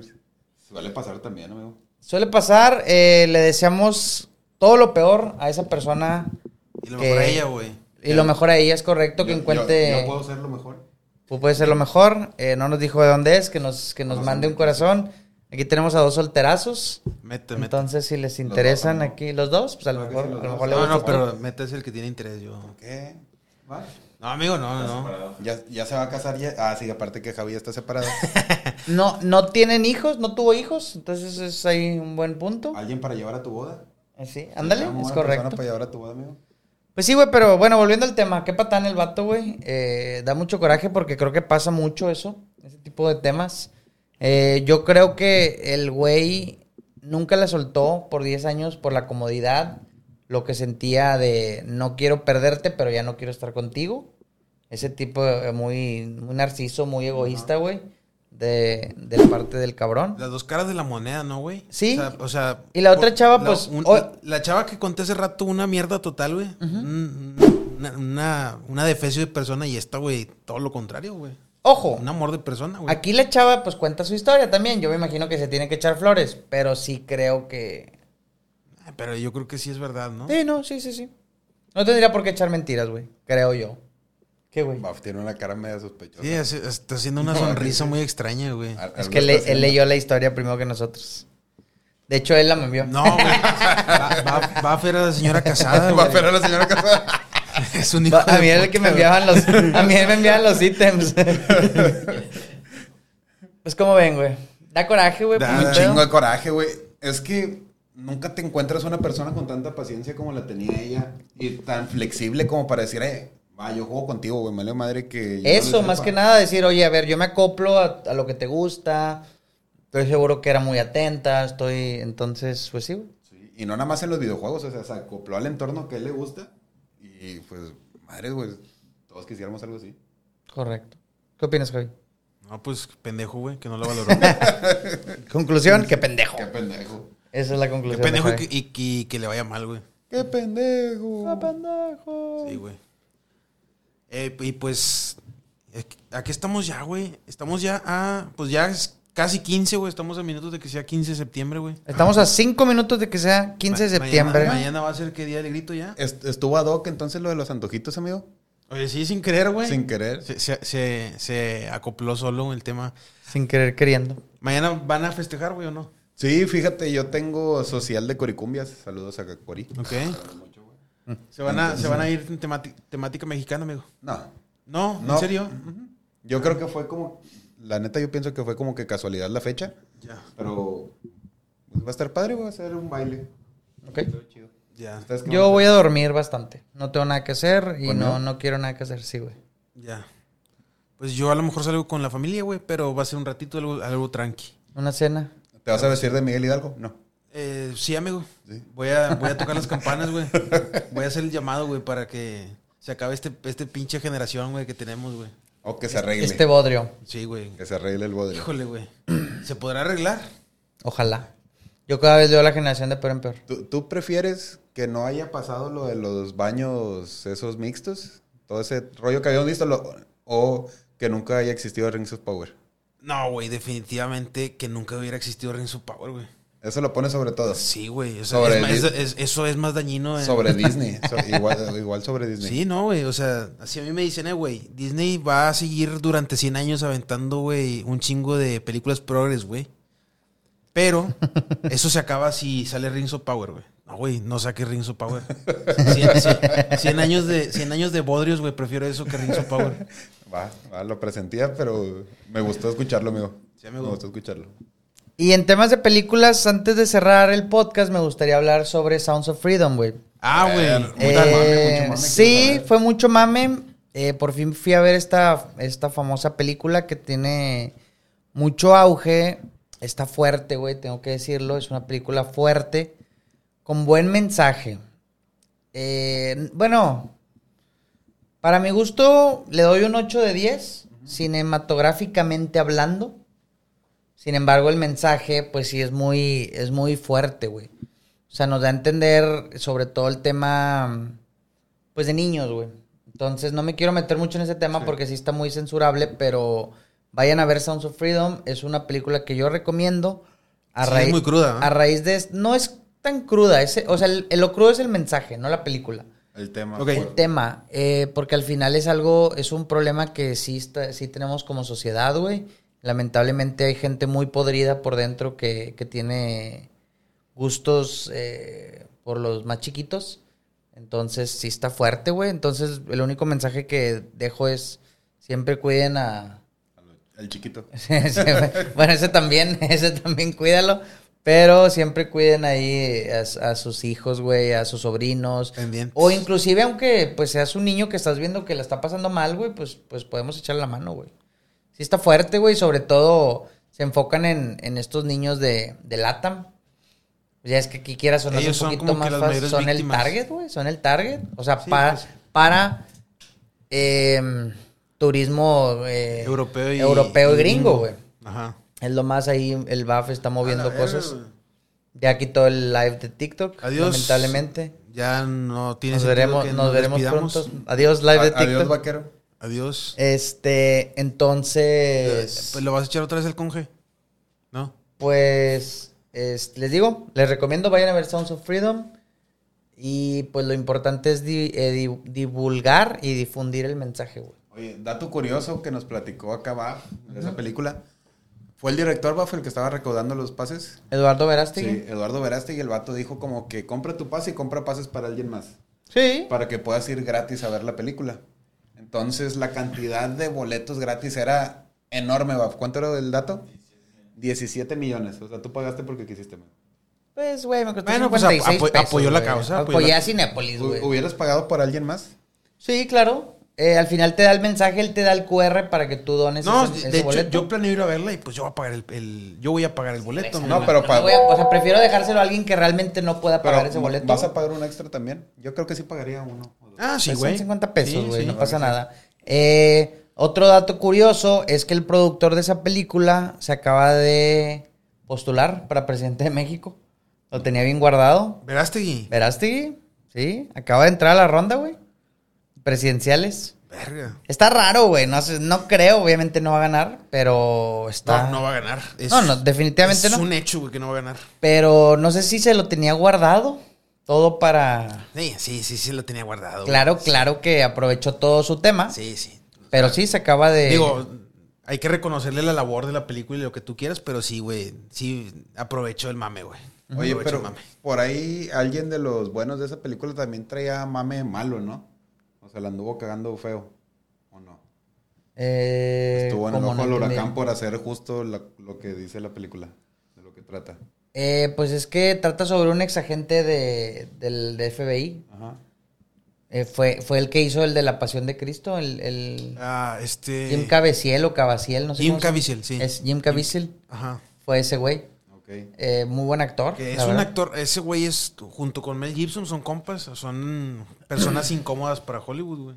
Speaker 3: Suele pasar también, amigo.
Speaker 2: Suele pasar, eh, le deseamos todo lo peor a esa persona
Speaker 1: Y lo
Speaker 2: Que-
Speaker 1: mejor a ella, güey.
Speaker 2: y lo mejor a ella es correcto que
Speaker 3: Yo- yo-
Speaker 2: encuentre...
Speaker 3: Yo, puedo ser lo mejor.
Speaker 2: pues puede ser lo mejor. Eh, no nos dijo de dónde es, que nos, que nos
Speaker 3: Nos
Speaker 2: mande un
Speaker 3: manda.
Speaker 2: corazón. Aquí tenemos a dos solterazos.
Speaker 1: Mete, mete.
Speaker 2: Entonces, si les
Speaker 3: Los dos
Speaker 2: interesan
Speaker 3: también.
Speaker 2: aquí los dos, pues a lo
Speaker 3: Claro que
Speaker 2: mejor,
Speaker 3: sí, los
Speaker 2: a lo mejor
Speaker 3: dos.
Speaker 2: le
Speaker 1: Ah, no,
Speaker 2: gusta.
Speaker 1: no, pero mete es el que tiene interés, yo.
Speaker 3: ¿Qué? ¿Va?
Speaker 1: No, amigo, no, no.
Speaker 4: Separado.
Speaker 3: ¿Ya, ya se va a casar ya. Ah, sí, aparte que Javi ya está separado.
Speaker 2: no, no tienen hijos, no tuvo hijos, entonces es ahí un buen punto.
Speaker 3: ¿Alguien para llevar a tu boda?
Speaker 2: Eh, Sí, ándale,
Speaker 3: Llamo a
Speaker 2: es
Speaker 3: una
Speaker 2: correcto.
Speaker 3: persona para llevar a tu boda, amigo?
Speaker 2: Pues sí, güey, pero bueno, volviendo al tema, qué patán el vato, güey. Eh, da mucho coraje porque creo que pasa mucho eso, ese tipo de temas. Eh, yo creo que el güey nunca la soltó por 10 años por la comodidad, lo que sentía de no quiero perderte, pero ya no quiero estar contigo. Ese tipo eh, muy, muy narciso, muy egoísta, güey. De, de la parte del cabrón.
Speaker 1: Las dos caras de la moneda, ¿no, güey?
Speaker 2: Sí.
Speaker 1: O sea, o sea,
Speaker 2: Y la otra
Speaker 1: por-
Speaker 2: chava,
Speaker 1: la-
Speaker 2: pues,
Speaker 1: un-
Speaker 2: hoy-
Speaker 1: la chava que conté hace rato, una mierda total, güey. Un- una, una, una defecio de persona y esta, güey, todo lo contrario, güey.
Speaker 2: Ojo,
Speaker 1: Un amor de persona, güey.
Speaker 2: aquí la chava pues cuenta su historia también. Yo me imagino que se tiene que echar flores, pero sí creo que...
Speaker 1: Ah, Pero yo creo que sí es verdad, ¿no?
Speaker 2: Sí, no, sí, sí, sí. No tendría por qué echar mentiras, güey. Creo yo. ¿Qué, güey?
Speaker 3: Baf tiene una cara media sospechosa.
Speaker 1: Sí, hace- está haciendo una sonrisa muy extraña, güey.
Speaker 3: Al-
Speaker 2: Es
Speaker 3: algo
Speaker 2: que
Speaker 3: está
Speaker 2: le- él
Speaker 3: haciendo.
Speaker 2: leyó la historia primero que nosotros. De hecho, él la mambió.
Speaker 1: No, güey. Va a fer a la señora casada,
Speaker 3: Va a
Speaker 1: güey.
Speaker 3: esperar a la señora casada.
Speaker 1: Es un hijo
Speaker 2: A
Speaker 1: de
Speaker 2: mí era el
Speaker 1: puta,
Speaker 2: que me
Speaker 1: güey.
Speaker 2: enviaban los... A mí él me enviaban los ítems. pues como ven, güey. Da coraje, güey.
Speaker 1: Da
Speaker 2: pues,
Speaker 3: un
Speaker 2: ni pedo.
Speaker 3: chingo de coraje, güey. Es que nunca te encuentras una persona con tanta paciencia como la tenía ella y tan flexible como para decir, eh, va, yo juego contigo, güey, me vale madre que. yo no le
Speaker 2: Eso, más
Speaker 3: sepa".
Speaker 2: que nada, decir, oye, a ver, yo me acoplo a, a lo que te gusta. Estoy seguro que era muy atenta. Estoy, entonces, pues sí, güey.
Speaker 3: Sí, Y no nada más en los videojuegos, o sea, se acopló al entorno que a él le gusta y pues, madre, güey, todos quisiéramos algo así.
Speaker 2: Correcto. ¿Qué opinas, Javi?
Speaker 1: No, pues pendejo, güey, que no lo valoró.
Speaker 2: Conclusión, qué pendejo.
Speaker 3: Qué pendejo.
Speaker 2: Esa es la
Speaker 1: Qué
Speaker 2: conclusión. de
Speaker 1: pendejo y
Speaker 2: Javi.
Speaker 1: que, y- y que le vaya mal, güey.
Speaker 3: Qué pendejo. Mm.
Speaker 1: Sí, güey. Eh, y pues, eh, aquí estamos ya, güey. Estamos ya a, pues ya es casi 15, güey. Estamos a minutos de que sea 15 de septiembre, güey.
Speaker 2: Estamos a cinco minutos de que sea 15 de
Speaker 1: Ma- mañana-
Speaker 2: septiembre.
Speaker 1: Mañana, va a ser qué día del grito ya.
Speaker 3: Est- Estuvo ad hoc entonces lo de los antojitos, amigo.
Speaker 1: Oye, sí, sin querer, güey.
Speaker 3: Sin querer.
Speaker 1: Se, se, se, se acopló solo el tema.
Speaker 2: Sin querer queriendo.
Speaker 1: Mañana van a festejar, güey, o no.
Speaker 3: Sí, fíjate, yo tengo social de Coricumbias. Saludos a Cori.
Speaker 1: Ok. Se van a, se van a ir en temati- temática mexicana, amigo.
Speaker 3: No,
Speaker 1: No, ¿en
Speaker 3: No.
Speaker 1: serio?
Speaker 3: yo creo que fue como. La neta, yo pienso que fue como que casualidad la fecha.
Speaker 1: Ya,
Speaker 3: Pero pues, va a estar padre, va a ser un baile.
Speaker 2: Ok.
Speaker 1: ya,
Speaker 3: ¿Ustedes qué
Speaker 2: Yo
Speaker 3: van
Speaker 2: voy a dormir bastante. No tengo nada que hacer y
Speaker 3: ¿Con
Speaker 2: no,
Speaker 3: él?
Speaker 2: no quiero nada que hacer. Sí, güey.
Speaker 1: ya. Pues yo a lo mejor salgo con la familia, güey, pero va a ser un ratito algo, algo tranqui.
Speaker 2: Una cena.
Speaker 3: hacer? ¿Te vas a vestir de Miguel Hidalgo? No.
Speaker 1: Eh, sí, amigo.
Speaker 3: Sí.
Speaker 1: Voy, a, voy a tocar las campanas, güey. Voy a hacer el llamado, güey, para que se acabe este, este pinche generación, güey, que tenemos, güey.
Speaker 3: O que se arregle.
Speaker 2: Este bodrio.
Speaker 1: Sí, güey.
Speaker 3: Que se arregle el bodrio.
Speaker 1: Híjole, güey. ¿Se podrá arreglar?
Speaker 2: Ojalá. Yo cada vez veo la generación de peor en peor.
Speaker 3: ¿Tú, tú prefieres que no haya pasado lo de los baños esos mixtos? Todo ese rollo que habíamos visto. lo- o que nunca haya existido Rings of Power.
Speaker 1: No, güey, definitivamente que nunca hubiera existido Rings of Power, güey.
Speaker 3: Eso lo pone sobre todo.
Speaker 1: Sí, güey. O sea,
Speaker 3: Sobre
Speaker 1: es más-
Speaker 3: el-
Speaker 1: es- es- eso es más dañino. en-
Speaker 3: Sobre Disney. so- igual, igual sobre Disney.
Speaker 1: Sí, no, güey. O sea, así a mí me dicen, eh, güey, Disney va a seguir durante 100 años aventando, güey, un chingo de películas progres, güey. Pero eso se acaba si sale Rings of Power, güey. No, güey, no saques Rings of Power. 100, años, de, 100 años de bodrios, güey, prefiero eso que Rings of Power.
Speaker 3: Va, va, lo presentía, pero me gustó escucharlo, amigo.
Speaker 1: Sí, amigo.
Speaker 3: Me gustó escucharlo.
Speaker 2: Y en temas de películas, antes de cerrar el podcast, me gustaría hablar sobre Sounds of Freedom, güey.
Speaker 1: Ah,
Speaker 3: Eh,
Speaker 1: güey.
Speaker 2: Eh,
Speaker 3: Puta, mame, mucho mame, quiero
Speaker 2: sí,
Speaker 3: saber.
Speaker 2: fue mucho mame. Eh, por fin fui a ver esta, esta famosa película que tiene mucho auge. Está fuerte, güey, tengo que decirlo. Es una película fuerte, con buen mensaje. Eh, bueno, para mi gusto le doy un 8 de 10, cinematográficamente hablando. Sin embargo, el mensaje, pues sí, es muy, es muy fuerte, güey. O sea, nos da a entender sobre todo el tema, pues, de niños, güey. Entonces, no me quiero meter mucho en ese tema porque sí está muy censurable, pero vayan a ver Sounds of Freedom. Es una película que yo recomiendo. A
Speaker 1: Sí, es
Speaker 2: raíz,
Speaker 1: muy cruda, ¿eh? ¿no?
Speaker 2: A raíz de... es- No es tan cruda. ese- o sea, el- lo crudo es el mensaje, no la película
Speaker 3: El tema.
Speaker 1: Ok.
Speaker 3: fuerte.
Speaker 2: tema, eh, porque al final es algo, es un problema que sí, está- sí tenemos como sociedad, güey. Lamentablemente hay gente muy podrida por dentro que, que tiene gustos eh, por los más chiquitos. Entonces sí está fuerte, güey. Entonces el único mensaje que dejo es siempre cuiden a...
Speaker 3: El chiquito.
Speaker 2: bueno, ese también, ese también cuídalo. Pero siempre cuiden ahí a, a sus hijos, güey, a sus sobrinos,
Speaker 1: Pendientes.
Speaker 2: o inclusive aunque pues seas un niño que estás viendo que la está pasando mal, güey, pues, pues podemos echarle la mano, güey. Sí está fuerte, güey, sobre todo se enfocan en, en estos niños de, de LATAM. Ya es que aquí quieras o no es
Speaker 1: Ellos son
Speaker 2: un poquito
Speaker 1: como que
Speaker 2: más
Speaker 1: las
Speaker 2: fácil.
Speaker 1: mayores
Speaker 2: Son el
Speaker 1: víctimas. pues.
Speaker 2: target, güey, son el target. O sea,
Speaker 1: Sí,
Speaker 2: para,
Speaker 1: pues.
Speaker 2: para em, turismo eh,
Speaker 1: Europeo y.
Speaker 2: europeo y gringo, güey.
Speaker 1: Ajá.
Speaker 2: Es lo más ahí, el BAF está
Speaker 1: A
Speaker 2: moviendo
Speaker 1: la
Speaker 2: cosas.
Speaker 1: verga,
Speaker 2: Ya quitó el live de TikTok,
Speaker 1: Adiós.
Speaker 2: lamentablemente.
Speaker 1: Ya no tiene
Speaker 2: Nos
Speaker 1: sentido
Speaker 2: veremos,
Speaker 1: que
Speaker 2: nos veremos
Speaker 1: despidamos.
Speaker 2: pronto. Adiós, live de
Speaker 3: A-
Speaker 2: TikTok.
Speaker 3: Adiós, vaquero.
Speaker 1: Adiós.
Speaker 2: Este, entonces,
Speaker 1: Pues, ¿Lo vas a echar otra vez al conge? ¿No?
Speaker 2: pues, es- les digo, les recomiendo vayan a ver Sounds of Freedom. Y pues lo importante es di- eh, di- divulgar y difundir el mensaje, güey.
Speaker 3: Oye, dato curioso que nos platicó acá Baf, de esa película. ¿Fue el director Baf el que estaba recaudando los pases?
Speaker 2: Eduardo Verástegui.
Speaker 3: Sí, Eduardo Veraste y el vato dijo como que compra tu pase y compra pases para alguien más.
Speaker 2: Sí.
Speaker 3: Para que puedas ir gratis a ver la película. Entonces la cantidad de boletos gratis era enorme, Baf. ¿Cuánto era el dato? 17 millones. O sea, tú pagaste porque quisiste. man.
Speaker 2: Pues, güey, me costó
Speaker 1: Bueno, pues,
Speaker 2: 56
Speaker 1: apo-
Speaker 2: pesos,
Speaker 1: apoyó la
Speaker 2: güey.
Speaker 1: causa, apoyó
Speaker 2: Apoyé
Speaker 1: la-
Speaker 2: a Cinépolis, güey.
Speaker 3: Hu- ¿Hubieras pagado por alguien más?
Speaker 2: Sí, claro. Eh, al final te da el mensaje, él te da el QR para que tú dones
Speaker 1: No,
Speaker 2: ese, ese
Speaker 1: de hecho,
Speaker 2: boleto.
Speaker 1: yo planeo ir a verla y pues yo voy a pagar el, el- yo voy a pagar el boleto.
Speaker 3: Pues, No,
Speaker 1: güey.
Speaker 3: pero
Speaker 2: No
Speaker 3: pa-
Speaker 2: voy a- o sea, prefiero dejárselo a alguien que realmente no pueda
Speaker 3: Pero
Speaker 2: pagar ese boleto.
Speaker 3: ¿Vas a pagar un extra también? Yo creo que sí pagaría uno. o dos.
Speaker 1: Ah, sí,
Speaker 2: Pues
Speaker 1: güey.
Speaker 2: Son 50 pesos,
Speaker 1: Sí,
Speaker 2: güey,
Speaker 1: sí.
Speaker 2: no pasa nada. Eh, otro dato curioso es que el productor de esa película se acaba de postular para presidente de México. Lo tenía bien guardado.
Speaker 1: Verástegui.
Speaker 2: Verástegui, sí, acaba de entrar a la ronda, güey. Presidenciales.
Speaker 1: Verga.
Speaker 2: Está raro, güey. No, sé- no creo, obviamente no va a ganar, pero está.
Speaker 1: No, no va a ganar. Es-
Speaker 2: No, no, definitivamente
Speaker 1: es
Speaker 2: no.
Speaker 1: un hecho, güey, que no va a ganar.
Speaker 2: Pero no sé si se lo tenía guardado. Todo para.
Speaker 1: Sí, sí, sí, sí lo tenía guardado. güey.
Speaker 2: Claro, claro que aprovechó todo su tema.
Speaker 1: Sí, sí.
Speaker 2: Pero sí se acaba de.
Speaker 1: Digo, hay que reconocerle la labor de la película y lo que tú quieras, pero sí, güey, sí aprovecho el mame, güey.
Speaker 3: Oye,
Speaker 1: Aprovecho
Speaker 3: pero
Speaker 1: el mame.
Speaker 3: por ahí alguien de los buenos de esa película también traía mame malo, ¿no? O sea, la anduvo cagando feo. ¿O no?
Speaker 2: eh,
Speaker 3: Estuvo en el
Speaker 2: ¿cómo
Speaker 3: ojo
Speaker 2: no
Speaker 3: del
Speaker 2: entendí?
Speaker 3: huracán pues. por hacer justo la- lo que dice la película, de lo que trata.
Speaker 2: Eh, pues es que trata sobre un exagente de, del de FBI.
Speaker 3: Ajá.
Speaker 2: Eh, fue, fue el que hizo el de la Pasión de Cristo, el, el
Speaker 1: Ah, este.
Speaker 2: Jim Cabeciel o Cabaciel, no sé
Speaker 1: Jim
Speaker 2: cómo se llama.
Speaker 1: Caviezel, sí.
Speaker 2: Es Jim Caviezel,
Speaker 1: Ajá.
Speaker 2: fue ese güey.
Speaker 3: Ok.
Speaker 2: Eh, muy buen actor.
Speaker 1: Que
Speaker 2: la
Speaker 1: es un
Speaker 2: verdad.
Speaker 1: actor, ese güey es, junto con Mel Gibson, son compas, son personas incómodas para Hollywood, güey.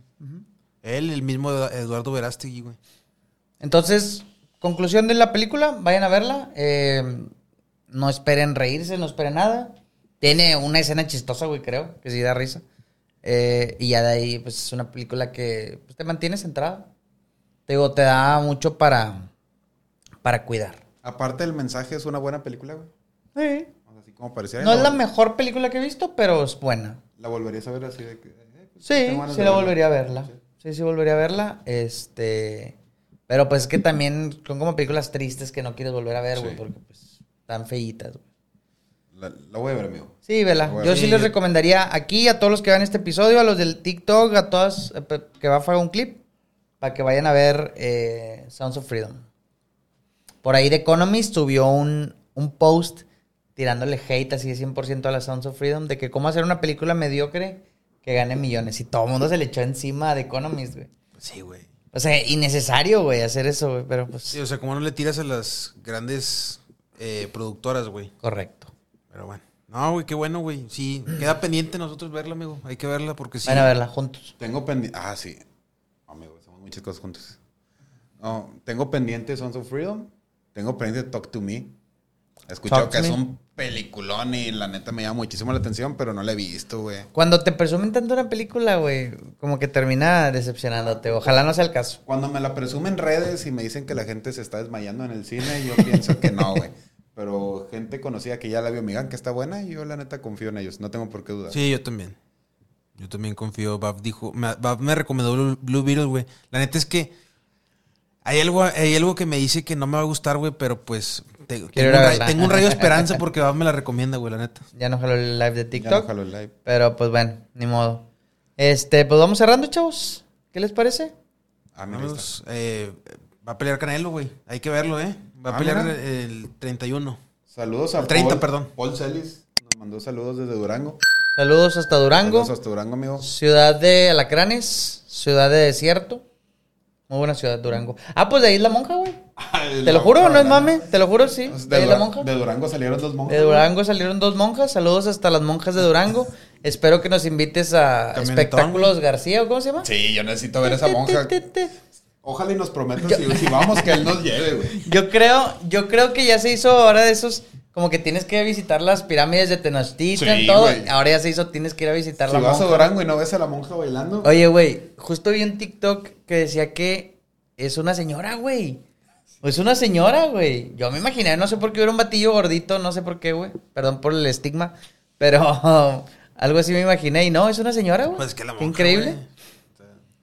Speaker 1: Él, el mismo Eduardo Verástegui, güey.
Speaker 2: Entonces, conclusión de la película, vayan a verla. eh, no esperen reírse, no esperen nada. Tiene una escena chistosa, güey, creo, que sí da risa. Eh, y ya de ahí, pues es una película que pues, te mantiene centrado. Te digo, te da mucho para, para cuidar.
Speaker 3: Aparte el mensaje es una buena película, güey. O sea, así como parecía.
Speaker 2: No es la
Speaker 3: vol-
Speaker 2: mejor película que he visto, pero es buena.
Speaker 3: La volverías a ver así de que... eh, pues,
Speaker 2: Sí,
Speaker 3: tengo ganas
Speaker 2: sí
Speaker 3: de
Speaker 2: la
Speaker 3: verla.
Speaker 2: volvería a verla.
Speaker 3: Sí.
Speaker 2: Sí, sí volvería a verla. Este, pero pues es que también son como películas tristes que no quieres volver a ver, güey,
Speaker 3: Sí.
Speaker 2: porque pues están feitas, güey.
Speaker 3: La, la voy a ver, amigo.
Speaker 2: Sí, vela.
Speaker 3: Bueno.
Speaker 2: Yo sí
Speaker 1: Sí,
Speaker 2: les
Speaker 1: yo-
Speaker 2: recomendaría aquí a todos los que vean este episodio, a los del TikTok, a todas eh, pe- que va a hacer un clip, para que vayan a ver eh, Sounds of Freedom. Por ahí The Economist subió un, un post tirándole hate así de 100% a la Sounds of Freedom de que cómo hacer una película mediocre que gane millones. Y todo el mundo se le echó encima a The Economist, güey.
Speaker 1: Sí, güey.
Speaker 2: O sea, innecesario, güey, hacer eso, güey, pero pues...
Speaker 1: Sí, o sea, como no le tiras a las grandes eh, productoras, güey.
Speaker 2: Correcto.
Speaker 1: Pero bueno. No, güey, qué bueno, güey. Sí, queda pendiente nosotros verla, amigo. Hay que verla porque sí.
Speaker 2: Van a verla juntos.
Speaker 3: Tengo pendiente. Ah, sí. Amigo, hacemos muchas cosas juntos. No, tengo pendiente Sons of Freedom. Tengo pendiente Talk to Me. He escuchado
Speaker 2: Talk to
Speaker 3: que es
Speaker 2: Me.
Speaker 3: un peliculón y la neta me llama muchísimo la atención, pero no la he visto, güey.
Speaker 2: Cuando te presumen tanto una película, güey, como que termina decepcionándote. Ojalá no sea el caso.
Speaker 3: Cuando me la presumen en redes y me dicen que la gente se está desmayando en el cine, yo pienso que no, güey. Pero gente conocida que ya la vio, me digan que está buena, y yo la neta confío en ellos. No tengo por qué dudar.
Speaker 1: Sí, yo también. Yo también confío. Bab dijo, me, Bab me recomendó Blue, Blue Beetle, güey. La neta es que hay algo, hay algo que me dice que no me va a gustar, güey, pero pues te- tengo,
Speaker 2: Quiero ir a
Speaker 1: un ra-
Speaker 2: verla.
Speaker 1: tengo un rayo de esperanza porque Bab me la recomienda, güey, la neta.
Speaker 2: Ya no jaló el live de
Speaker 3: Ya
Speaker 2: TikTok.
Speaker 3: no jalo el live.
Speaker 2: Pero pues bueno, ni modo. Este, pues vamos cerrando, chavos. ¿Qué les parece?
Speaker 3: Ah, mira, ahí está.
Speaker 1: Vamos, eh, va a pelear Canelo, güey. Hay que verlo, ¿eh? Va a
Speaker 3: Ah,
Speaker 1: pelear
Speaker 3: mira.
Speaker 1: el 31.
Speaker 3: Saludos a
Speaker 1: El 30,
Speaker 3: Paul-
Speaker 1: perdón.
Speaker 3: Paul Celis nos mandó saludos desde Durango.
Speaker 2: Saludos hasta Durango,
Speaker 3: Saludos hasta Durango, amigo.
Speaker 2: ciudad de alacranes, ciudad de desierto. Muy buena ciudad, Durango. Ah, pues de ahí es la monja, güey. Te lo juro, no es mame. Te lo juro, sí. De
Speaker 3: De,
Speaker 2: ahí es la
Speaker 3: Dura-
Speaker 2: monja.
Speaker 3: de Durango salieron dos monjas.
Speaker 2: De Durango salieron dos monjas. Saludos hasta las monjas de Durango. Espero que nos invites a
Speaker 1: Camionetón.
Speaker 2: Espectáculos García, ¿o cómo se llama?
Speaker 3: Sí, yo necesito ver esa monja.
Speaker 2: Te, te, te, te.
Speaker 3: Ojalá y nos prometan si, si vamos que él nos lleve, güey.
Speaker 2: Yo creo, yo creo que ya se hizo ahora de esos, como que tienes que visitar las pirámides de Tenochtitlan,
Speaker 3: Sí,
Speaker 2: todo.
Speaker 3: güey.
Speaker 2: Ahora ya se hizo, tienes que ir a visitar
Speaker 3: Si
Speaker 2: la
Speaker 3: vas a
Speaker 2: monja.
Speaker 3: Durango y no ves a la monja bailando,
Speaker 2: Oye, güey, justo vi un TikTok que decía que es una señora, güey. Es una señora, güey. Yo me imaginé, no sé por qué era un batillo gordito, no sé por qué, güey. Perdón por el estigma, pero algo así me imaginé. Y no, es una señora, güey.
Speaker 1: Pues que la monja,
Speaker 2: Qué Increíble.
Speaker 1: güey.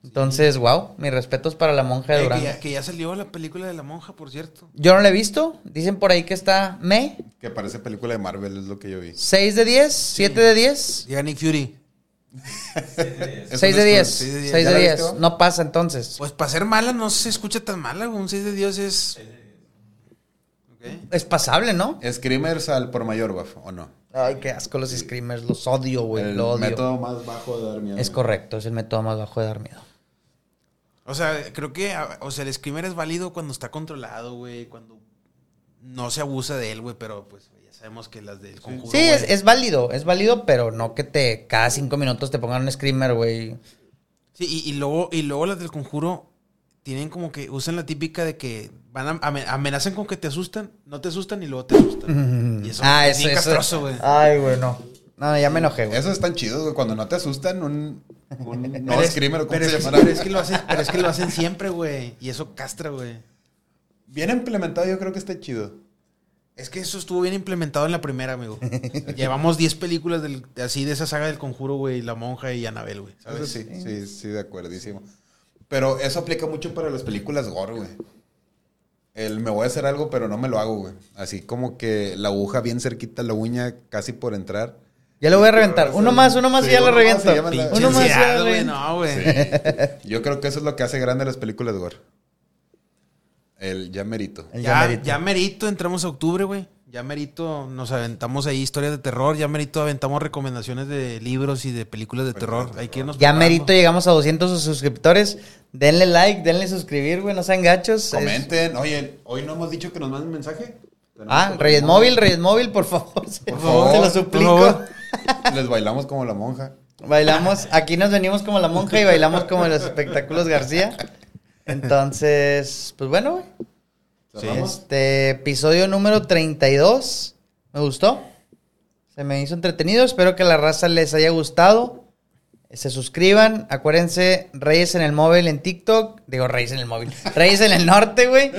Speaker 2: Entonces, wow, mis respetos para la monja
Speaker 1: Eh,
Speaker 2: de
Speaker 1: que,
Speaker 2: Durango.
Speaker 1: ya, que ya salió la película de la monja, por cierto.
Speaker 2: Yo no la he visto. Dicen por ahí que está me.
Speaker 3: que parece película de Marvel, es lo que yo vi.
Speaker 2: 6 de 10, 7 de 10.
Speaker 1: Ya Nick Fury.
Speaker 3: Es
Speaker 2: 6 de
Speaker 3: un scroll,
Speaker 2: 10.
Speaker 3: sí, sí, sí.
Speaker 2: 6
Speaker 3: ¿Ya
Speaker 2: de
Speaker 3: la viste,
Speaker 2: 10.
Speaker 3: va?
Speaker 2: No pasa entonces.
Speaker 1: Pues para ser mala no se escucha tan mala, güey. Un 6 de Dios es. Ok.
Speaker 2: Es pasable, ¿no?
Speaker 3: eh, Screamers al por mayor, baf, ¿o no?
Speaker 2: Ay, qué asco los screamers. Los odio, güey.
Speaker 3: el
Speaker 2: Los odio.
Speaker 3: método más bajo de dar miedo.
Speaker 2: Es correcto, es el método más bajo de dar miedo.
Speaker 1: O sea, creo que a- o sea, el screamer es válido cuando está controlado, güey. Cuando no se abusa de él, güey. Pero pues ya sabemos que las del conjuro.
Speaker 2: Sí, es,
Speaker 1: güey.
Speaker 2: es válido, es válido, pero no que te cada cinco minutos te pongan un screamer, güey.
Speaker 1: Sí, y, y luego, y luego las del conjuro tienen como que usan la típica de que van a, ame- amenazan con que te asustan, no te asustan y luego te asustan. Y eso
Speaker 2: Ah,
Speaker 1: es
Speaker 2: eso,
Speaker 1: bien
Speaker 2: eso.
Speaker 1: castroso, güey.
Speaker 2: Ay, güey, no. No, ya me enojé, güey.
Speaker 3: Esos están chidos, güey. Cuando no te asustan, un, un
Speaker 1: Pero
Speaker 3: no
Speaker 1: es-
Speaker 3: screamer, ¿cómo
Speaker 1: pero
Speaker 3: se
Speaker 1: es que-
Speaker 3: llamará?
Speaker 1: Pero es que lo hacen, pero es que lo hacen siempre, güey. Y eso castra, güey.
Speaker 3: Bien implementado, yo creo que está chido.
Speaker 1: Es que eso estuvo bien implementado en la primera, amigo. Llevamos 10 películas del- así de esa saga del conjuro, güey. La monja y Anabel, güey. ¿sabes?
Speaker 3: Eso sí, sí, sí, de acuerdísimo. Pero eso aplica mucho para las películas gore, güey. El me voy a hacer algo, pero no me lo hago, güey. Así como que la aguja bien cerquita, la uña casi por entrar.
Speaker 2: Ya lo voy a reventar. Uno más, uno más
Speaker 3: Sí,
Speaker 2: y ya lo
Speaker 3: uno más y
Speaker 2: reviento.
Speaker 3: ya me la-
Speaker 1: Pinche
Speaker 2: Uno más y ya
Speaker 1: ansiedad,
Speaker 2: lo
Speaker 1: güey.
Speaker 2: reviento.
Speaker 1: No, güey.
Speaker 3: Yo creo que eso es lo que hace grande las películas gore. El ya merito.
Speaker 2: El
Speaker 1: Ya,
Speaker 2: llamerito.
Speaker 1: ya merito, entramos a octubre, güey. Ya merito, nos aventamos ahí historias de terror. Ya merito, aventamos recomendaciones de libros y de películas de terror. Hay que irnos
Speaker 2: Ya
Speaker 1: preparando.
Speaker 2: merito llegamos a 200 suscriptores. Denle like, denle suscribir, güey, no sean gachos. Es-
Speaker 3: Comenten. Oye, hoy no hemos dicho que nos manden mensaje. Tenemos
Speaker 2: Ah,
Speaker 3: como-
Speaker 2: Reyes Móvil, Reyes Móvil, por favor. se-
Speaker 3: Por favor,
Speaker 2: se lo
Speaker 3: por
Speaker 2: suplico.
Speaker 1: favor.
Speaker 3: Les bailamos como la monja.
Speaker 2: Bailamos, aquí nos venimos como la monja y bailamos como los espectáculos García. Entonces, pues bueno, güey.
Speaker 3: ¿Cerramos?
Speaker 2: Este episodio número 32. Me gustó. Se me hizo entretenido. Espero que la raza les haya gustado. Se suscriban. Acuérdense, Reyes en el móvil en TikTok. Digo, Reyes en el móvil. Reyes en el norte, güey.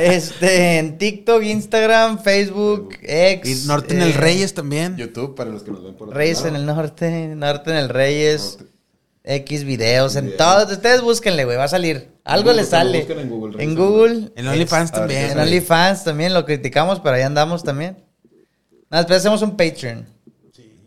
Speaker 2: Este, en TikTok, Instagram, Facebook, X.
Speaker 1: Y norte en el
Speaker 2: eh,
Speaker 1: Reyes también.
Speaker 3: YouTube para los que nos ven por otro
Speaker 2: Reyes
Speaker 3: lado.
Speaker 2: en el norte, norte en el Reyes.
Speaker 3: Norte.
Speaker 2: X videos, en
Speaker 3: Videos.
Speaker 2: todos. Ustedes búsquenle, güey. Va a salir. Algo
Speaker 3: Google,
Speaker 2: les sale.
Speaker 3: busquen en Google, Reyes
Speaker 2: En
Speaker 3: en
Speaker 2: Google.
Speaker 1: En OnlyFans
Speaker 3: A ver,
Speaker 1: también.
Speaker 3: ¿qué
Speaker 2: En
Speaker 3: sale?
Speaker 2: OnlyFans también lo criticamos, pero ahí andamos también. Nada, después hacemos un Patreon.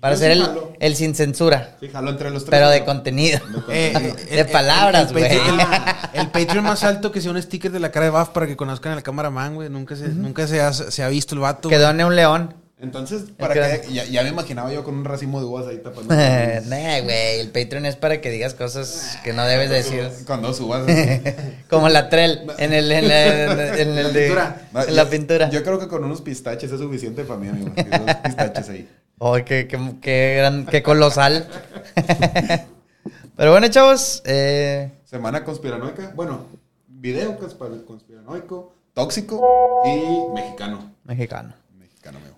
Speaker 2: Para
Speaker 3: Yo
Speaker 2: hacer
Speaker 3: sí
Speaker 2: el,
Speaker 3: jalo.
Speaker 2: el sin censura,
Speaker 3: Sí, jalo entre los tres.
Speaker 2: pero de
Speaker 3: ¿no?
Speaker 2: contenido.
Speaker 3: De contenido.
Speaker 1: Eh,
Speaker 2: De palabras,
Speaker 1: el Patreon-
Speaker 2: güey.
Speaker 1: El, el Patreon más alto que sea un sticker de la cara de Buff para que conozcan al cameraman, güey. Nunca se, nunca se ha, se ha visto el vato.
Speaker 2: Que
Speaker 1: güey.
Speaker 2: done un león.
Speaker 3: Entonces, para
Speaker 2: Ok.
Speaker 3: que ya, ya me imaginaba yo con un racimo de uvas ahí tapando.
Speaker 2: nah, güey. El Patreon es para que digas cosas que no debes decir.
Speaker 3: Cuando subas. en
Speaker 2: Como la trel. En el, en la, en el- en el de- en la pintura.
Speaker 3: Yo creo que con unos pistaches es suficiente para mí, amigo. Unos pistaches ahí.
Speaker 2: Ay, qué, qué, qué gran, qué colosal. Pero bueno, chavos, eh,
Speaker 3: Semana conspiranoica. Bueno, video conspa- conspiranoico, tóxico y mexicano.
Speaker 2: mexicano.
Speaker 3: Mexicano, amigo.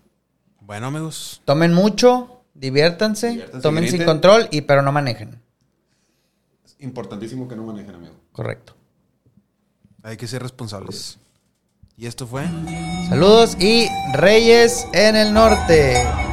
Speaker 1: Bueno, amigos.
Speaker 2: Tomen mucho, diviértanse,
Speaker 3: Diviértanse,
Speaker 2: tomen sin
Speaker 3: griten.
Speaker 2: control y pero no manejen.
Speaker 3: Es importantísimo que no manejen, amigo.
Speaker 2: Correcto.
Speaker 1: Hay que ser responsables. Y esto fue.
Speaker 2: Saludos y Reyes en el Norte.